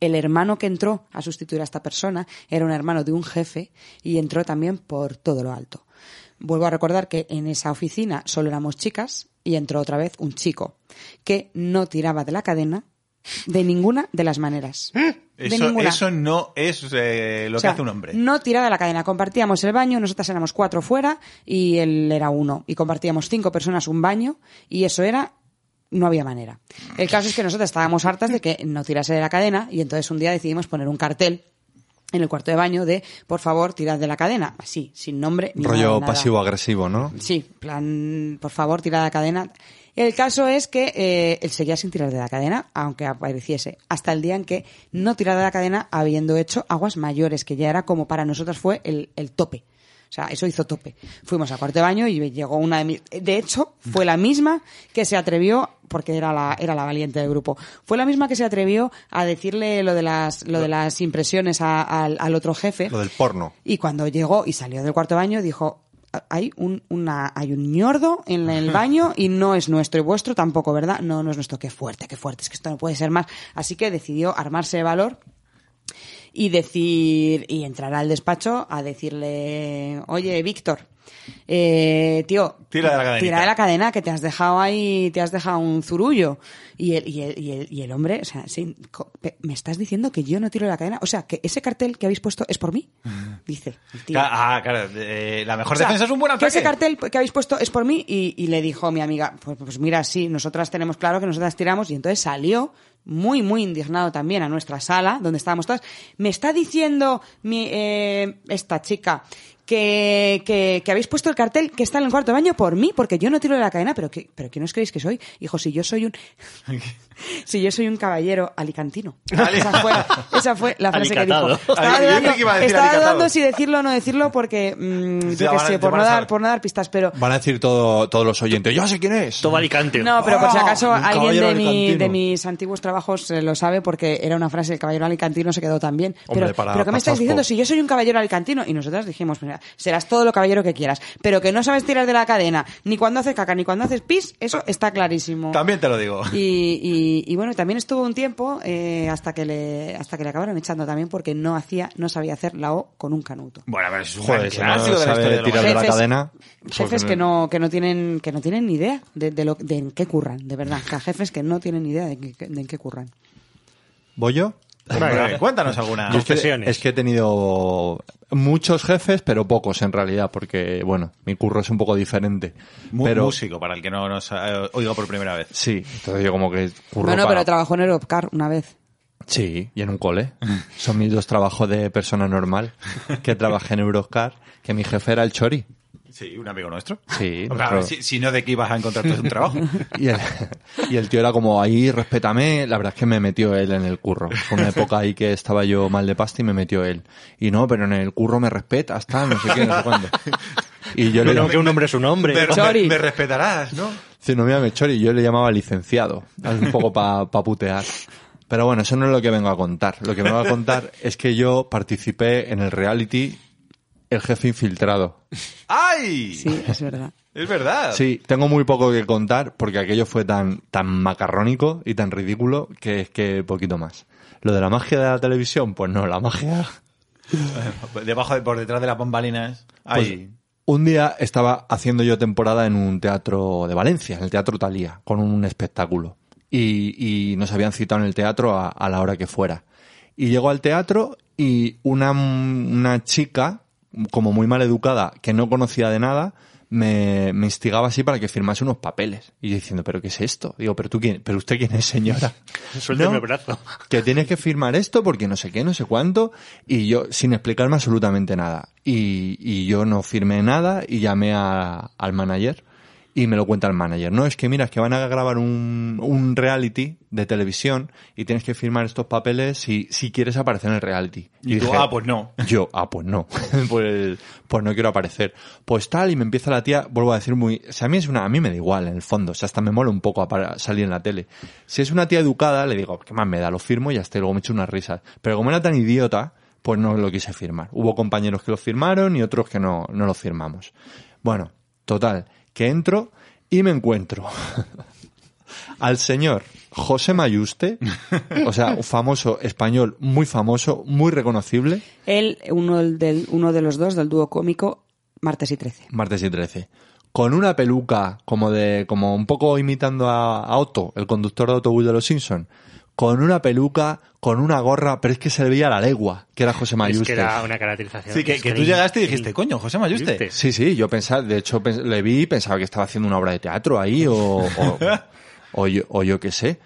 F: el hermano que entró a sustituir a esta persona era un hermano de un jefe y entró también por todo lo alto. Vuelvo a recordar que en esa oficina solo éramos chicas y entró otra vez un chico que no tiraba de la cadena de ninguna de las maneras. De
I: ¿Eh? Eso,
F: ninguna.
I: eso no es eh, lo
F: O sea,
I: que hace un hombre.
F: No tiraba de la cadena. Compartíamos el baño, nosotras éramos cuatro fuera y él era uno. Y compartíamos cinco personas un baño y eso era. No había manera. El caso es que nosotras estábamos hartas de que no tirase de la cadena y entonces un día decidimos poner un cartel en el cuarto de baño de por favor tirad de la cadena. Así, sin nombre ni nada,
E: Rollo
F: nada.
E: pasivo-agresivo, ¿no?
F: Sí, plan, por favor, tira la cadena. El caso es que eh, él seguía sin tirar de la cadena, aunque apareciese, hasta el día en que no tiraba de la cadena habiendo hecho aguas mayores, que ya era como para nosotros fue el, el tope. O sea, eso hizo tope. Fuimos a cuarto de baño y llegó una de mis... De hecho, fue la misma que se atrevió, porque era la, era la valiente del grupo, fue la misma que se atrevió a decirle lo de las, lo de las impresiones a- al, al otro jefe.
E: Lo del porno.
F: Y cuando llegó y salió del cuarto baño, dijo, hay un, una, hay un ñordo en el baño y no es nuestro y vuestro tampoco, ¿verdad? No, no es nuestro. Qué fuerte, qué fuerte. Es que esto no puede ser más. Así que decidió armarse de valor y decir y entrar al despacho a decirle oye Víctor eh, tío
I: Tira de la cadenita.
F: tira de la cadena que te has dejado ahí te has dejado un zurullo y el, y el, y el, y el hombre o sea sin- co- pe- me estás diciendo que yo no tiro de la cadena o sea que ese cartel que habéis puesto es por mí dice el tío
I: Ca- Ah, claro. eh, la mejor
F: o sea,
I: defensa es un buen
F: que
I: ataque.
F: ese cartel que habéis puesto es por mí y, y le dijo mi amiga, pues, pues mira, sí, nosotras tenemos claro que nosotras tiramos y entonces salió muy, muy indignado también a nuestra sala donde estábamos todas. Me está diciendo mi, eh, esta chica que, que, que habéis puesto el cartel que está en el cuarto de baño por mí, porque yo no tiro de la cadena, pero que, pero ¿quién os creéis que soy? Hijo, si yo soy un, si yo soy un caballero alicantino. Esa fue, esa fue la frase que
D: Alicatado.
F: dijo. Estaba
I: Yo creí
F: dudando-
I: que iba a decir
F: estaba
I: alicatado.
F: dudando si decirlo o no decirlo porque mm,
I: Sí, ya
F: yo qué
I: van a-
F: sé,
I: ya
F: por
I: van
F: no,
I: a
F: dar,
I: saber.
F: por no dar pistas, pero...
E: Van a decir todo, todos los oyentes, yo sé quién es.
D: Todo Alicante.
F: No, pero por si
I: Oh,
E: ¡Ah!
F: acaso
E: Un
F: alguien
E: caballero
F: de, mi,
E: alicantino.
F: de mis antiguos trabajos eh, lo sabe porque era una frase, el caballero alicantino se quedó también.
E: Hombre,
F: pero,
E: para-
F: pero ¿qué me
E: para
F: estáis
E: Zasco.
F: diciendo? Si yo soy un caballero alicantino y nosotras dijimos, mira, serás todo lo caballero que quieras, pero que no sabes tirar de la cadena, ni cuando haces caca, ni cuando haces pis, eso está clarísimo.
I: También te lo digo.
F: Y, y- y bueno, también estuvo un tiempo eh, hasta que le hasta que le acabaron echando también porque no hacía, no sabía hacer la O con un canuto.
I: Bueno, pero es un
E: Joder,
I: gran
E: si no
I: clásico de la
E: sabe
I: historia del
E: tirar
I: hombre.
E: de la cadena,
F: jefes
E: porque
F: que no que no tienen que no tienen ni idea de, de lo de en qué curran, de verdad. Que a jefes que no tienen ni idea de, que- de en qué curran.
E: ¿Voy yo?
I: Hombre, cuéntanos alguna.
E: Yo es, que,
D: Confesiones.
E: es que he tenido muchos jefes, pero pocos en realidad, porque, bueno, mi curro es un poco diferente.
I: Mu-
E: pero,
I: Músico, para el que no nos eh, oiga por primera vez.
E: Sí, entonces yo como que curro
F: Bueno,
E: para-
F: pero trabajó en Europcar una vez.
E: Sí, y en un cole. Son mis dos trabajos de persona normal, que trabajé en Euroscar, que mi jefe era el Chori.
I: Sí, un amigo nuestro.
E: Sí,
I: Claro,
E: nuestro-
I: si, si no, ¿de qué ibas a encontrar tú un trabajo?
E: Y el, y el tío era como, ahí, respétame. La verdad es que me metió él en el curro. Fue una época ahí que estaba yo mal de pasta y me metió él. Y no, pero en el curro me respeta, hasta no sé qué, no sé cuándo. Y yo le
D: Pero
E: llamaba,
D: que un hombre es un hombre.
I: Me,
F: Chori.
I: me respetarás, ¿no?
E: sí, no me llame Chori, yo le llamaba licenciado. Un poco para putear. Pero bueno, eso no es lo que vengo a contar. Lo que vengo a contar es que yo participé en el reality El Jefe Infiltrado.
I: ¡Ay!
F: Sí, es verdad.
I: Es verdad.
E: Sí, tengo muy poco que contar porque aquello fue tan, tan macarrónico y tan ridículo que es que poquito más. Lo de la magia de la televisión, pues no, la magia.
I: Debajo, de, por detrás de las bombalinas.
E: Pues,
I: Ay.
E: un día estaba haciendo yo temporada en un teatro de Valencia, en el Teatro Talía, con un espectáculo. Y, y nos habían citado en el teatro a, a la hora que fuera. Y llego al teatro y una, una chica, como muy mal educada, que no conocía de nada, me, me instigaba así para que firmase unos papeles. Y yo diciendo, ¿pero qué es esto? Digo, ¿pero tú quién? ¿Pero usted quién es, señora?
D: Suéltame
E: No,
D: el brazo.
E: que tienes que firmar esto porque no sé qué, no sé cuánto, y yo sin explicarme absolutamente nada. Y, y yo no firmé nada y llamé a- al manager y me lo cuenta el manager. No, es que mira, es que van a grabar un, un reality de televisión y tienes que firmar estos papeles si, si quieres aparecer en el reality.
I: Y tú, ah, pues no.
E: Yo, ah, pues no, pues, pues no quiero aparecer. Pues tal, y me empieza la tía, vuelvo a decir muy, o sea, a mí es una, a mí me da igual en el fondo, o sea, hasta me mola un poco para salir en la tele. Si es una tía educada, le digo, ¿qué más me da? Lo firmo y hasta luego me echo unas risas. Pero como era tan idiota, pues no lo quise firmar. Hubo compañeros que lo firmaron y otros que no, no lo firmamos. Bueno, total, que entro y me encuentro al señor José Mayuste, o sea, un famoso español, muy famoso, muy reconocible.
F: Él, uno del, uno de los dos del dúo cómico, martes y trece.
E: Martes y 13. Con una peluca como de, como un poco imitando a, a Otto, el conductor de autobús de los Simpson. Con una peluca, con una gorra, pero es que se le veía la legua, que era José
D: Es
E: Mayuste.
D: que era una caracterización.
I: Sí, que, que tú llegaste y dijiste, coño, José Mayuste.
E: Sí, sí, yo pensaba, de hecho pens- le vi y pensaba que estaba haciendo una obra de teatro ahí o, o, o yo, o yo qué sé.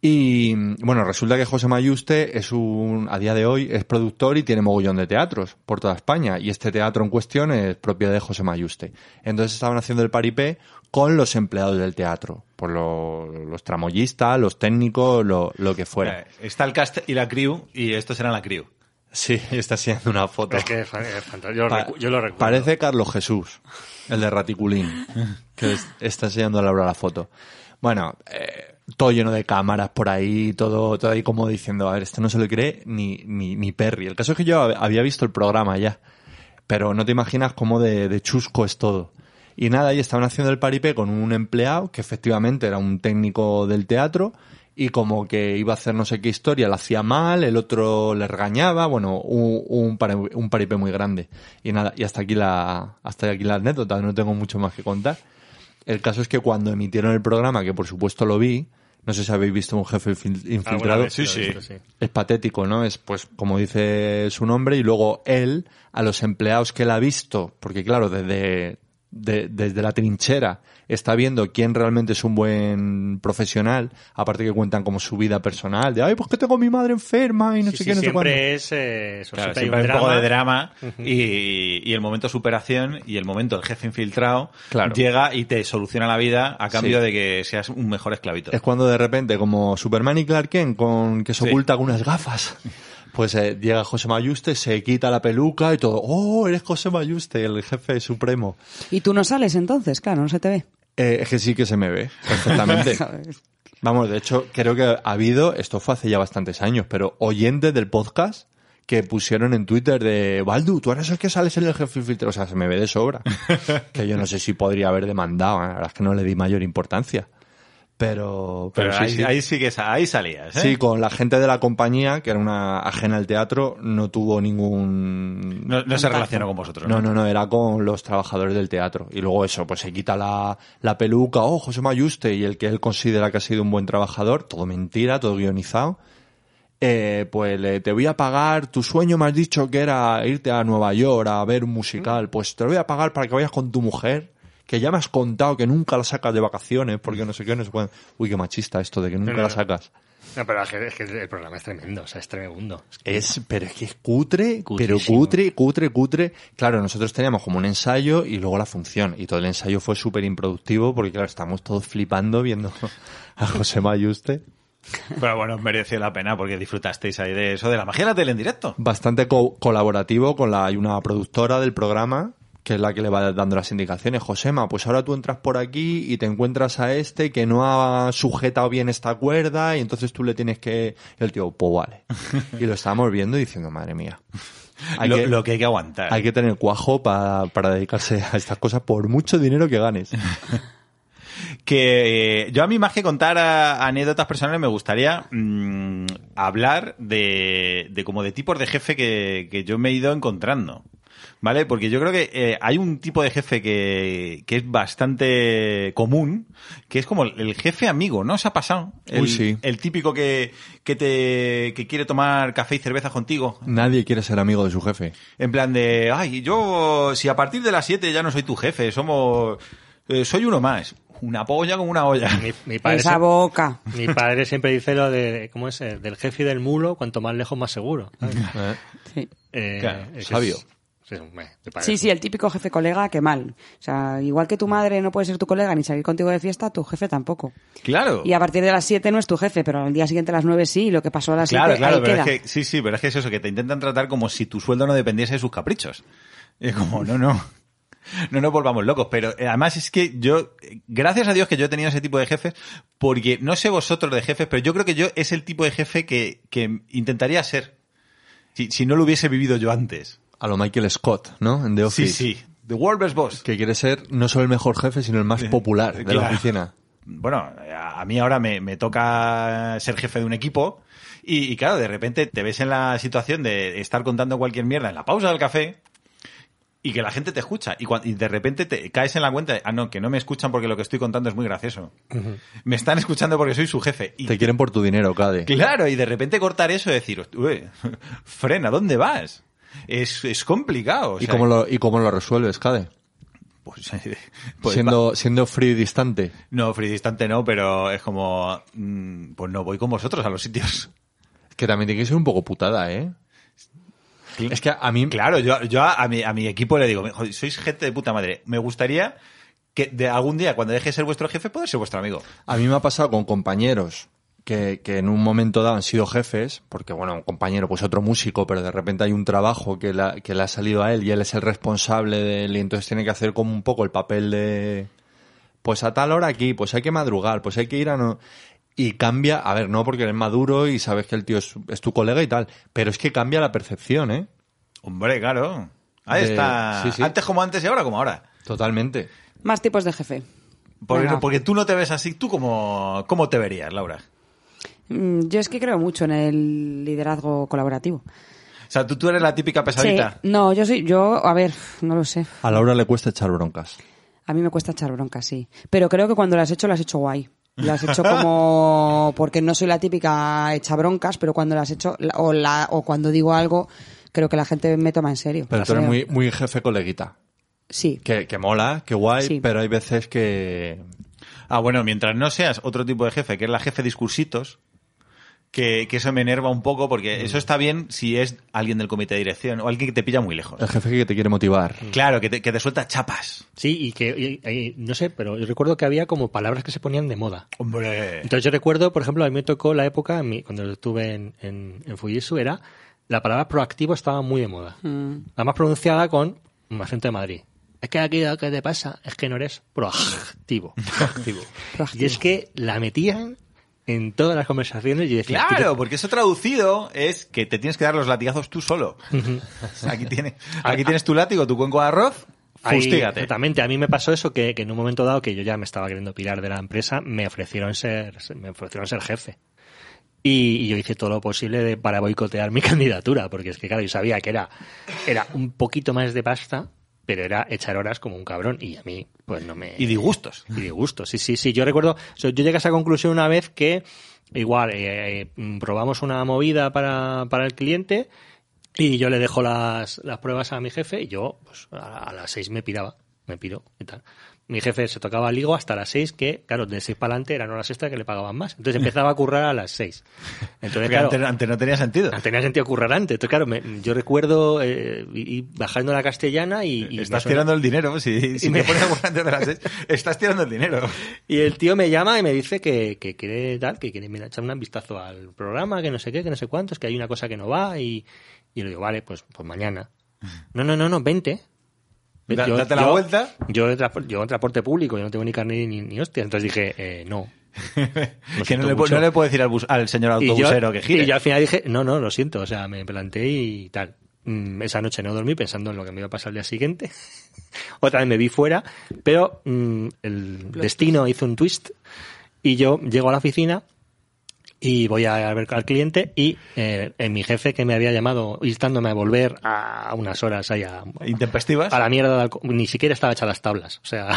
E: Y bueno, resulta que José Mayuste es un, a día de hoy, es productor y tiene mogollón de teatros por toda España. Y este teatro en cuestión es propiedad de José Mayuste. Entonces estaban haciendo el paripé con los empleados del teatro. Por lo- los tramoyistas, los técnicos, lo, lo que fuera.
I: Eh, Está el cast y la crew, y estos eran la crew.
E: Sí, está haciendo una foto.
D: Es que es fan- es fantástico. Yo, lo
E: Pa-
D: recu- yo lo recuerdo.
E: Parece Carlos Jesús, el de Raticulín, que es- está enseñando a Laura la foto. Bueno, eh, todo lleno de cámaras por ahí, todo, todo ahí como diciendo, a ver, esto no se lo cree ni, ni, ni Perry. El caso es que yo hab- había visto el programa ya, pero no te imaginas cómo de, de chusco es todo. Y nada, y estaban haciendo el paripé con un empleado que efectivamente era un técnico del teatro y como que iba a hacer no sé qué historia, la hacía mal, el otro le regañaba, bueno, un, un, pare- un paripé muy grande. Y nada, y hasta aquí la, hasta aquí la anécdota, no tengo mucho más que contar. El caso es que cuando emitieron el programa, que por supuesto lo vi, no sé si habéis visto un jefe infil-
D: Alguna
E: infiltrado.
D: vez lo he visto, sí.
E: Es patético, ¿no? Es, pues, como dice su nombre, y luego él, a los empleados que él ha visto, porque claro, desde, de- desde la trinchera está viendo quién realmente es un buen profesional, aparte que cuentan como su vida personal, de, ay, pues que tengo a mi madre enferma y no
D: Sí,
E: sé
D: sí,
E: qué, no sé cuándo.
D: siempre es eh, eso,
I: Claro,
D: siempre
I: siempre hay un,
D: drama.
I: poco de drama y, y el momento superación y el momento el jefe infiltrado
E: Claro.
I: llega y te soluciona la vida a cambio
E: Sí.
I: de que seas un mejor esclavito.
E: Es cuando de repente, como Superman y Clark Kent, con, que se
I: Sí.
E: oculta con unas gafas, pues eh, llega José Mayuste, se quita la peluca y todo, oh, eres José Mayuste, el jefe supremo.
F: Y tú no sales entonces, claro, no se te ve.
E: Eh, es que sí que se me ve, perfectamente. Vamos, de hecho, creo que ha habido, esto fue hace ya bastantes años, pero oyentes del podcast que pusieron en Twitter de Baldu, tú eres el que sales en el jefe filtro, o sea, se me ve de sobra. que yo no sé si podría haber demandado, ¿eh? la verdad es que no le di mayor importancia. Pero,
I: Pero,
E: pero, sí,
I: ahí,
E: sí.
I: ahí sí que sa- ahí salías. ¿eh?
E: Sí, con la gente de la compañía, que era una ajena al teatro, no tuvo ningún...
I: no, no se relacionó con vosotros.
E: No, no, no, era con los trabajadores del teatro. Y luego eso, pues se quita la, la peluca, oh, José Mayuste, y el que él considera que ha sido un buen trabajador, todo mentira, todo guionizado. Eh, pues le- te voy a pagar, tu sueño me has dicho que era irte a Nueva York a ver un musical, pues te lo voy a pagar para que vayas con tu mujer, que ya me has contado que nunca la sacas de vacaciones porque no sé qué, no sé cuándo. Uy, qué machista esto de que nunca
D: no,
E: la
D: no.
E: sacas.
D: No, pero es que, es que el programa es tremendo, o sea, es tremendo. Es que-
E: Es, pero es que es cutre, pero
D: Cutrísimo.
E: cutre, cutre, cutre. Claro, nosotros teníamos como un ensayo y luego la función. Y todo el ensayo fue súper improductivo porque, claro, estamos todos flipando viendo a José Mayuste.
C: Pero bueno, mereció la pena porque disfrutasteis ahí de eso, de la magia de la tele en directo.
E: Bastante co- colaborativo con la, hay una productora del programa que es la que le va dando las indicaciones. Josema, pues ahora tú entras por aquí y te encuentras a este que no ha sujetado bien esta cuerda y entonces tú le tienes que... Y el tío, pues vale. Y lo estábamos viendo y diciendo, madre mía. Hay
C: lo,
E: que-
C: lo que hay que aguantar.
E: Hay que tener cuajo pa- para dedicarse a estas cosas por mucho dinero que ganes.
C: que eh, yo a mí más que contar a- anécdotas personales me gustaría mm, hablar de, de como de tipos de jefe que, que yo me he ido encontrando. ¿Vale? Porque yo creo que eh, hay un tipo de jefe que, que es bastante común, que es como el, el jefe amigo, ¿no? ¿Os ha pasado? El,
E: Uy, sí.
C: el típico que, que te que quiere tomar café y cerveza contigo.
E: Nadie quiere ser amigo de su jefe.
C: En plan de, ay, yo, si a partir de las 7 ya no soy tu jefe, somos, eh, soy uno más. Una polla con una olla.
D: Mi, mi padre
F: Esa
D: se-
F: boca.
D: mi padre siempre dice lo de, ¿cómo es? Eh, Del jefe y del mulo, cuanto más lejos, más seguro. ¿sabes?
E: ¿eh?
F: Sí.
D: Eh,
C: Claro,
D: es-
E: sabio.
D: sí, me- me parece.
F: Sí, sí, el típico jefe colega que mal. O sea, igual que tu madre no puede ser tu colega ni salir contigo de fiesta, tu jefe tampoco.
C: Claro.
F: Y a partir de las 7 no es tu jefe, pero al día siguiente a las 9 sí, y lo que pasó a las 7
C: Claro, claro,
F: ahí
C: pero
F: queda.
C: es que, sí, sí, pero es que es eso, que te intentan tratar como si tu sueldo no dependiese de sus caprichos. Y es como, no, no. No nos volvamos locos, pero eh, además es que yo, eh, gracias a Dios que yo he tenido ese tipo de jefes, porque no sé vosotros de jefes, pero yo creo que yo es el tipo de jefe que, que intentaría ser, si, si no lo hubiese vivido yo antes.
E: A lo Michael Scott, ¿no? En The
C: Sí,
E: Office.
C: sí. The World Best Boss.
E: Que quiere ser no solo el mejor jefe, sino el más popular de la
C: claro.
E: oficina.
C: bueno, a a mí ahora me, me toca ser jefe de un equipo y, y claro, de repente te ves en la situación de estar contando cualquier mierda en la pausa del café y que la gente te escucha y, cuan- y de repente te caes en la cuenta de, ah, no, que no me escuchan porque lo que estoy contando es muy gracioso. Me están escuchando porque soy su jefe. Y
E: Te quieren por tu dinero, Cade.
C: Claro, y de repente cortar eso y decir, "Host- ué, frena, ¿dónde vas? Es, es complicado. o
E: ¿Y,
C: sea,
E: cómo lo, ¿Y cómo lo resuelves, Cade?
C: pues, pues,
E: siendo, siendo frío y distante.
C: No, freedistante no, pero es como, mm, pues no voy con vosotros a los sitios.
E: Que también tiene que ser un poco putada, ¿eh? Es que a mí...
C: Claro, yo, yo a, a mi, a mi equipo le digo, "Joder, sois gente de puta madre, me gustaría que de algún día cuando deje de ser vuestro jefe podáis ser vuestro amigo.
E: A mí me ha pasado con compañeros que, que en un momento dado han sido jefes, porque bueno, un compañero, pues otro músico, pero de repente hay un trabajo que, la- que le ha salido a él y él es el responsable de él y entonces tiene que hacer como un poco el papel de... Pues a tal hora aquí, pues hay que madrugar, pues hay que ir a... No... Y cambia, a ver, no porque eres maduro y sabes que el tío es, es tu colega y tal, pero es que cambia la percepción, ¿eh?
C: Hombre, claro. Ahí
E: De-
C: está.
E: sí, sí.
C: Antes como antes y ahora como ahora.
E: Totalmente.
F: Más tipos de jefe.
C: Porque,
F: Venga.
C: porque tú no te ves así, tú como, ¿cómo te verías, Laura?
F: Mm, Yo es que creo mucho en el liderazgo colaborativo.
C: O sea, tú, tú eres la típica pesadita.
F: Sí, no, yo soy, yo, a ver, no lo sé.
E: A Laura le cuesta echar broncas.
F: A mí me cuesta echar bronca, sí. Pero creo que cuando las he hecho, las he hecho guay. Las he hecho como... Porque no soy la típica hecha broncas, pero cuando las he hecho... la- O, la, o cuando digo algo, creo que la gente me toma en serio.
E: Pero tú eres muy,
F: Creo.
E: muy jefe coleguita.
F: Sí.
E: Que, que mola, que guay,
F: Sí.
E: pero hay veces que...
C: Ah, bueno, mientras no seas otro tipo de jefe, que es la jefe discursitos, que, que eso me enerva un poco, porque eso está bien si es alguien del comité de dirección o alguien que te pilla muy lejos.
E: El jefe que te quiere motivar.
C: Claro, que te, que te suelta chapas.
D: Sí, y que, y- y- no sé, pero yo recuerdo que había como palabras que se ponían de moda.
C: Hombre.
D: Entonces yo recuerdo, por ejemplo, a mí me tocó la época, en mi- cuando estuve en, en, en Fujitsu, era la palabra proactivo estaba muy de moda.
F: Mm.
D: La más pronunciada con un acento de Madrid. Es que aquí lo que te pasa es que no eres proactivo. proactivo. Y es que la metían en todas las conversaciones y decía...
C: Claro, porque eso traducido es que te tienes que dar los latigazos tú solo. O sea, aquí, tiene, aquí tienes tu látigo, tu cuenco de arroz,
D: Ah, Ahí,
C: fustígate.
D: exactamente. A mí me pasó eso que, que en un momento dado que yo ya me estaba queriendo pirar de la empresa, me ofrecieron ser, me ofrecieron ser jefe. Y, y yo hice todo lo posible de- para boicotear mi candidatura, porque es que claro, yo sabía que era, era un poquito más de pasta, pero era echar horas como un cabrón. Y a mí, pues no me.
C: Y disgustos.
D: Y disgusto, sí, sí, sí. Yo recuerdo, o sea, yo llegué a esa conclusión una vez que igual eh, mm, probamos una movida para, para el cliente y yo le dejo las, las pruebas a mi jefe y yo pues, a, a las seis me piraba, me piro y tal. mi jefe se tocaba el higo hasta las 6, que claro, de 6 para adelante eran horas extra que le pagaban más. Entonces empezaba a currar a las 6. Entonces,
C: Porque
D: claro,
C: antes, antes no tenía sentido.
D: Ah, Tenía sentido currar antes. Entonces, claro, me- yo recuerdo eh, y- y bajando a la castellana y...
C: estás
D: y me suena-
C: tirando el dinero. Si, si
D: me-
C: te pones a currar antes de las seis, estás tirando el dinero.
D: Y el tío me llama y me dice que, que quiere tal, que quiere mirar- echar un vistazo al programa, que no sé qué, que no sé cuántos, que hay una cosa que no va y, y le digo, vale, pues, pues mañana. No, no, no, no, vente.
C: Da- date la vuelta.
D: Yo, de trapo- yo en transporte público, yo no tengo ni carnet ni, ni hostia. Entonces dije, eh, no. Lo
C: que no
D: siento
C: le, pu-
D: mucho.
C: no le puedo decir al, bus- al señor
D: Y yo-
C: autobusero que gire.
D: Y yo al final dije, no, no, lo siento, o sea, me planté y tal. Mm, esa noche no dormí pensando en lo que me iba a pasar el día siguiente. Otra vez me vi fuera, pero mm, el destino hizo un twist y yo llego a la oficina y voy a ver al cliente y eh, en mi jefe que me había llamado instándome a volver a unas horas ahí a,
C: Intempestivas.
D: a la mierda, de alco- ni siquiera estaba hecha las tablas. O sea,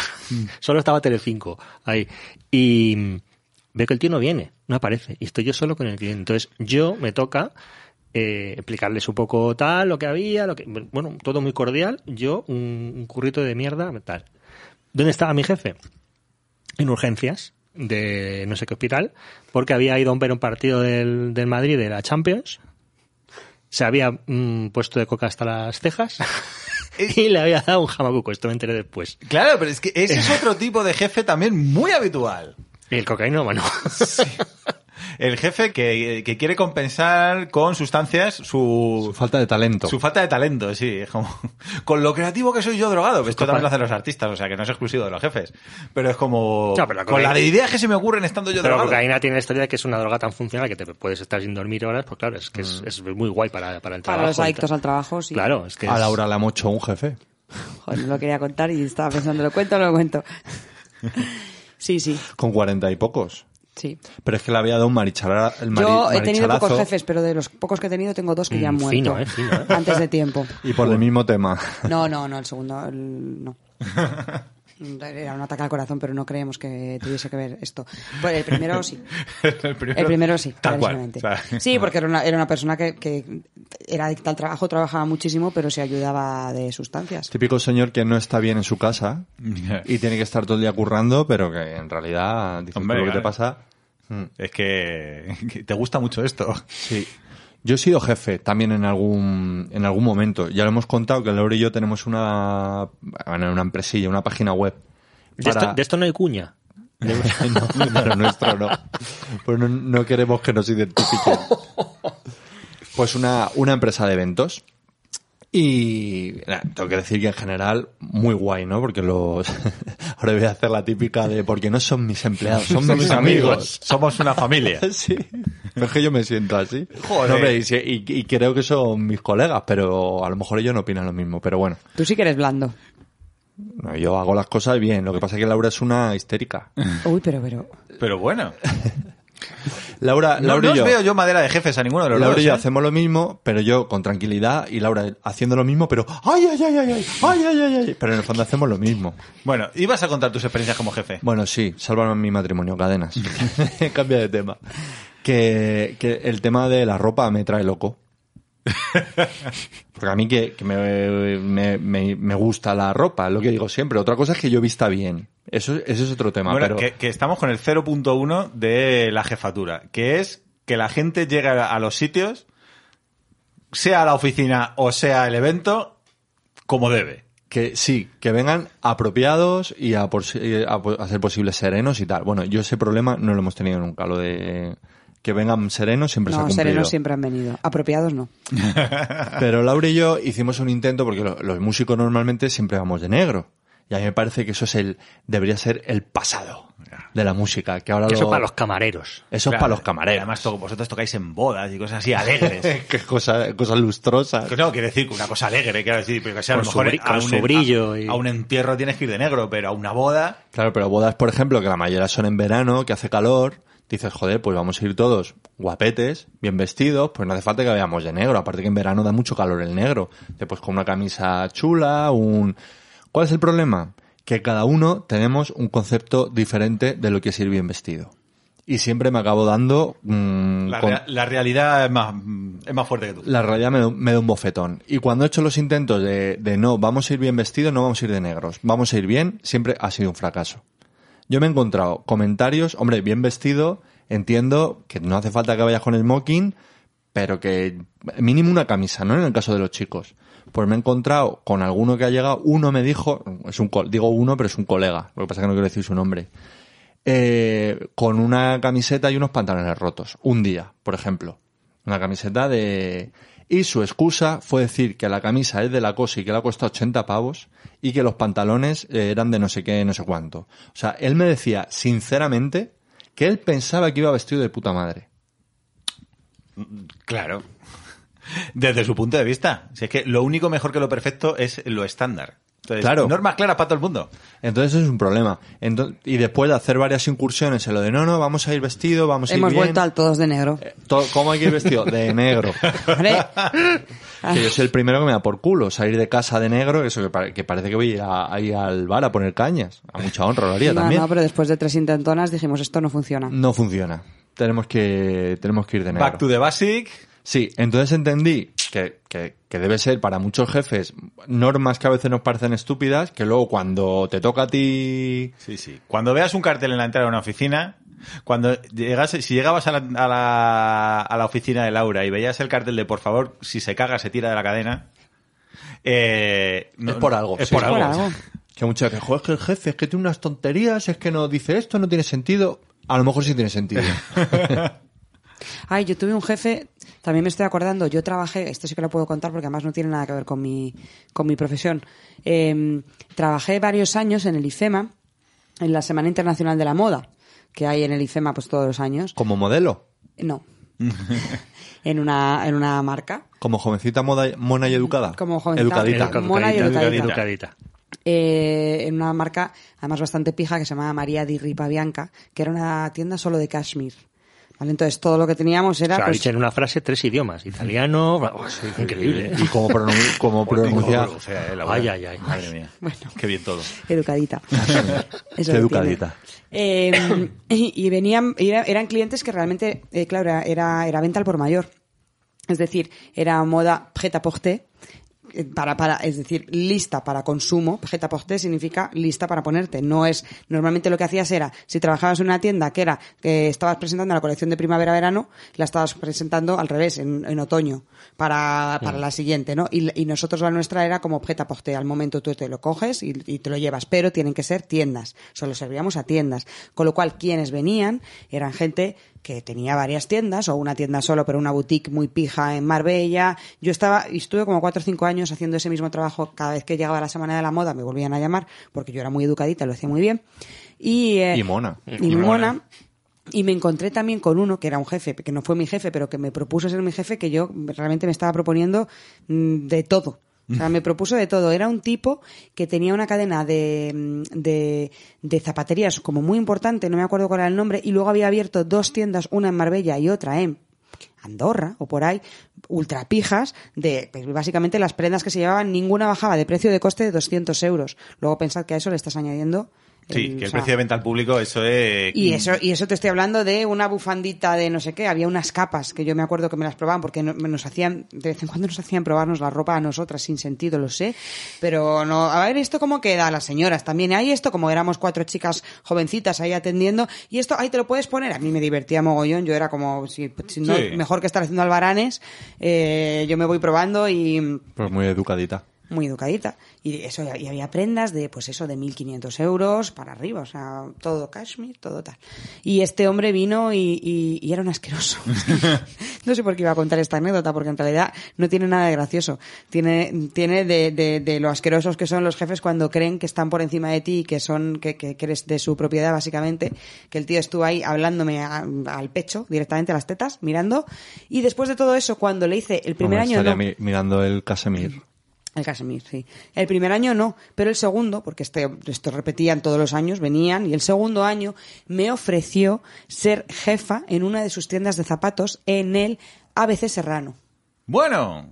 D: solo estaba Telecinco ahí. Y mm, veo que el tío no viene, no aparece. Y estoy yo solo con el cliente. Entonces yo me toca eh, explicarles un poco tal, lo que había, lo que bueno, todo muy cordial. Yo un, un currito de mierda, tal. ¿Dónde estaba mi jefe? En urgencias de no sé qué hospital, porque había ido a un- ver un partido del, del Madrid de la Champions. Se había mm, puesto de coca hasta las cejas y le había dado un jamacuco. Esto me enteré después.
C: Claro, pero es que ese es otro tipo de jefe también muy habitual.
D: El cocaíno, bueno.
C: El jefe que, que quiere compensar con sustancias su,
E: Falta de talento.
C: su falta de talento, sí. Es como, con lo creativo que soy yo drogado. que Esto también lo hacen los artistas, o sea, que no es exclusivo de los jefes. Pero es como,
D: No, pero la
C: con la
D: cocaína-
C: de ideas que se me ocurren estando yo
D: Pero la
C: drogado.
D: cocaína tiene la historia de que es una droga tan funcional que te puedes estar sin dormir horas, pues claro, es que es, es muy guay para, para el trabajo.
F: Para los
D: y tal.
F: adictos al trabajo, sí.
D: Claro, es que
E: A
D: es-
E: Laura la mocho un jefe.
F: Joder, no lo quería contar y estaba pensando, ¿lo cuento o no lo cuento? Sí, sí,
E: Con cuarenta y pocos.
F: sí.
E: Pero es que le había dado un marichalar, el mari-
F: Yo he tenido
E: marichalazo
F: pocos jefes, pero de los pocos que he tenido tengo dos que ya han
D: Mm,
F: muerto
D: fino, eh, fino, eh.
F: antes de tiempo.
E: Y por el mismo tema.
F: No, no, no, el segundo el- no. Era un ataque al corazón, pero no creemos que tuviese que ver esto. Pues el primero sí.
C: el,
F: El primero sí,
C: Tal cual.
F: clarísimamente.
C: O sea,
F: Sí, porque era una, era una persona que, que era adicta al trabajo, trabajaba muchísimo, pero se ayudaba de sustancias.
E: Típico señor que no está bien en su casa y tiene que estar todo el día currando, pero que en realidad dice,
C: Hombre,
E: "Tú lo
C: claro.
E: que te pasa.
C: es que, que te gusta mucho esto.
E: Sí. Yo he sido jefe también en algún, en algún momento. Ya lo hemos contado que Laura y yo tenemos una, bueno, una empresilla, una página web.
D: de,
E: para-
D: esto, de esto no hay cuña.
E: no, pero nuestro no. Pues no, no queremos que nos identifiquen. Pues una, una empresa de eventos. Y nah, tengo que decir que en general, muy guay, ¿no? Porque los. Ahora voy a hacer la típica de porque no son mis empleados, son, mis amigos.
C: Somos una familia.
E: Sí. Pero es que yo me siento así.
C: Joder.
E: No, hombre, y, si- y- y creo que son mis colegas, pero a lo mejor ellos no opinan lo mismo. Pero bueno,
F: Tú sí que eres blando.
E: no, yo hago las cosas bien. Lo que pasa es que Laura es una histérica.
F: Uy, pero, pero.
C: Pero bueno.
E: Laura,
C: No,
E: Laura
C: no
E: y
C: os
E: yo.
C: veo yo madera de jefes a ninguno de los
E: Laura
C: dos,
E: y yo
C: ¿eh?
E: hacemos lo mismo, pero yo con tranquilidad y Laura haciendo lo mismo, pero ay, ay, ay, ay, ay, ay, ay, ay, ay. Pero en el fondo hacemos lo mismo.
C: Bueno, ibas a contar tus experiencias como jefe.
E: Bueno, sí, sálvame mi matrimonio, cadenas. Cambia de tema. Que, que el tema de la ropa me trae loco. Porque a mí que, que me, me, me- me gusta la ropa, lo que digo siempre. Otra cosa es que yo vista bien. Eso, ese es otro tema.
C: Bueno,
E: pero...
C: que, que estamos con el 0.1 de la jefatura, que es que la gente llega a los sitios, sea la oficina o sea el evento, como debe.
E: Que sí, que vengan apropiados y a, por, eh, a, po- a ser posible serenos y tal. Bueno, yo ese problema no lo hemos tenido nunca, lo de que vengan serenos siempre se ha
F: No,
E: cumplido.
F: serenos siempre han venido. Apropiados no.
E: Pero Laura y yo hicimos un intento porque lo- los músicos normalmente siempre vamos de negro. Y a mí me parece que eso es el debería ser el pasado de la música, que ahora
D: Eso
E: lo-
D: para los camareros.
E: eso es
C: Claro,
E: para los camareros.
C: Además, to- vosotros tocáis en bodas y cosas así alegres.
E: que cosas cosas lustrosas.
C: Que no, quiere decir que una cosa alegre, quiero decir, pero que sea a lo
D: Con su
C: mejor
D: bri-
C: a,
D: con
C: un,
D: su brillo
C: a-
D: y-
C: a un entierro tienes que ir de negro, pero a una boda,
E: Claro, pero bodas, por ejemplo, que la mayoría son en verano, que hace calor, dices, joder, pues vamos a ir todos guapetes, bien vestidos, pues no hace falta que vayamos de negro, aparte que en verano da mucho calor el negro. Después con una camisa chula, un... ¿Cuál es el problema? Que cada uno tenemos un concepto diferente de lo que es ir bien vestido. y siempre me acabo dando mm,
I: La,
E: con-
I: rea- la realidad es más, mm, es más fuerte que tú.
E: la realidad me, da- me da un bofetón. Y cuando he hecho los intentos de, de no, vamos a ir bien vestidos, no vamos a ir de negros, vamos a ir bien, siempre ha sido un fracaso. Yo me he encontrado comentarios, hombre, bien vestido, entiendo que no hace falta que vayas con smoking, pero que mínimo una camisa, ¿no? En el caso de los chicos. Pues me he encontrado con alguno que ha llegado, uno me dijo, es un co- digo uno, pero es un colega, lo que pasa es que no quiero decir su nombre eh, con una camiseta y unos pantalones rotos. Un día, por ejemplo. Una camiseta de... Y su excusa fue decir que la camisa es de la cosa y que le ha costado 80 pavos y que los pantalones eh, eran de no sé qué, no sé cuánto. O sea, él me decía sinceramente que él pensaba que iba vestido de puta madre.
I: Claro. Desde su punto de vista. Si es que lo único mejor que lo perfecto es lo estándar. Entonces,
E: Claro.
I: normas claras para todo el mundo.
E: Entonces es un problema. Ento- y después de hacer varias incursiones en lo de no, no, vamos a ir vestido, vamos a ir
F: Hemos
E: bien.
F: vuelto al todos de negro.
E: Eh, to- ¿Cómo hay que ir vestido? De negro.
F: Hombre, Ah.
E: Que yo soy el primero que me da por culo salir de casa de negro, eso que, pare- que parece que voy a, a ir al bar a poner cañas. A mucha honra lo haría
F: no,
E: también.
F: no, pero después de tres intentonas dijimos esto no funciona.
E: No funciona. Tenemos que, tenemos que ir de negro.
I: Back to the basic.
E: Sí, entonces entendí que, que- que debe ser para muchos jefes normas que a veces nos parecen estúpidas, que luego cuando te toca a ti...
I: Sí, sí. Cuando veas un cartel en la entrada de una oficina, cuando llegas, si llegabas a la, a la- a la oficina de Laura y veías el cartel de por favor, si se caga, se tira de la cadena. eh, no-
E: Es por algo,
I: Es
E: sí,
I: por
E: es
I: algo.
F: por algo.
E: Que muchas veces, joder, es que el jefe es que tiene unas tonterías, es que no dice esto, no tiene sentido. A lo mejor sí tiene sentido.
F: Ay, yo tuve un jefe, también me estoy acordando, yo trabajé, esto sí que lo puedo contar porque además no tiene nada que ver con mi, con mi profesión. Eh, trabajé varios años en el IFEMA, en la Semana Internacional de la Moda, que hay en el IFEMA pues todos los años.
E: Como modelo,
F: No. en, una, en una marca.
E: como jovencita moda- mona y educada.
F: Como jovencita
E: Educadita.
F: educada. Mona y educadita.
D: Educadita.
F: eh, en una marca además bastante pija que se llamaba María di Ripabianca, que era una tienda solo de cashmere. ¿Vale? Entonces todo lo que teníamos
D: O
F: era
D: sea, ha
F: pues,
D: dicho en una frase tres idiomas. Italiano... oh, sí, increíble.
E: Y como, pronun- como pronunciar.
I: O sea, la
D: Ay,
I: verdad.
D: ay, ay.
I: Madre mía.
F: Bueno.
I: Qué bien todo.
F: educadita. Eso
E: Qué
F: lo
E: educadita.
F: tiene. Eh, y y venían, era- eran clientes que realmente, eh, claro, era, era, era venta al por mayor. Es decir, era moda prêt-à-porter, eh, para, para, es decir, lista para consumo. Prêt-à-porter significa lista para ponerte. No es, normalmente lo que hacías era, si trabajabas en una tienda que era, que estabas presentando la colección de primavera-verano, la estabas presentando al revés, en, en otoño, para,
E: Mm.
F: para la siguiente, ¿no? Y, y nosotros la nuestra era como prêt-à-porter. Al momento tú te lo coges y, y te lo llevas, pero tienen que ser tiendas. Solo servíamos a tiendas. Con lo cual, quienes venían eran gente que tenía varias tiendas, o una tienda solo, pero una boutique muy pija en Marbella. Yo estaba, y estuve como cuatro o cinco años haciendo ese mismo trabajo. Cada vez que llegaba la semana de la moda me volvían a llamar, porque yo era muy educadita, lo hacía muy bien. Y, eh,
E: Y mona.
F: y mona. Y me encontré también con uno que era un jefe, que no fue mi jefe, pero que me propuso ser mi jefe, que yo realmente me estaba proponiendo mm, de todo. O sea, me propuso de todo. Era un tipo que tenía una cadena de, mm, de, de zapaterías como muy importante, no me acuerdo cuál era el nombre, y luego había abierto dos tiendas, una en Marbella y otra en Andorra o por ahí, ultrapijas de pues, básicamente las prendas que se llevaban, ninguna bajaba de precio de coste de 200 euros. Luego pensad que a eso le estás añadiendo...
I: Sí, que
F: o
I: el
F: sea,
I: precio de venta al público, eso es.
F: y eso, y eso te estoy hablando de una bufandita de no sé qué. Había unas capas que yo me acuerdo que me las probaban porque no- nos hacían, de vez en cuando nos hacían probarnos la ropa a nosotras sin sentido, lo sé. Pero no, a ver esto cómo queda a las señoras también. Ahí esto, como éramos cuatro chicas jovencitas ahí atendiendo, y esto ahí te lo puedes poner. A mí me divertía mogollón, yo era como, si, si no,
I: Sí.
F: mejor que estar haciendo albaranes, eh, yo me voy probando y,
E: Pues muy educadita.
F: muy educadita. Y eso y había prendas de, pues eso, de 1.500 euros para arriba, o sea, todo cashmere, todo tal. Y este hombre vino y, y- y era un asqueroso. no sé por qué iba a contar esta anécdota, porque en realidad no tiene nada de gracioso. Tiene, tiene de, de- de lo asquerosos que son los jefes cuando creen que están por encima de ti y que son, que, que- que eres de su propiedad, básicamente. Que el tío estuvo ahí hablándome a- al pecho, directamente a las tetas, mirando. Y después de todo eso, cuando le hice el primer
E: Hombre,
F: año...
E: estaría
F: no-
E: mi- mirando el Casemir.
F: el Casimir, sí. El primer año no, pero el segundo, porque este, esto repetían todos los años, venían, y el segundo año me ofreció ser jefa en una de sus tiendas de zapatos en el ABC Serrano.
I: Bueno.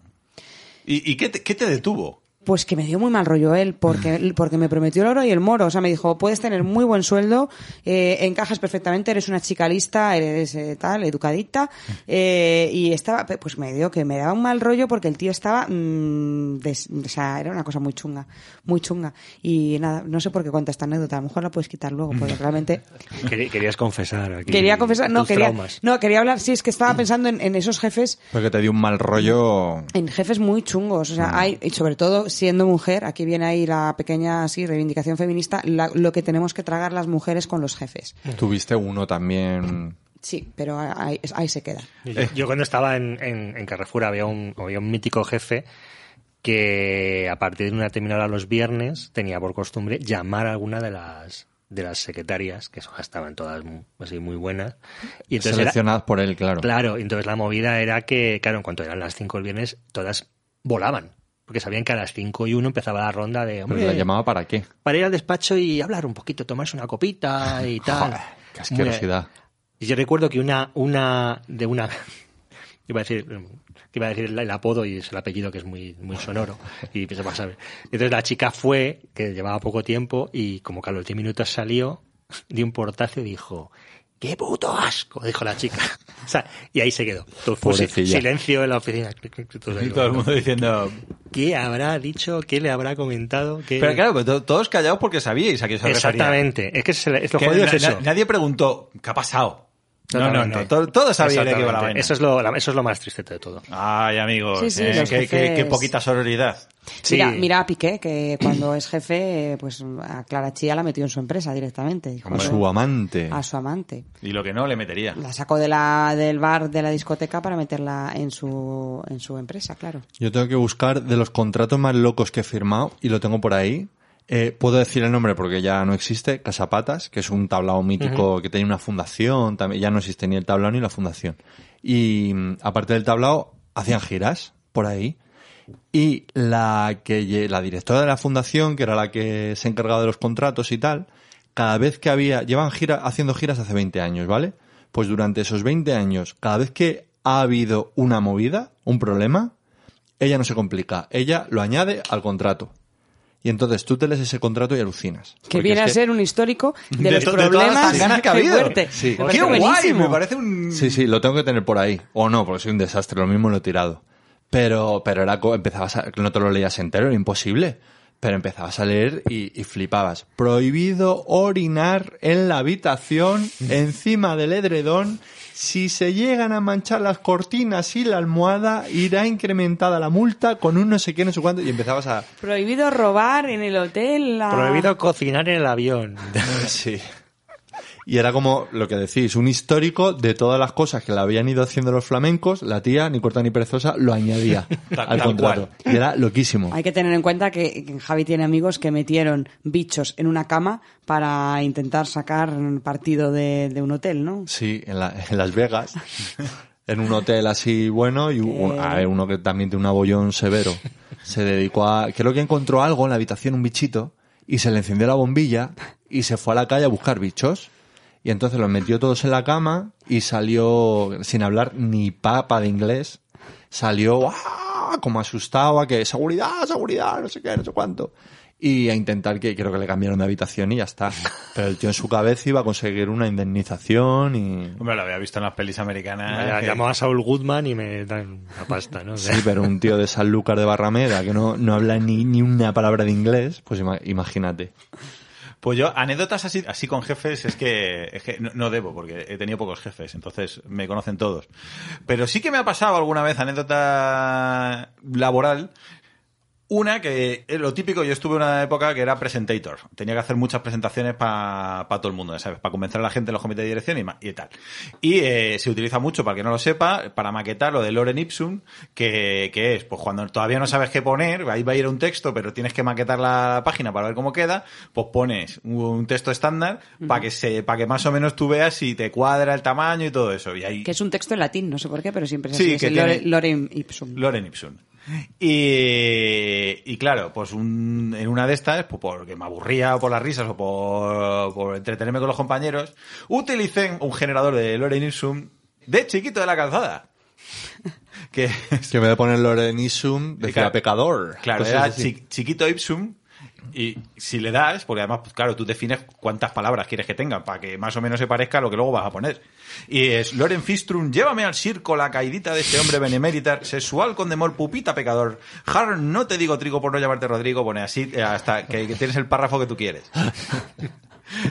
I: ¿Y, y qué, te, qué te detuvo?
F: Pues que me dio muy mal rollo él,
D: Mm.
F: porque, porque me prometió el oro y el moro. O sea, me dijo, puedes tener muy buen sueldo, eh, encajas perfectamente, eres una chica lista, eres eh, tal, educadita.
D: Mm.
F: eh, y estaba, pe- pues me dio que me daba un mal rollo porque el tío estaba, mm, des- o sea, era una cosa muy chunga, muy chunga. Y nada, no sé por qué cuento esta anécdota, a lo mejor la puedes quitar luego, porque realmente
D: Queri- Querías confesar. aquí
F: quería confesar, no,
D: tus
F: quería,
D: traumas.
F: no, quería hablar, sí, es que estaba pensando en- en esos jefes
E: Porque te dio un mal rollo.
F: en jefes muy chungos, o sea, hay, y sobre todo siendo mujer, aquí viene ahí la pequeña así reivindicación feminista, la- lo que tenemos que tragar las mujeres con los jefes.
E: Tuviste uno también.
F: Sí, pero ahí, ahí se queda.
D: Yo, yo cuando estaba en, en- en Carrefour había un, había un mítico jefe que a partir de una terminal a los viernes tenía por costumbre llamar a alguna de las de las secretarias, que eso estaban todas mu- así muy buenas. Y entonces era-
E: Seleccionadas por él, claro.
D: Claro, y entonces la movida era que, claro, en cuanto eran las 5 el viernes, todas volaban. Porque sabían que a las 5 y 1 empezaba la ronda de.
E: Pero
D: Hombre,
E: Pues la llamaba para qué.
D: para ir al despacho y hablar un poquito, tomarse una copita y tal.
E: Joder, qué asquerosidad.
D: Y yo recuerdo que una, una, de una, iba a decir, que iba a decir el, el apodo y es el apellido que es muy, muy sonoro y pienso más saber. Entonces la chica fue, que llevaba poco tiempo y como que a los 10 minutos salió, dio un portazo y dijo, ¡qué puto asco! dijo la chica. O sea, y ahí se quedó. Entonces fue si-
E: Pobrecilla.
D: silencio en la oficina.
C: Y todo el mundo diciendo...
D: ¿Qué habrá dicho? ¿Qué le habrá comentado? ¿Qué-
C: Pero claro, pues, to- todos callados porque sabíais a qué se refería.
D: Exactamente. Es que es, el- es lo
C: Que
D: jodido es
C: na-
D: eso.
C: na- nadie preguntó, ¿qué ha pasado? No, no,
D: Totalmente.
C: no. Todo, todo sabía de qué iba la
D: Exactamente.
C: vaina.
D: Eso es, lo, la- eso es lo más triste de todo.
C: Ay, amigos,
F: Sí, sí,
C: eh,
F: los
C: qué, qué- qué
F: jefes.
C: poquita sororidad.
F: Mira, mira a Piqué, que cuando es jefe, eh, pues a Clara Chía la metió en su empresa directamente. Dijo,
E: A
F: "Yo-
E: su amante.
F: a su amante.
C: Y lo que no le metería.
F: La sacó de la, del bar de la discoteca para meterla en su, en su empresa, claro.
E: Yo tengo que buscar de los contratos más locos que he firmado y lo tengo por ahí. Eh, puedo decir el nombre porque ya no existe, Casapatas, que es un tablao mítico que tenía una fundación, también ya no existe ni el tablao ni la fundación. Y mm, aparte del tablao, hacían giras por ahí. Y la que lle- la directora de la fundación, que era la que se encargaba de los contratos y tal, cada vez que había, llevan gira, haciendo giras hace 20 años, ¿vale? Pues durante esos 20 años, cada vez que ha habido una movida, un problema, ella no se complica, ella lo añade al contrato. Y entonces tú te lees ese contrato y alucinas.
F: Que
E: Porque
F: viene
E: es
F: a ser un histórico de, los
C: to- todas las
F: problemas
C: tanganas que ha
F: Qué
C: habido.
F: fuerte.
E: Sí.
F: Me
E: Qué
F: parece
C: ¡Qué guay!
F: buenísimo.
C: Me parece un...
E: Sí, sí, lo tengo que tener por ahí. O no, porque soy un desastre, lo mismo lo he tirado. Pero, pero era, co- empezabas a, no te lo leías entero, era imposible. Pero empezabas a leer y, y flipabas. Prohibido orinar en la habitación, encima del edredón. Si se llegan a manchar las cortinas y la almohada, irá incrementada la multa con un no sé qué, no sé cuánto. Y empezabas a...
F: Prohibido robar en el hotel. la-
D: Prohibido cocinar en el avión.
E: Sí. Y era como lo que decís, un histórico de todas las cosas que le habían ido haciendo los flamencos, la tía, ni corta ni perezosa, lo añadía
C: Tal-
E: al
C: tal
E: contrato. Y era loquísimo.
F: Hay que tener en cuenta que, que Javi tiene amigos que metieron bichos en una cama para intentar sacar partido de, de un hotel, ¿no?
E: Sí, en, la- en Las Vegas, en un hotel así bueno, y un- a ver, uno que también tiene un abollón severo, se dedicó a... Creo que encontró algo en la habitación, un bichito, y se le encendió la bombilla y se fue a la calle a buscar bichos. Y entonces los metió todos en la cama y salió, sin hablar ni papa de inglés, salió ¡ah! como asustado a que seguridad, seguridad, no sé qué, no sé cuánto. Y a intentar que creo que le cambiaron de habitación y ya está. Pero el tío en su cabeza iba a conseguir una indemnización y...
C: Hombre, lo había visto en las pelis americanas.
D: Ya
C: que-
D: Llamaba a Saul Goodman y me dan la pasta, ¿no? O sea,
E: Sí, pero un tío de Sanlúcar de Barrameda que no, no habla ni, ni una palabra de inglés, pues ima- imagínate.
C: Pues yo, anécdotas así, así con jefes es que, es que no, no debo, porque he tenido pocos jefes, entonces me conocen todos. Pero sí que me ha pasado alguna vez anécdota laboral. Una que, eh, lo típico, yo estuve en una época que era presentator. Tenía que hacer muchas presentaciones para todo el mundo, ya ¿sabes? Para convencer a la gente en los comités de dirección y, ma- y tal. Y eh, se utiliza mucho, para el que no lo sepa, para maquetar lo de Loren Ipsum, que, que es, pues cuando todavía no sabes qué poner, ahí va a ir un texto, pero tienes que maquetar la página para ver cómo queda, pues pones un, un texto estándar para que se, para que más o menos tú veas si te cuadra el tamaño y todo eso. Y ahí,
F: Que es un texto en latín, no sé por qué, pero siempre es
C: Sí,
F: así. es
C: que
F: el lore-
C: tiene-
F: lorem ipsum.
C: Loren Ipsum. Y, y claro, pues un- en una de estas, pues porque me aburría o por las risas o por, por entretenerme con los compañeros, utilicé un generador de Loren Ipsum de chiquito de la calzada. que
E: Que me voy a poner Lorenisum,
C: Sí,
E: decía
C: claro.
E: pecador.
C: Claro,
E: Cosas
C: era
E: así.
C: chi- chiquito ipsum. Y si le das, porque además, pues, claro, tú defines cuántas palabras quieres que tengan para que más o menos se parezca a lo que luego vas a poner. Y es Loren Fistrum, llévame al circo la caidita de este hombre benemérita, sexual con demor, pupita pecador. Har, no te digo trigo por no llamarte Rodrigo, pone así eh, hasta que, que tienes el párrafo que tú quieres.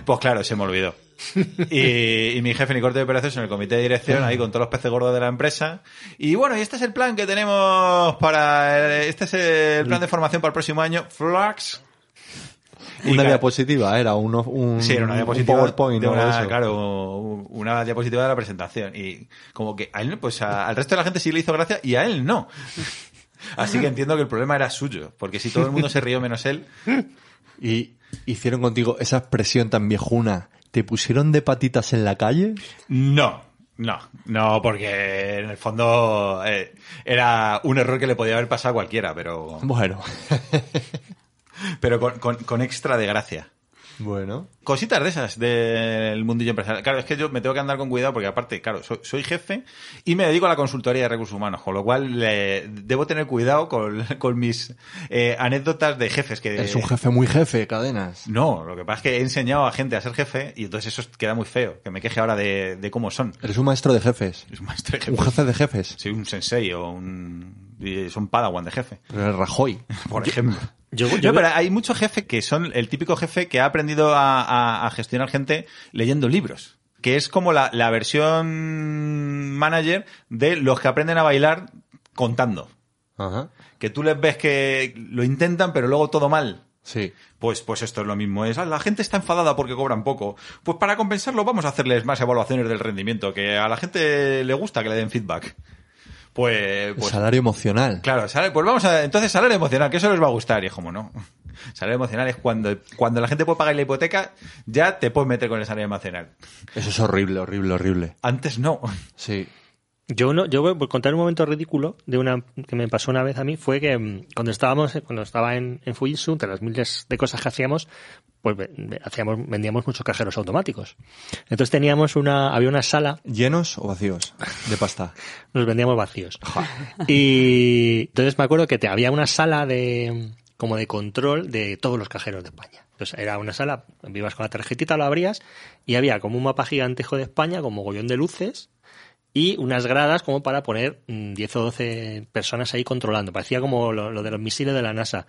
C: Pues claro, se me olvidó. Y, y mi jefe, mi corte de operaciones en el comité de dirección, ahí con todos los peces gordos de la empresa. Y bueno, y este es el plan que tenemos para. el- este es el plan de formación para el próximo año. Flux. Y
E: Una
C: ca-
E: diapositiva, era uno- un,
C: Sí, era una
E: un
C: diapositiva.
E: PowerPoint
C: de
E: o algo de
C: una,
E: eso.
C: Claro, un- una diapositiva de la presentación. Y como que a él, pues a- al resto de la gente sí le hizo gracia y a él no. Así que entiendo que el problema era suyo. Porque si todo el mundo se rió menos él,
E: Y hicieron contigo esa expresión tan viejuna. ¿Te pusieron de patitas en la calle?
C: No, no, no, porque en el fondo eh, era un error que le podía haber pasado a cualquiera, pero,
E: Bueno,
C: pero con, con- con extra de gracia.
E: bueno.
C: Cositas de esas del mundillo empresarial. Claro, es que yo me tengo que andar con cuidado porque aparte, claro, so- soy, jefe y me dedico a la consultoría de recursos humanos, con lo cual eh, debo tener cuidado con, con mis eh, anécdotas de jefes que...
E: Es un jefe muy jefe, cadenas.
C: No, lo que pasa es que he enseñado a gente a ser jefe y entonces eso queda muy feo, que me queje ahora de, de cómo son.
E: Eres un maestro de jefes.
C: Es un maestro de
E: Un
C: jefes.
E: jefe de jefes.
C: Sí, un sensei o un... y Son padawan de jefe,
E: Pero eres Rajoy.
C: por ejemplo.
D: yo- yo
C: No,
D: ve-
C: pero hay muchos jefes que son el típico jefe que ha aprendido a, a- a gestionar gente leyendo libros. Que es como la, la versión manager de los que aprenden a bailar contando.
E: Ajá.
C: Que tú les ves que lo intentan, pero luego todo mal.
E: Sí.
C: Pues, pues esto es lo mismo. Es, "Ah, la gente está enfadada porque cobran poco. Pues para compensarlo vamos a hacerles más evaluaciones del rendimiento, que a la gente le gusta que le den feedback. Pues,
E: El
C: pues
E: Salario emocional.
C: Claro, sale- pues vamos a, entonces salario emocional, que eso les va a gustar, y es como no. Salario emocional es cuando, cuando la gente puede pagar la hipoteca, ya te puedes meter con el salario emocional.
E: Eso es horrible, horrible, horrible.
C: Antes no.
E: Sí.
D: Yo, no, yo voy a contar un momento ridículo de una que me pasó una vez a mí. Fue que mm, cuando estábamos, cuando estaba en, en Fujitsu, de las miles de cosas que hacíamos, pues ve- ve- hacíamos, vendíamos muchos cajeros automáticos. Entonces teníamos una, había una sala,
E: ¿Llenos o vacíos? De pasta.
D: nos vendíamos vacíos. Y entonces me acuerdo que te, había una sala de como de control de todos los cajeros de España. Entonces era una sala, vivas con la tarjetita, lo abrías y había como un mapa gigantejo de España con mogollón de luces y unas gradas como para poner mm, 10 o 12 personas ahí controlando. Parecía como lo, lo de los misiles de la NASA.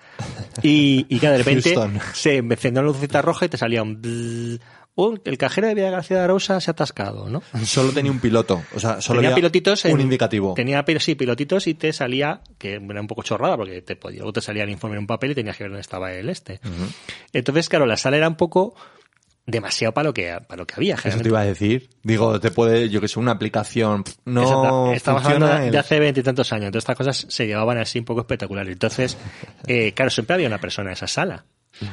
D: Y, y que de repente
E: Houston.
D: se encendió la lucecita roja y te salía un... bzzz. "Oh, el cajero de Villa García de Arosa se ha atascado, ¿no?
E: Solo tenía un piloto. O sea, solo
D: tenía
E: había
D: pilotitos
E: un
D: en-
E: indicativo.
D: tenía pil- sí pilotitos y te salía que era un poco chorrada porque te podía luego te salía el informe en un papel y tenías que ver dónde estaba el este entonces claro la sala era un poco demasiado para lo que para lo que había
E: Eso te
D: generalmente.
E: iba a decir. Digo, te puede, yo que sé, una aplicación. pff, No,
D: Exacto. Estamos
E: funciona
D: hablando de-
E: el-
D: de hace veintitantos años, entonces estas cosas se llevaban así un poco espectaculares. Entonces, eh, claro, siempre había una persona en esa sala.
E: Mm.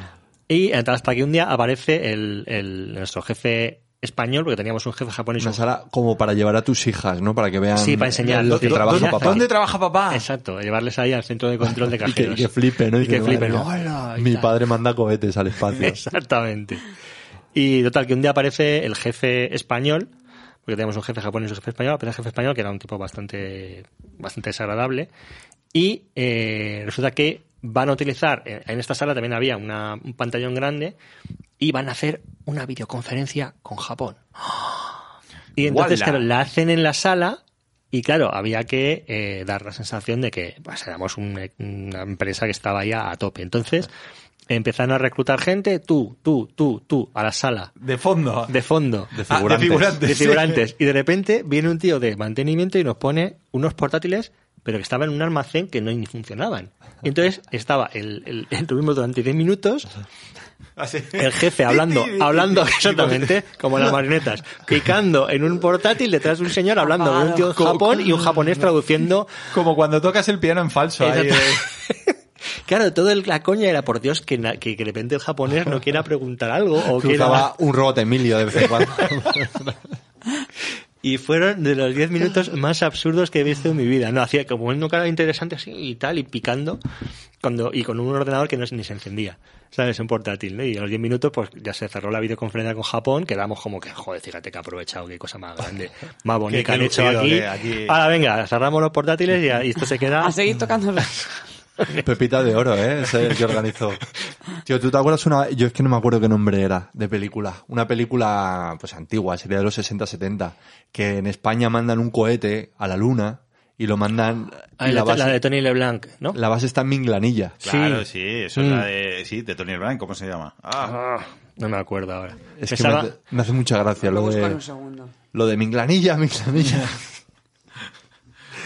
D: Y hasta que un día aparece el, el- nuestro jefe español, porque teníamos un jefe japonés. y
E: Una
D: un-
E: sala como para llevar a tus hijas, ¿no? Para que vean
D: Sí, para enseñar
E: lo
D: lo
E: que
D: que-
E: trabaja
D: ¿dónde-
E: papá.
C: ¿Dónde trabaja papá?
D: eh, Exacto, llevarles ahí al centro de control de
E: Ah. y, que,
D: cajeros.
E: y que flipen, ¿no?
D: Y
E: Dicen,
D: que flipen.
E: "Madre mía,
D: "Hola", y
E: Mi
D: tal.
E: padre manda cohetes al espacio.
D: Exactamente. Y total, que un día aparece el jefe español, porque teníamos un jefe japonés y un jefe español, aparece el jefe español, que era un tipo bastante, bastante desagradable, y eh, resulta que van a utilizar, eh, en esta sala también había una- un pantallón grande, y van a hacer una videoconferencia con Japón. Y entonces,
C: ¡Wala!
D: claro, la hacen en la sala y, claro, había que eh, dar la sensación de que pues, éramos un- una empresa que estaba ya a tope. Entonces, empezaron a reclutar gente, tú, tú, tú, tú, a la sala,
C: De fondo.
D: de fondo.
E: De
C: Ah,
E: figurantes.
C: figurantes,
D: De
C: sí.
D: figurantes. Y de repente viene un tío de mantenimiento y nos pone unos portátiles, pero que estaban en un almacén que no ni funcionaban. Y entonces estaba el, el, tuvimos durante 10 minutos
C: Así.
D: el jefe hablando, hablando exactamente como las marionetas, picando en un portátil detrás de un señor hablando de un tío en Japón y un japonés traduciendo.
C: Como cuando tocas el piano en falso. ahí,
D: Exacto.
C: eh.
D: Claro, todo el- la coña era por Dios que, na- que de repente el japonés no quiera preguntar algo o quiera.
E: Cruzaba un robot Emilio de vez en cuando.
D: Y fueron de los 10 minutos más absurdos que he visto en mi vida. No, hacía como un cara interesante así y tal, y picando, cuando, y con un ordenador que no se- ni se encendía. ¿Sabes? Un portátil, ¿no? Y a los 10 minutos, pues ya se cerró la videoconferencia con Japón, quedamos como que, joder, fíjate que ha aprovechado, qué cosa más grande, más bonita
I: qué
D: han hecho
I: lucido,
D: aquí.
I: que aquí-
D: Ahora venga, cerramos los portátiles y, y esto se queda.
F: A seguir tocándolo.
E: Pepita de oro, ¿eh? Ese es el que organizó. Tío, ¿tú te acuerdas una...? Yo es que no me acuerdo qué nombre era de película. Una película, pues, antigua, sería de los 60-70, que en España mandan un cohete a la luna y lo mandan...
D: Ah,
E: y
D: la,
E: la base,
D: la de Tony LeBlanc, ¿no?
E: la base está en Minglanilla.
I: Claro, sí, eso es
D: Mm.
I: la de, sí, de Tony Blanc, ¿cómo se llama? Ah,
D: Ah, no me acuerdo ahora.
E: Es que me,
D: Pensaba-
E: hace- me hace mucha gracia
F: Lo
E: lo
F: busco en
E: de,
F: un segundo.
E: lo de Minglanilla, Minglanilla.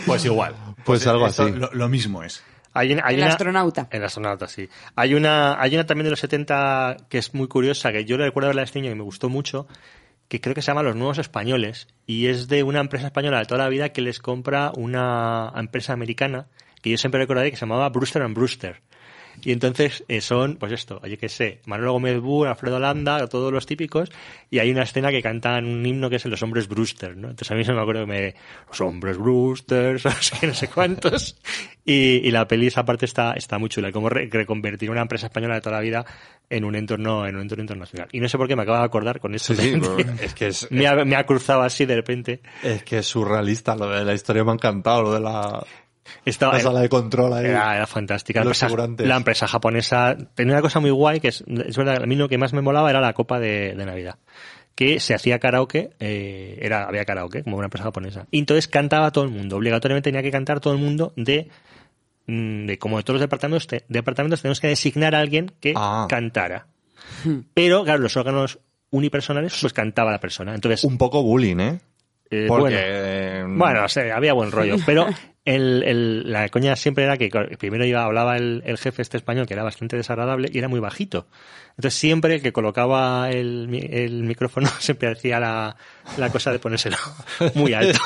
I: pues igual.
E: Pues algo
I: eso
E: así.
I: Lo, lo mismo es.
D: Hay, un- hay
F: El
D: una-
F: astronauta.
D: El astronauta, sí. Hay una, hay una también de los 70 que es muy curiosa, que yo la recuerdo verla este niño y me gustó mucho, que creo que se llama Los Nuevos Españoles, y es de una empresa española de toda la vida que les compra una empresa americana, que yo siempre recordaré que se llamaba Brewster and Brewster. Y entonces eh, son, pues esto, yo qué sé, Manuel Gómez Bú, Alfredo Landa, todos los típicos, y hay una escena que cantan un himno que es el Los Hombres Brewster, ¿no? Entonces a mí se me acuerdo que me... Los Hombres Brewster, no sé qué, no sé cuántos. Y, y la peli, esa parte está, está muy chula, como re- reconvertir una empresa española de toda la vida en un entorno, en un entorno internacional. Y no sé por qué me acabo de acordar con esto.
E: Sí, sí,
D: de-
E: pero es que es-
D: me, ha, me ha cruzado así de repente.
E: Es que es surrealista lo de la historia, me ha encantado lo de la,
D: Estaba,
E: la sala de control ahí.
D: Era, era fantástica. La
E: Los
D: empresa,
E: figurantes.
D: la empresa japonesa tenía una cosa muy guay, que es, es verdad, a mí lo que más me molaba era la copa de, de Navidad. Que se hacía karaoke, eh, era, había karaoke, como una empresa japonesa. Y entonces cantaba todo el mundo, obligatoriamente tenía que cantar todo el mundo de, mm, de como de todos los departamentos, te- departamentos tenemos que designar a alguien que
E: Ah.
D: cantara. Pero, claro, los órganos unipersonales, pues cantaba la persona. Entonces,
E: Un poco bullying, ¿eh?
D: eh,
E: Porque...
D: bueno.
E: eh,
D: Bueno, o sea, había buen rollo, pero el, el- la coña siempre era que claro, primero iba, hablaba el, el jefe este español, que era bastante desagradable, y era muy bajito. Entonces siempre el que colocaba el, mi- el micrófono siempre hacía la, la cosa de ponérselo muy alto.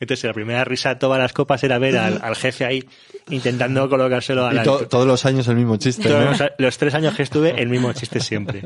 D: Entonces la primera risa de todas las copas era ver al, al jefe ahí intentando colocárselo a
E: Y
D: la
E: to- todos los años el mismo chiste,
D: todos
E: ¿no?
D: los, los tres años que estuve, el mismo chiste siempre.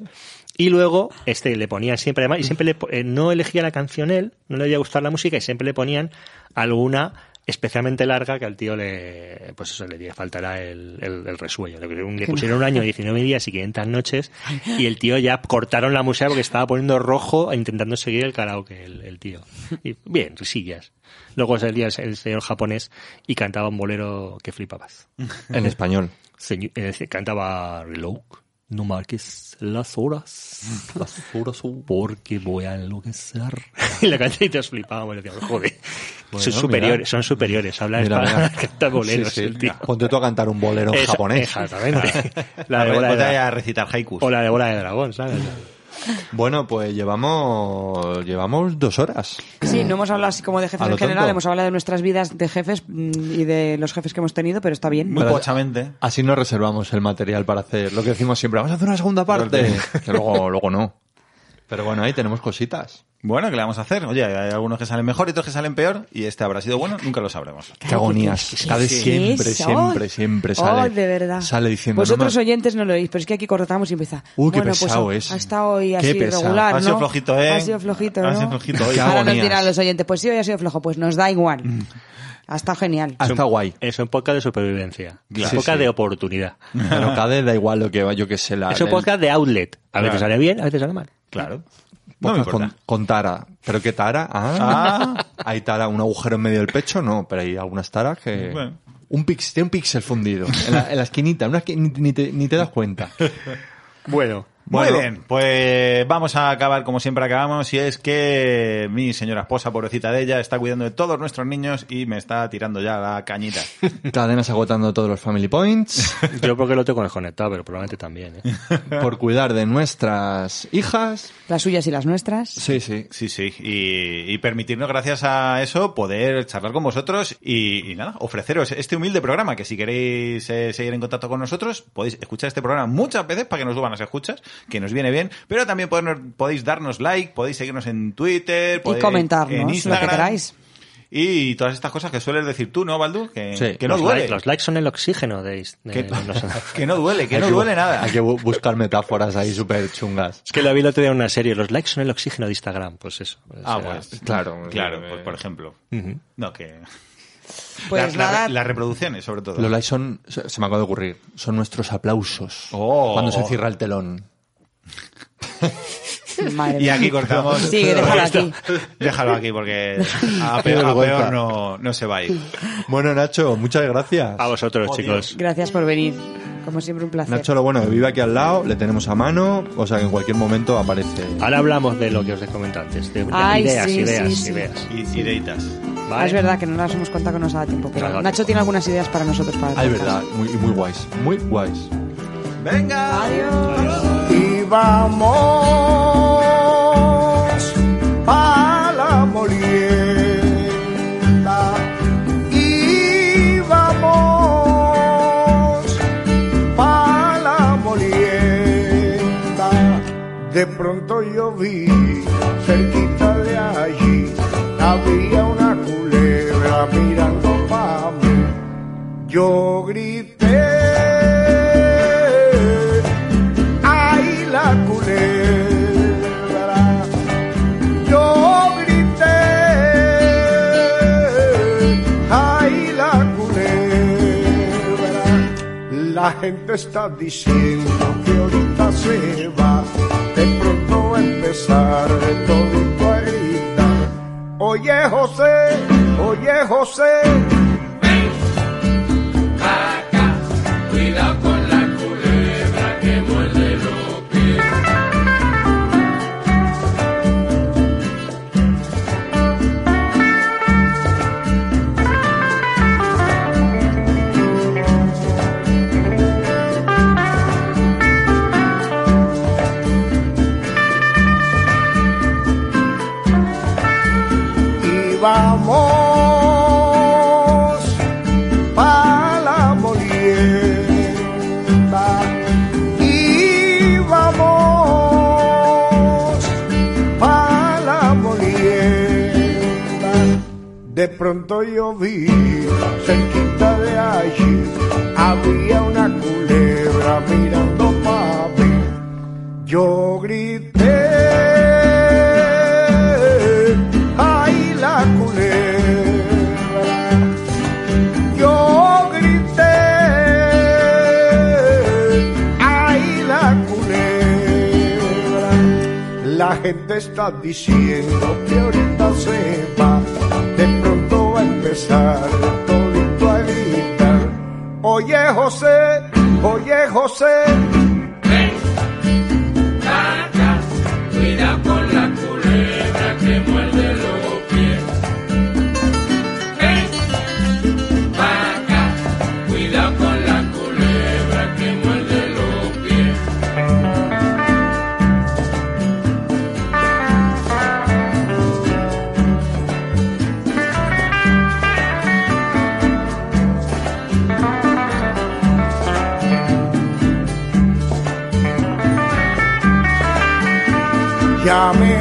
D: Y luego, este, le ponían siempre, además, y siempre le po- eh, no elegía la canción él, no le iba a gustar la música, y siempre le ponían alguna especialmente larga que al tío le, pues eso, le di- faltará el, el, el resuello. Le, le pusieron un año, 19 días y 500 noches, y el tío ya cortaron la música porque estaba poniendo rojo e intentando seguir el karaoke, el, el tío. Y bien, risillas. Luego salía el, el señor japonés y cantaba un bolero que flipabas.
E: En español.
D: Señor- eh, se- cantaba Reload. No marques las horas. Las horas son porque voy a enloquecer. y la cantante flipaba, le decíamos, joder. son
E: Ah. mira.
D: superiores, son superiores. Habla
E: Mira,
D: español,
E: mira.
D: canta boleros
E: Sí, sí.
D: el tío.
E: Ponte tú a cantar un bolero
D: Esa-
E: japonés.
D: Exactamente. la de
I: Ahora
D: bola de
I: voy
D: dra-
I: a recitar haikus.
D: o la de bola de dragón, ¿sabes?
E: Bueno, pues llevamos llevamos dos horas.
F: Sí, no hemos hablado así como de jefes
E: A lo
F: en general,
E: tonto.
F: hemos hablado de nuestras vidas de jefes mm, y de los jefes que hemos tenido, pero está bien.
I: Muy pochamente.
E: Así nos reservamos el material para hacer lo que decimos siempre. Vamos a hacer una segunda parte. que luego, luego no. Pero bueno, ahí tenemos cositas.
I: Bueno, ¿qué le vamos a hacer? Oye, hay algunos que salen mejor y otros que salen peor, y este habrá sido bueno, nunca lo sabremos.
E: Qué agonías. Cada vez
F: Sí,
E: siempre,
F: sí,
E: siempre,
F: oh.
E: siempre sale.
F: Oh, de verdad.
E: Sale diciendo. no me-
F: Vosotros oyentes no lo oís, pero es que aquí cortamos y empieza.
E: Uy, qué
F: bueno,
E: pesado
F: pues,
E: es.
F: Ha estado hoy
E: Qué
F: así
E: pesado.
F: regular,
I: Ha
F: ¿no?
I: sido flojito, ¿eh?
F: Ha sido flojito,
I: Ha
F: ¿no?
I: sido flojito hoy.
E: Qué
F: Ahora nos
E: agonías.
F: dirán los oyentes, pues sí, hoy ha sido flojo. Pues nos da igual. Ha estado genial.
E: Ah, está guay.
D: Eso en poca de supervivencia.
E: Claro.
D: Es poca
E: Sí, sí.
D: de oportunidad.
E: Pero cada vez da igual lo que va, yo que sé. La,
D: Eso
E: la-
D: podcast de outlet. A veces
I: Claro.
D: sale bien, a veces sale mal.
I: Claro. No me
E: Podcast
I: importa.
E: con, con Tara. ¿Pero qué Tara? Ah, Hay Tara, un agujero en medio del pecho, no, pero hay algunas Taras que...
I: Bueno.
E: Un pix, tiene un píxel fundido en la, en la esquinita, una esqui- ni, ni te, ni te das cuenta.
D: Bueno.
E: Bueno.
I: Muy bien, pues vamos a acabar como siempre acabamos y es que mi señora esposa, pobrecita de ella, está cuidando de todos nuestros niños y me está tirando ya la cañita.
E: Cadenas agotando todos los family points
D: Yo porque lo tengo desconectado, pero probablemente también, ¿eh?
E: por cuidar de nuestras hijas.
F: Las suyas y las nuestras.
E: Sí, sí.
I: Sí, sí, y, y permitirnos gracias a eso poder charlar con vosotros y, y nada, ofreceros este humilde programa que si queréis eh, seguir en contacto con nosotros podéis escuchar este programa muchas veces para que nos suban las escuchas, que nos viene bien, pero también podernos- podéis darnos like, podéis seguirnos en Twitter,
F: Y
I: podéis, pues, en
F: comentarnos lo que
I: Instagram.
F: queráis.
I: y todas estas cosas que sueles decir tú, ¿no, Baldu? Que,
E: Sí,
I: que no
D: los,
I: duele.
D: likes, los likes son el oxígeno de, de-
I: que,
D: de los-
I: que no duele, que
E: Hay
I: no
E: bu-
I: duele nada.
E: Hay que bu- buscar metáforas ahí súper chungas.
D: Es que lo vi el otro día en una serie. Los likes son el oxígeno de Instagram. Pues eso.
I: Ah,
D: O sea,
I: pues.
E: Claro,
I: Claro,
E: eh,
I: pues, por ejemplo. No, que.
F: Pues
I: Las- la-
F: nada.
I: las reproducciones, sobre todo.
E: Los likes son, se se me acaba de ocurrir, son nuestros aplausos.
I: Oh.
E: Cuando se cierra el telón.
F: Madre
I: Y
F: mía.
I: aquí cortamos.
F: Sigue, déjalo aquí.
I: Déjalo aquí porque a peor, a
E: vergüenza.
I: peor no, no se va a ir.
E: Bueno, Nacho, muchas gracias.
D: A vosotros, chicos.
F: Gracias por venir. Como siempre, un placer.
E: Nacho, lo bueno, que vive aquí al lado, le tenemos a mano, o sea que en cualquier momento aparece.
D: Ahora hablamos de lo que os he comentado antes. De, de
F: Ay,
D: ideas,
F: sí,
D: ideas,
F: sí, sí.
D: ideas.
I: Y, y deitas.
D: ¿Vale?
F: Ah, Es verdad que no las hemos contado que no nos da tiempo, pero
D: No da
F: Nacho
D: tiempo.
F: tiene algunas ideas para nosotros para el
E: Ah, es
F: podcast.
E: verdad, muy, y muy guays, muy guays.
I: ¡Venga!
G: y vamos a la molienda y vamos a la molienda de pronto yo vi cerquita de allí había una culebra mirando para mí yo grité ay la culebra. Yo grité, ay la culebra. La gente está diciendo que ahorita se va, de pronto va a empezar todo a gritar. Oye José, oye José. y vamos para la molienda y vamos para la molienda de pronto yo vi cerquita de allí había una culebra mirando para mí yo grité, ay la culebra. Yo grité, ay la culebra. La gente está diciendo que ahorita se va, de pronto va a empezar todito a gritar. Oye José, oye José. Llamé